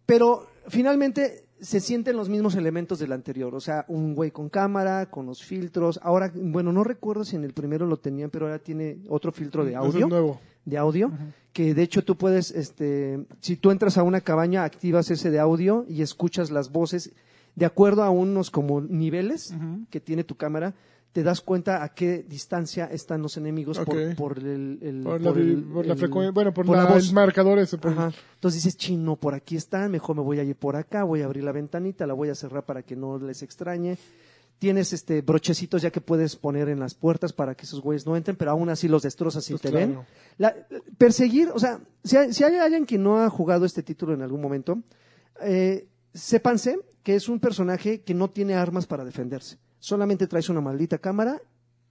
Pero finalmente se sienten los mismos elementos del anterior. O sea, un güey con cámara, con los filtros. Ahora, bueno, no recuerdo si en el primero lo tenían, pero ahora tiene otro filtro de
Eso
audio.
es nuevo.
de audio, que de hecho tú puedes, este, si tú entras a una cabaña, activas ese de audio y escuchas las voces de acuerdo a unos como niveles que tiene tu cámara, te das cuenta a qué distancia están los enemigos por-
Ok.
por, el, el-
Por la,
por el-
por la
el-
frecuencia. Bueno, por,
por
la,
la voz.
el marcador ese. por-
Ajá. Entonces dices, chino, por aquí están, mejor me voy a ir por acá, voy a abrir la ventanita, la voy a cerrar para que no les extrañe. Tienes este brochecitos ya que puedes poner en las puertas para que esos güeyes no entren, pero aún así los destrozas si
Pues
te
claro.
ven. La- perseguir, o sea, si hay, si hay alguien que no ha jugado este título en algún momento, eh, sépanse que es un personaje que no tiene armas para defenderse. Solamente traes una maldita cámara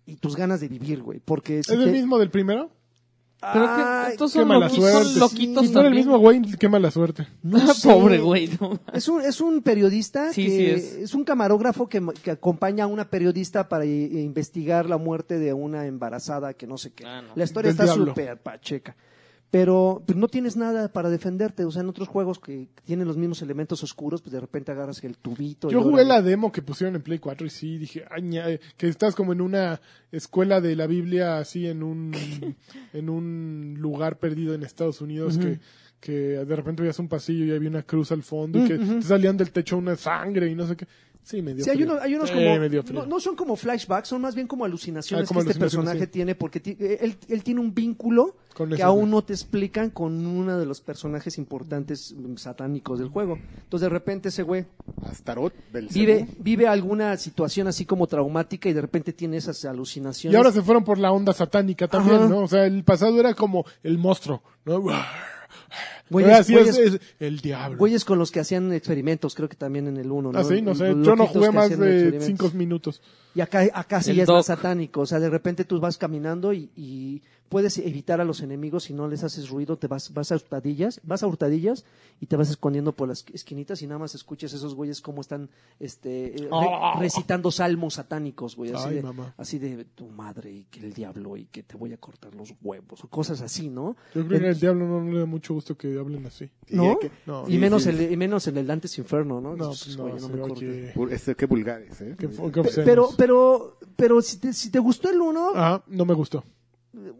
y tus ganas de vivir, güey. Porque
¿Es
si
el
te-
mismo del primero?
Pero
Ay,
que estos
qué
son,
mala
loqui- son
suerte.
loquitos
Sí.
No era el
también.
mismo güey, qué mala suerte.
no sé.
Pobre güey, no.
Es un, es un periodista
Sí,
que
sí es.
es. un camarógrafo que, que acompaña a una periodista para i- investigar la muerte de una embarazada que no sé qué.
Ah, no.
La historia
Del
está
diablo.
súper pacheca. Pero pues, no tienes nada para defenderte. O sea, en otros juegos que tienen los mismos elementos oscuros, pues de repente agarras el tubito. y
Yo jugué
órale.
la demo que pusieron en Play 4 y sí, dije, "Ay, ña, eh", que estás como en una escuela de la Biblia, así en un, en un lugar perdido en Estados Unidos que, que de repente veías un pasillo y había una cruz al fondo y que te salían del techo una sangre y no sé qué. Sí, me dio
Sí, hay,
frío.
uno- hay unos
Sí,
como.
me dio frío.
no, no son como flashbacks, son más bien como
Ah,
alucinaciones
como
que este
alucinaciones,
personaje
sí.
tiene, porque ti- eh, él, él tiene un vínculo
Con
que
eso,
aún
güey.
no te explican con uno de los personajes importantes mm, satánicos del juego. Entonces, de repente, ese güey
Astaroth del
vive, vive alguna situación así como traumática y de repente tiene esas alucinaciones.
Y ahora se fueron por la onda satánica también,
Ajá.
¿no? O sea, el pasado era como el monstruo, ¿no?
Güeyes-
Así es,
güeyes-
es el diablo.
Güeyes con los que hacían experimentos, creo que también en el 1. ¿no?
Ah, sí, no sé.
Los
Yo no
loquitos
jugué
que
más
hacían
de
experimentos.
cinco minutos.
Y acá, acá sí
El
es más
Doc.
satánico. O sea, de repente tú vas caminando y, y puedes evitar a los enemigos si no les haces ruido. Te vas, vas a hurtadillas, vas a hurtadillas y te vas escondiendo por las esquinitas y nada más escuchas esos güeyes cómo están este, eh, re-
Ah.
recitando salmos satánicos, güey. Así,
Ay,
de,
mamá.
así de tu madre y que el diablo y que te voy a cortar los huevos o cosas así, ¿no?
Yo creo que al diablo no le da mucho gusto que hablen así.
¿No?
eh, que-
No,
y,
sí,
menos
sí.
El, y menos el del Dantes Inferno, ¿no?
No,
Dices,
pues no,
"Oye,
sí,
me cortes".
oye,
Pur- este, qué vulgares, ¿eh?
qué-
Muy
qué
Pe-
obscenos.
Pero, pero, pero si te, si te gustó el 1,
Ajá, Ah, no me gustó.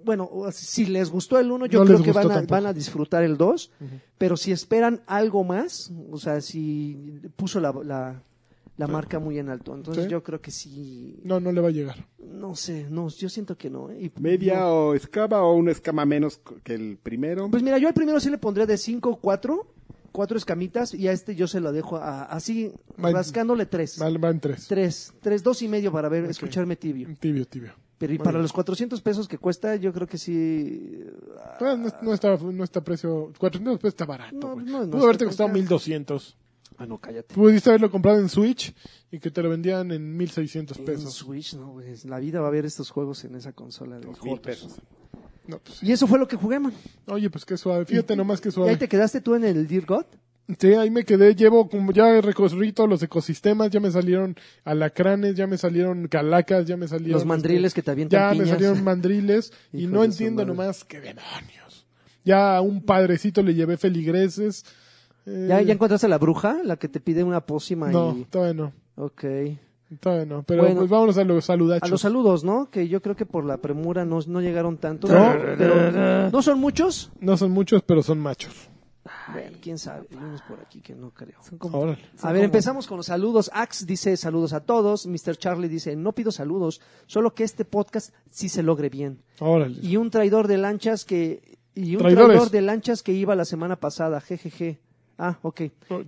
bueno, si les gustó el 1, yo
No
creo
les
que van
gustó
a,
tampoco.
van a disfrutar el 2, pero si esperan algo más, o sea, si puso la, la, la marca muy en alto, entonces
Sí.
yo creo que sí, no,
No, no le va a llegar.
sé, no, yo siento que no. ¿eh? Y-
Media
no.
o escama o una escama menos que el primero.
Pues mira, yo al primero sí le pondré de 5, 4, 4 escamitas y a este yo se lo dejo a- así,
Va en-
rascándole 3.
Va, va en tres.
3, 3, 2 y medio para ver, escucharme tibio.
Tibio, tibio.
Pero y
Mm, Muy
para
bien.
los 400 pesos que cuesta, yo creo que sí.
Pues no, no está, no está precio. 400 pesos está barato.
No,
güey.
no, no
Pudo
está
haberte
tan
costado
caro.
1200.
Ah, no, cállate.
Pudiste haberlo comprado en Switch y que te lo vendían en 1600
En
pesos.
Switch, no, güey. La vida va a ver estos juegos en esa consola de
Mil
jotos.
pesos.
No, pues,
Y eso fue lo que jugué, man.
oye, pues qué suave. Fíjate nomás qué
¿Y
suave.
ahí te quedaste tú en el Dear God?
Sí, ahí me quedé, llevo como ya recorrí todos los ecosistemas, ya me salieron alacranes, ya me salieron calacas, ya me salieron... este,
Los mandriles que te avientan
Ya me
piñas.
salieron mandriles y
Hijo
no
de su
entiendo
madre.
nomás qué demonios. Ya a un padrecito le llevé feligreses. eh,
¿Ya, ya encontraste a la bruja? La que te pide una pócima
No,
y...
todavía no,
Ok.
todavía no. Pero
Bueno.
pues vámonos a los
A
saludachos.
los saludos, ¿no? Que yo creo que por la premura no, no llegaron tanto.
No.
Pero, ¿No son muchos?
No son muchos, pero son machos.
Bueno, quién sabe. Hay unos por aquí que no creo.
Órale.
A ver, empezamos con los saludos. Ax dice saludos a todos. Mr. Charlie dice, no pido saludos, solo que este podcast sí se logre bien.
Órale.
Y un traidor de lanchas que y un
Traidores.
traidor de lanchas que iba la semana pasada, jejeje. Ah, ok.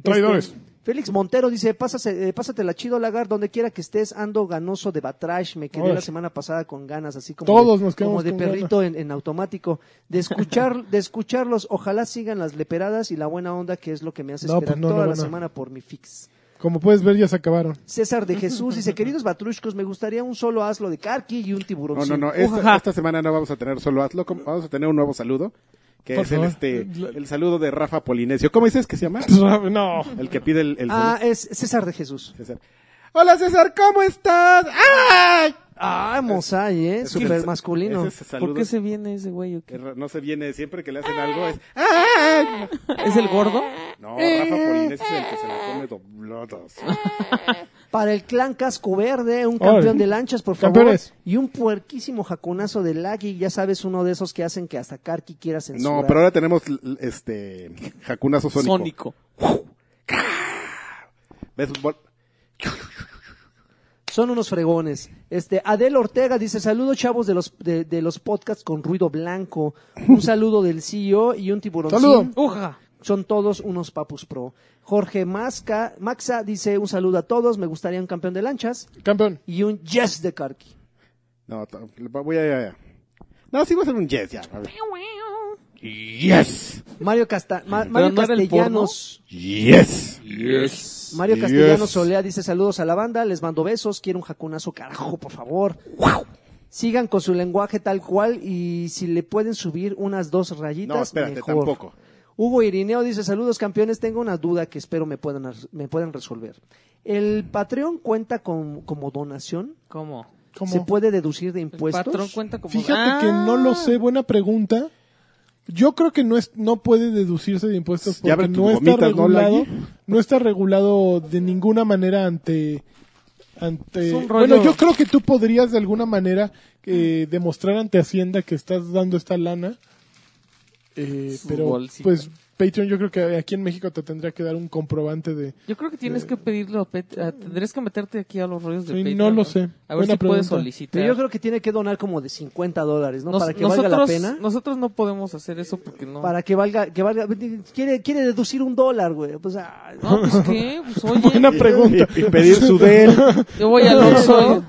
traidores.
Este, Félix Montero dice, Pásase, eh, pásatela chido, Lagar, donde quiera que estés, ando ganoso de batrash, me quedé
Órale.
la semana pasada con ganas, así como
Todos
de,
nos quedamos
como de
con
perrito en, en automático, de escuchar, de escucharlos, ojalá sigan las leperadas y la buena onda que es lo que me hace
No,
esperar
pues no,
toda
no,
la
no.
semana por mi fix.
Como puedes ver, ya se acabaron.
César de Jesús dice, queridos batrushcos, me gustaría un solo aslo de Karki y un tiburón.
No, no, no. Esta, esta semana no vamos a tener solo hazlo. como- Vamos a tener un nuevo saludo. Que
Por
es el,
favor.
este, el saludo de Rafa Polinesio. ¿Cómo dices que se llama?
No.
El que pide el, el
Pues, Ah,
saludo.
es César de Jesús.
César. Hola César, ¿cómo estás? ¡Ay!
Ah, Mosai, ¿eh?
Es un-
Súper masculino.
ese saludo
¿Por qué se viene ese güey? o qué?
que No se viene siempre que le hacen algo. Es, Ah, ¡Ay! Eh,
¿Es el gordo?
No, Rafa Polinesio es el que se la come doblados.
Para el clan Casco Verde, un
Órale.
campeón de lanchas, por favor.
Campeones.
Y un puerquísimo jaconazo de Lagi, ya sabes, uno de esos que hacen que hasta Karki quiera censurar.
No, pero ahora tenemos l- l- este jacunazo sónico.
Sónico.
¿Ves? Vol-
Son unos fregones. Este, Adel Ortega dice, saludos chavos de los, de, de los podcasts con ruido blanco. Un saludo del CEO y un tiburón.
Saludo.
¡Uja!
Son todos unos papus pro. Jorge Masca, Maxa dice un saludo a todos, me gustaría un campeón de lanchas
Campeón.
y un yes de Karki.
No, t- voy a... No, sí voy a hacer un yes ya. a ver. Yes.
Mario, Casta- Ma- Mario
no era el
Castellanos,
Yes.
Mario
Yes.
Castellanos Solea dice saludos a la banda, les mando besos, quiero un jacunazo carajo, por favor. Sigan con su lenguaje tal cual y si le pueden subir unas dos rayitas,
No, espérate,
mejor.
tampoco.
Hugo Irineo dice, saludos campeones, tengo una duda que espero me puedan, ar- me puedan resolver. ¿El Patreon cuenta con, como donación?
¿Cómo?
¿Cómo?
¿Se puede deducir de
¿El
impuestos?
patrón cuenta como...
Pues Fíjate
Ah,
que no lo sé, buena pregunta. Yo creo que no es, no puede deducirse de impuestos
Ya
porque
ve tus
no está
gomitas, ¿no,
regulado,
Lagui?
no está regulado de ninguna manera ante ante
Es un rollo-
bueno yo creo que tú podrías de alguna manera eh, demostrar ante Hacienda que estás dando esta lana eh,
Su
pero
bolsita.
pues Patreon yo creo que aquí en México te tendría que dar un comprobante de
Yo creo que tienes que pedirlo a Pet- a- Tendrías que meterte aquí a los rollos de
Sí,
Patreon,
no lo sé.
A ver
Buena
si puedes
pregunta.
solicitar.
Pero yo creo que tiene que donar como de 50 dólares, ¿no?
Nos-
para que
nosotros,
valga la pena.
Nosotros no podemos hacer eso porque no...
Para que valga, que valga, quiere, quiere deducir un dólar, güey. Pues, ah,
No, pues qué, pues oye,
buena pregunta
Y, y pedir su del.
yo voy al Oxxo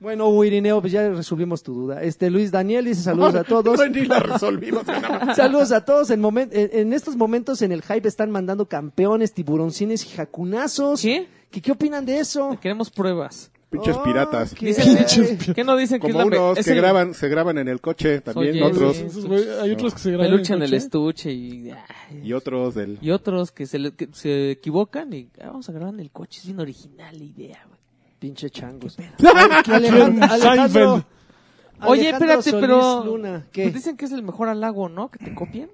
Bueno, Hugo Irineo, pues ya resolvimos tu duda. Este Luis Daniel dice saludos a todos.
No, ni la resolvimos. nada más.
Saludos a todos. En, momen- en, en estos momentos en el hype están mandando campeones, tiburoncines y jacunazos.
¿Sí?
¿Qué, qué opinan de eso?
Queremos pruebas.
Pinches
Oh,
piratas.
qué-
Dicen,
Pinches
¿Qué no dicen que
Como
es la me-
unos
es
que
el
graban, se graban en el coche también,
Oye,
otros.
sí.
Esos güey- hay otros que se graban.
peluche en el
coche.
estuche y, ay,
Y otros del...
y otros que se, le- que se equivocan y ah, vamos a grabar en el coche. Es bien original la idea, güey.
Pinche changos.
Alejandro- Seinfeld.
Oye, espérate, pero
Luna, ¿qué?
pues dicen que es el mejor halago, ¿no? Que te copien.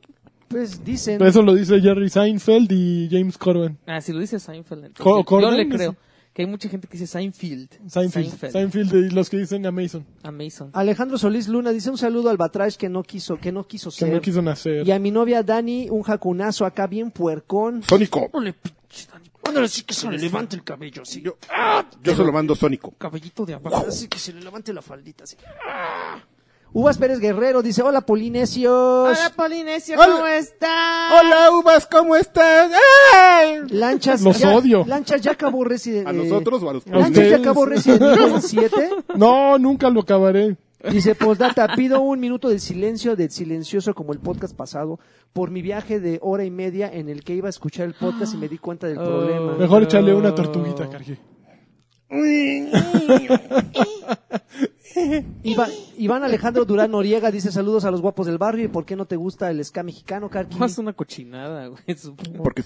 Pues dicen.
Eso lo dice Jerry Seinfeld y James Corben.
Ah, si lo dice Seinfeld, entonces
Co-
yo
Corden,
le
dice.
creo. Que hay mucha gente que dice Seinfeld.
Seinfeld. Seinfeld. y los que dicen Amazon.
Amazon.
Alejandro Solís Luna dice un saludo al Batrash que no quiso, que no quiso
Que
ser.
no quiso nacer.
Y a mi novia Dani, un jacunazo acá bien puercón.
Sónico.
Órale, pinche Dani,
Ándale, sí que se le levante el cabello, así.
Yo, ¡ah! Yo se lo mando Sónico.
cabellito de abajo.
Así que se le levante la faldita, así.
Uvas Pérez Guerrero dice, hola Polinesios.
Polinesio,
Hola.
estás?
Hola, Uvas, ¿cómo estás?
Lanchas,
Los
ya,
odio.
Lanchas ya acabó Resident
¿A
eh,
nosotros o a los
a
Lanchas
ustedes?
ya acabó Resident Evil 7.
No, nunca lo acabaré.
Dice, postdata, pido un minuto de silencio, del silencioso como el podcast pasado, por mi viaje de hora y media en el que iba a escuchar el podcast y me di cuenta
Ah.
del problema.
Mejor échale una tortuguita, Cargi.
Iba- Iván Alejandro Durán Noriega dice, saludos a los guapos del barrio, ¿y por qué no te gusta el ska mexicano, Karki?
Es una cochinada, güey. supongo.
Porque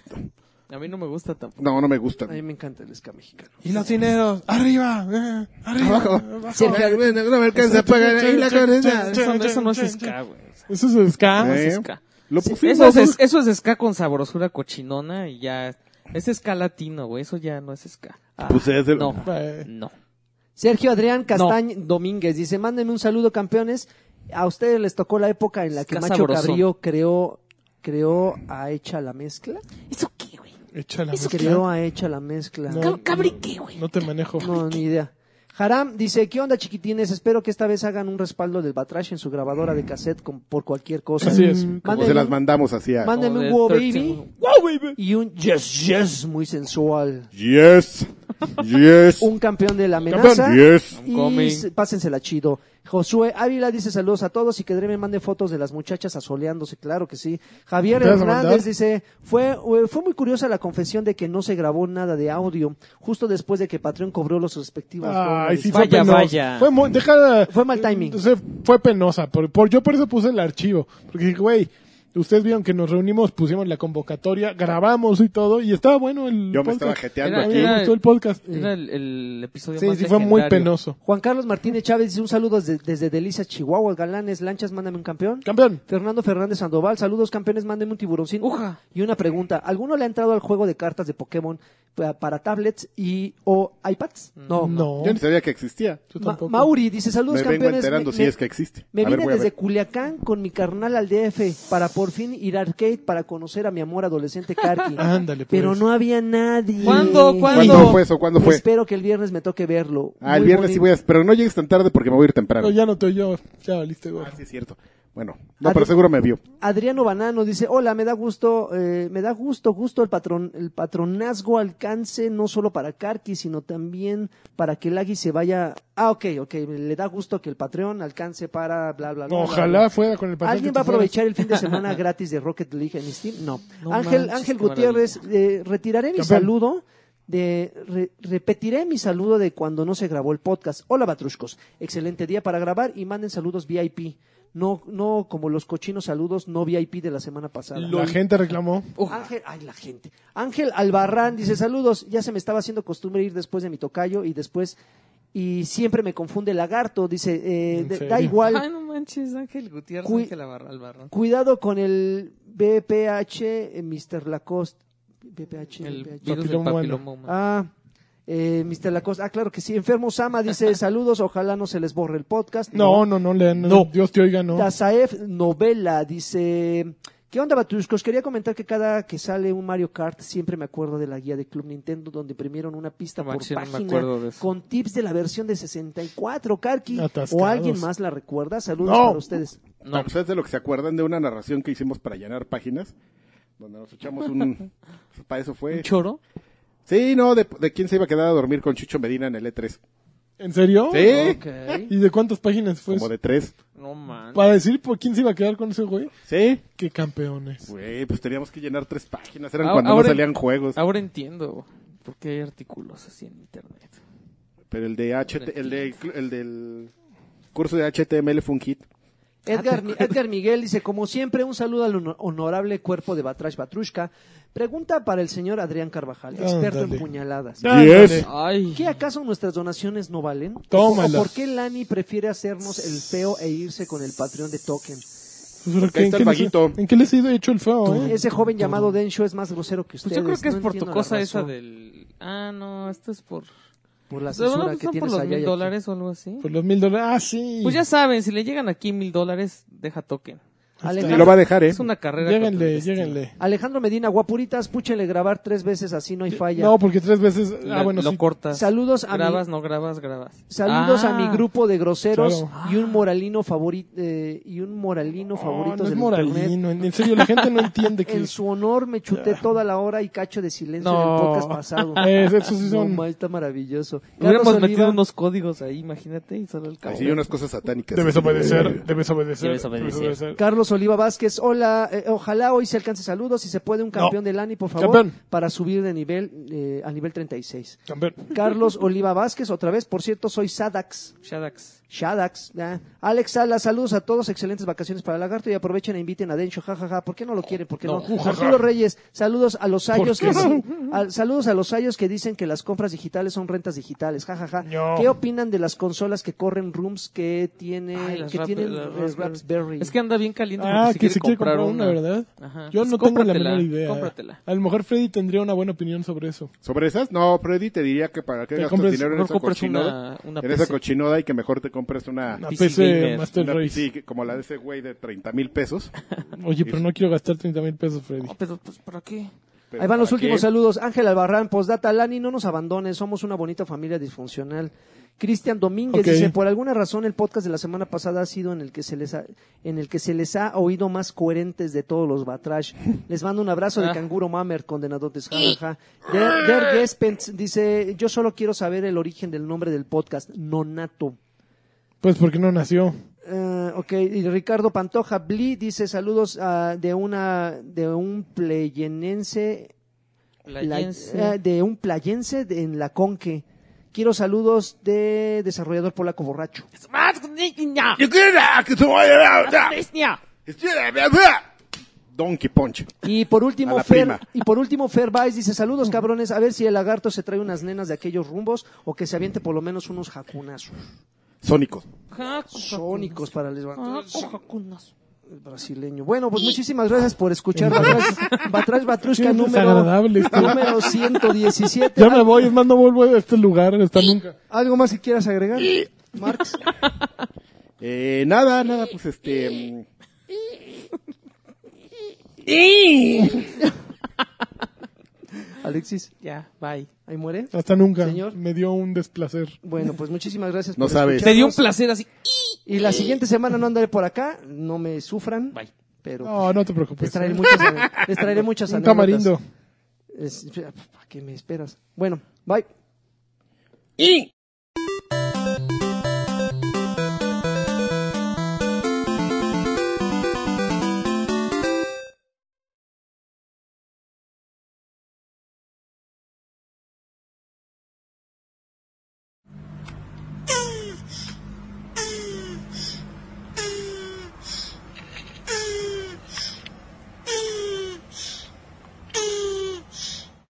A mí no me gusta tampoco.
no, no me gusta.
A mí me encanta el ska mexicano.
Y los dineros. Arriba. eh, arriba.
Abajo.
abajo.
Sergio, bueno, no me alcanza a pagar ahí la corona.
Eso,
Chan,
eso no es
chan,
ska, güey. O sea,
Eso es ska.
eso es
¿Eh?
ska.
Lo
Sí,
pusimos.
eso, es, es- eso es ska con sabrosura cochinona y ya. Es ska latino, güey. Eso ya no es ska. Ah,
Pues es el-
No,
Eh,
no.
Sergio Adrián Castañ Domínguez dice, mándenme un saludo, campeones. A ustedes les tocó la época en la que
Está
Macho
sabroso.
Cabrillo creó, creó a Hecha la Mezcla.
¿Eso qué, güey?
échala.
Creó a Hecha la Mezcla.
No.
No,
Ca- ¿Cabri qué, güey?
No te manejo.
ni idea. Haram dice, ¿qué onda chiquitines? Espero que esta vez hagan un respaldo del Batrash en su grabadora de cassette con- por cualquier cosa.
Así es.
Como se las mandamos así a...
Mándenme un
Como de
wow
13
baby y un yes yes muy sensual.
Yes. Yes.
Un campeón de la amenaza.
Yes.
Y
coming.
s- pásensela chido. Josué Ávila dice saludos a todos y que Dre me mande fotos de las muchachas asoleándose, claro que sí. Javier
¿Te vas a
Hernández
mandar?
dice, fue, eh, fue muy curiosa la confesión de que no se grabó nada de audio justo después de que Patreon cobró los respectivos.
Ay,
dólares.
sí,
Vaya,
fue penosa.
vaya.
Fue, muy- deja-
Fue mal timing.
Se- fue penosa. Por, por- yo por eso puse el archivo. Porque dije, güey, ustedes vieron que nos reunimos, pusimos la convocatoria, grabamos y todo. Y estaba bueno el
Yo me
podcast.
estaba jeteando
A mí
aquí.
me gustó el podcast. eh.
Era el, el episodio
Sí,
más
sí, fue muy
legendario.
penoso.
Juan Carlos Martínez Chávez dice un saludo desde, desde Delicias, Chihuahua, Galanes, Lanchas, mándame un campeón.
Campeón.
Fernando Fernández Sandoval, saludos campeones, mándenme un tiburoncín.
Uja.
Y una pregunta, ¿alguno le ha entrado al juego de cartas de Pokémon pa- para tablets y o iPads?
Mm,
No.
No.
Yo ni sabía que existía.
Yo
Ma-
tampoco.
Mauri dice, saludos
Me vengo
campeones.
enterando
me-
si
me-
es que existe.
Me
A ver,
vine
voy a
desde
ver.
Culiacán con mi carnal al DF para por fin ir a arcade para conocer a mi amor adolescente Karki.
Ándale, pues.
Pero no había nadie.
¿Cuándo? ¿Cuándo?
¿Cuándo fue eso? ¿Cuándo fue?
Espero que el viernes me toque verlo.
Ah, el
Muy
viernes sí
bonito.
voy a... Pero no llegues tan tarde porque me voy a ir temprano.
Pero ya no te oyó. Ya valiste, güey.
Ah, sí es cierto. Bueno, no,
Adi-
pero seguro me vio.
Adriano Banano dice, hola, me da gusto, eh, me da gusto, gusto el patrón, el patronazgo alcance no solo para Karki, sino también para que Lagui se vaya. Ah, ok, ok, le da gusto que el Patreon alcance para bla, bla, bla. bla, bla.
Ojalá fuera con el patrón.
¿Alguien
que
va a
tú fueras.
aprovechar el fin de semana gratis de Rocket League en Steam? No.
No
Ángel,
manches,
Ángel
qué
Gutiérrez, eh, retiraré mi
Campeón.
saludo. De, re- repetiré mi saludo de cuando no se grabó el podcast. Hola, Batruscos. Excelente día para grabar y manden saludos VIP. No, no como los cochinos saludos no VIP de la semana pasada.
La gente reclamó.
Ángel, ay, la gente. Ángel Albarrán dice, saludos, ya se me estaba haciendo costumbre ir después de mi tocayo y después, y siempre me confunde lagarto, dice, eh,
¿En
de- da
serio?
igual,
Ay, no manches, Ángel Gutiérrez,
Cui-
Ángel Albar- Albarrán.
cuidado con el BPH, eh, Mr. Lacoste, BPH,
El
BPH.
virus del
Papiloma humano.
papiloma humano.
Ah, eh, Mr. Lacoste, ah, claro que sí, enfermo Sama dice, saludos, ojalá no se les borre el podcast.
No, no, no, le, no, Dios te oiga, no.
Tazaef Novela dice... ¿Qué onda, Batuscos? Quería comentar que cada que sale un Mario Kart siempre me acuerdo de la guía de Club Nintendo donde imprimieron una pista
No
por
manches, no me
página
acuerdo de eso.
con tips de la versión de 64, Karki.
Atascados.
¿O alguien más la recuerda? Saludos
No.
para ustedes.
No. ¿Ustedes Pues de lo que se acuerdan de una narración que hicimos para llenar páginas? Donde nos echamos un... para eso
¿Un
fue...
choro?
Sí, no, de, de quién se iba a quedar a dormir con Chucho Medina en el E3.
¿En serio?
Sí,
Oh, Ok. Pues-
¿Y de cuántas páginas fue?
como de tres.
No man.
Para decir por quién se iba a quedar con ese güey.
Sí.
Qué campeones.
Güey, pues teníamos que llenar tres páginas. Eran
Ah,
cuando
ahora-
no salían juegos.
Ahora entiendo por qué hay artículos así en internet.
Pero el de HT, el, de, el del curso de HTML fue un hit.
Edgar, Edgar Miguel dice, como siempre, un saludo al honor- honorable cuerpo de Batrash Batrushka. Pregunta para el señor Adrián Carvajal, experto en
Ándale.
puñaladas.
Yes.
Ay.
¿Qué acaso nuestras donaciones no valen?
Tómala.
¿O por qué Lani prefiere hacernos el feo e irse con el Patreon de Token?
Pues, ¿en
Acá
qué-
está
en
el
qué les-
vaguito.
¿En qué les he hecho el feo, eh?
Ese joven llamado Densho es más grosero que
Pues
ustedes.
yo creo que es
No
por tu
entiendo la
cosa
razón.
esa del. Ah, no, esto es por.
Por la
O sea, bueno,
censura
pues
que
son por
tienes
los
allá y
mil
aquí.
dólares o algo así.
Por los mil dólares. Ah, sí.
Pues ya saben, si le llegan aquí mil dólares, deja token.
Este,
Y lo va a dejar, ¿eh?
Es una carrera. este contra el
Lléguenle,
destino.
lléguenle.
Alejandro Medina, guapuritas, púchenle grabar tres veces, así no hay falla.
No, porque tres veces.
La-
ah, bueno,
lo
sí.
cortas.
Saludos a mi-
Grabas, no grabas, grabas.
Saludos
Ah,
a mi grupo de groseros
Claro.
y un moralino favorito eh, y un moralino
Oh,
favorito
no es
del internet.
moralino. En en serio, la gente no entiende que.
En su honor me chuté toda la hora y cacho de silencio
No.
del podcast pasado.
Es- esos sí son-
No, mal, está maravilloso.
Hubiéramos
Carlos Oliva,
metido unos códigos ahí, imagínate, y solo el cabo.
Así unas cosas satánicas.
Debes obedecer, debes obedecer.
Debes obedecer.
Carlos Oliva Vázquez, hola, eh, ojalá hoy se alcance saludos y se puede un campeón del ANI, por favor,
Campeón.
para subir de nivel eh, a nivel 36.
Campeón.
Carlos Oliva Vázquez, otra vez, por cierto, soy Sadax.
Shadax.
Shadax. ah. Alex Sala, saludos a todos, excelentes vacaciones para Lagarto y aprovechen e inviten a Dencho, jajaja, ¿por qué no lo quieren? ¿Por qué no?
No, jajaja.
Arturo Reyes, saludos a los ayos
qué
que
no?
dicen- al- saludos a los ayos que dicen que las compras digitales son rentas digitales, jajaja.
No.
¿Qué opinan de las consolas que corren rooms que tiene
Ay, las
que
rap-
tienen
las
eh,
Raspberry.
Raspberry?
Es que anda bien caliente
Ah,
porque
que se quiere comprar una, ¿verdad?
Ajá.
Yo
Pues
no tengo la
cómpratela,
menor idea.
Cómpratela.
A lo mejor Freddy tendría una buena opinión sobre eso.
¿Sobre esas? No, Freddy te diría que para qué
Te
gastas
compres-
dinero en
mejor
esa
compres
cochinoda.
una- una
en esa
PC.
cochinoda y que mejor te compres una...
Una
PC
PC
gamer.
Master
una-
Race.
sí, como la de ese güey de 30 mil pesos.
Oye, pero no quiero gastar 30 mil pesos, Freddy.
No, pero pues, ¿para qué?
Pero
Ahí van los
¿para
últimos
qué?
saludos. Ángel Albarrán, postdata, Lani, no nos abandones, somos una bonita familia disfuncional. Cristian Domínguez
Ok.
dice, por alguna razón el podcast de la semana pasada ha sido en el que se les ha, en el que se les ha oído más coherentes de todos los Batrash. Les mando un abrazo de
Ah.
canguro mamer, condenadotes, jajaja. Der, Der Gespens dice, yo solo quiero saber el origen del nombre del podcast, Nonato.
Pues porque no nació.
Eh, ok, y Ricardo Pantoja Bli dice saludos ah, de una de un pleyenense
Playense.
la- eh, de un playense de- en la Conque. Quiero saludos de desarrollador polaco borracho.
eh,
ah, Donkey Punch.
Y por
A
último,
la
Fer,
prima.
y por último, Fer Baez dice saludos cabrones, a ver si el lagarto se trae unas nenas de aquellos rumbos o que se aviente por lo menos unos jacunazos
Sónico.
sónicos para el
Ah, coja cunas.
brasileño. Bueno, pues muchísimas gracias por escuchar Batrás, Batrás Batrushka
Qué
número,
desagradable este.
número 117.
Ya me voy, es más, no vuelvo a este lugar hasta nunca.
¿Algo más que quieras agregar, Marx?
Eh, nada, nada, pues este... mm,
Alexis,
Ya, bye.
ahí muere.
Hasta nunca.
Señor.
Me dio un desplacer.
Bueno, pues muchísimas gracias
No
por
sabes.
Te dio un
escucharnos.
placer así.
Y la siguiente semana no andaré por acá, no me sufran.
Bye.
Pero
No, no te
les
preocupes.
traeré muchas, les traeré muchas
Un
anécdotas.
tamarindo.
Es- ¿Para qué me esperas? Bueno, bye.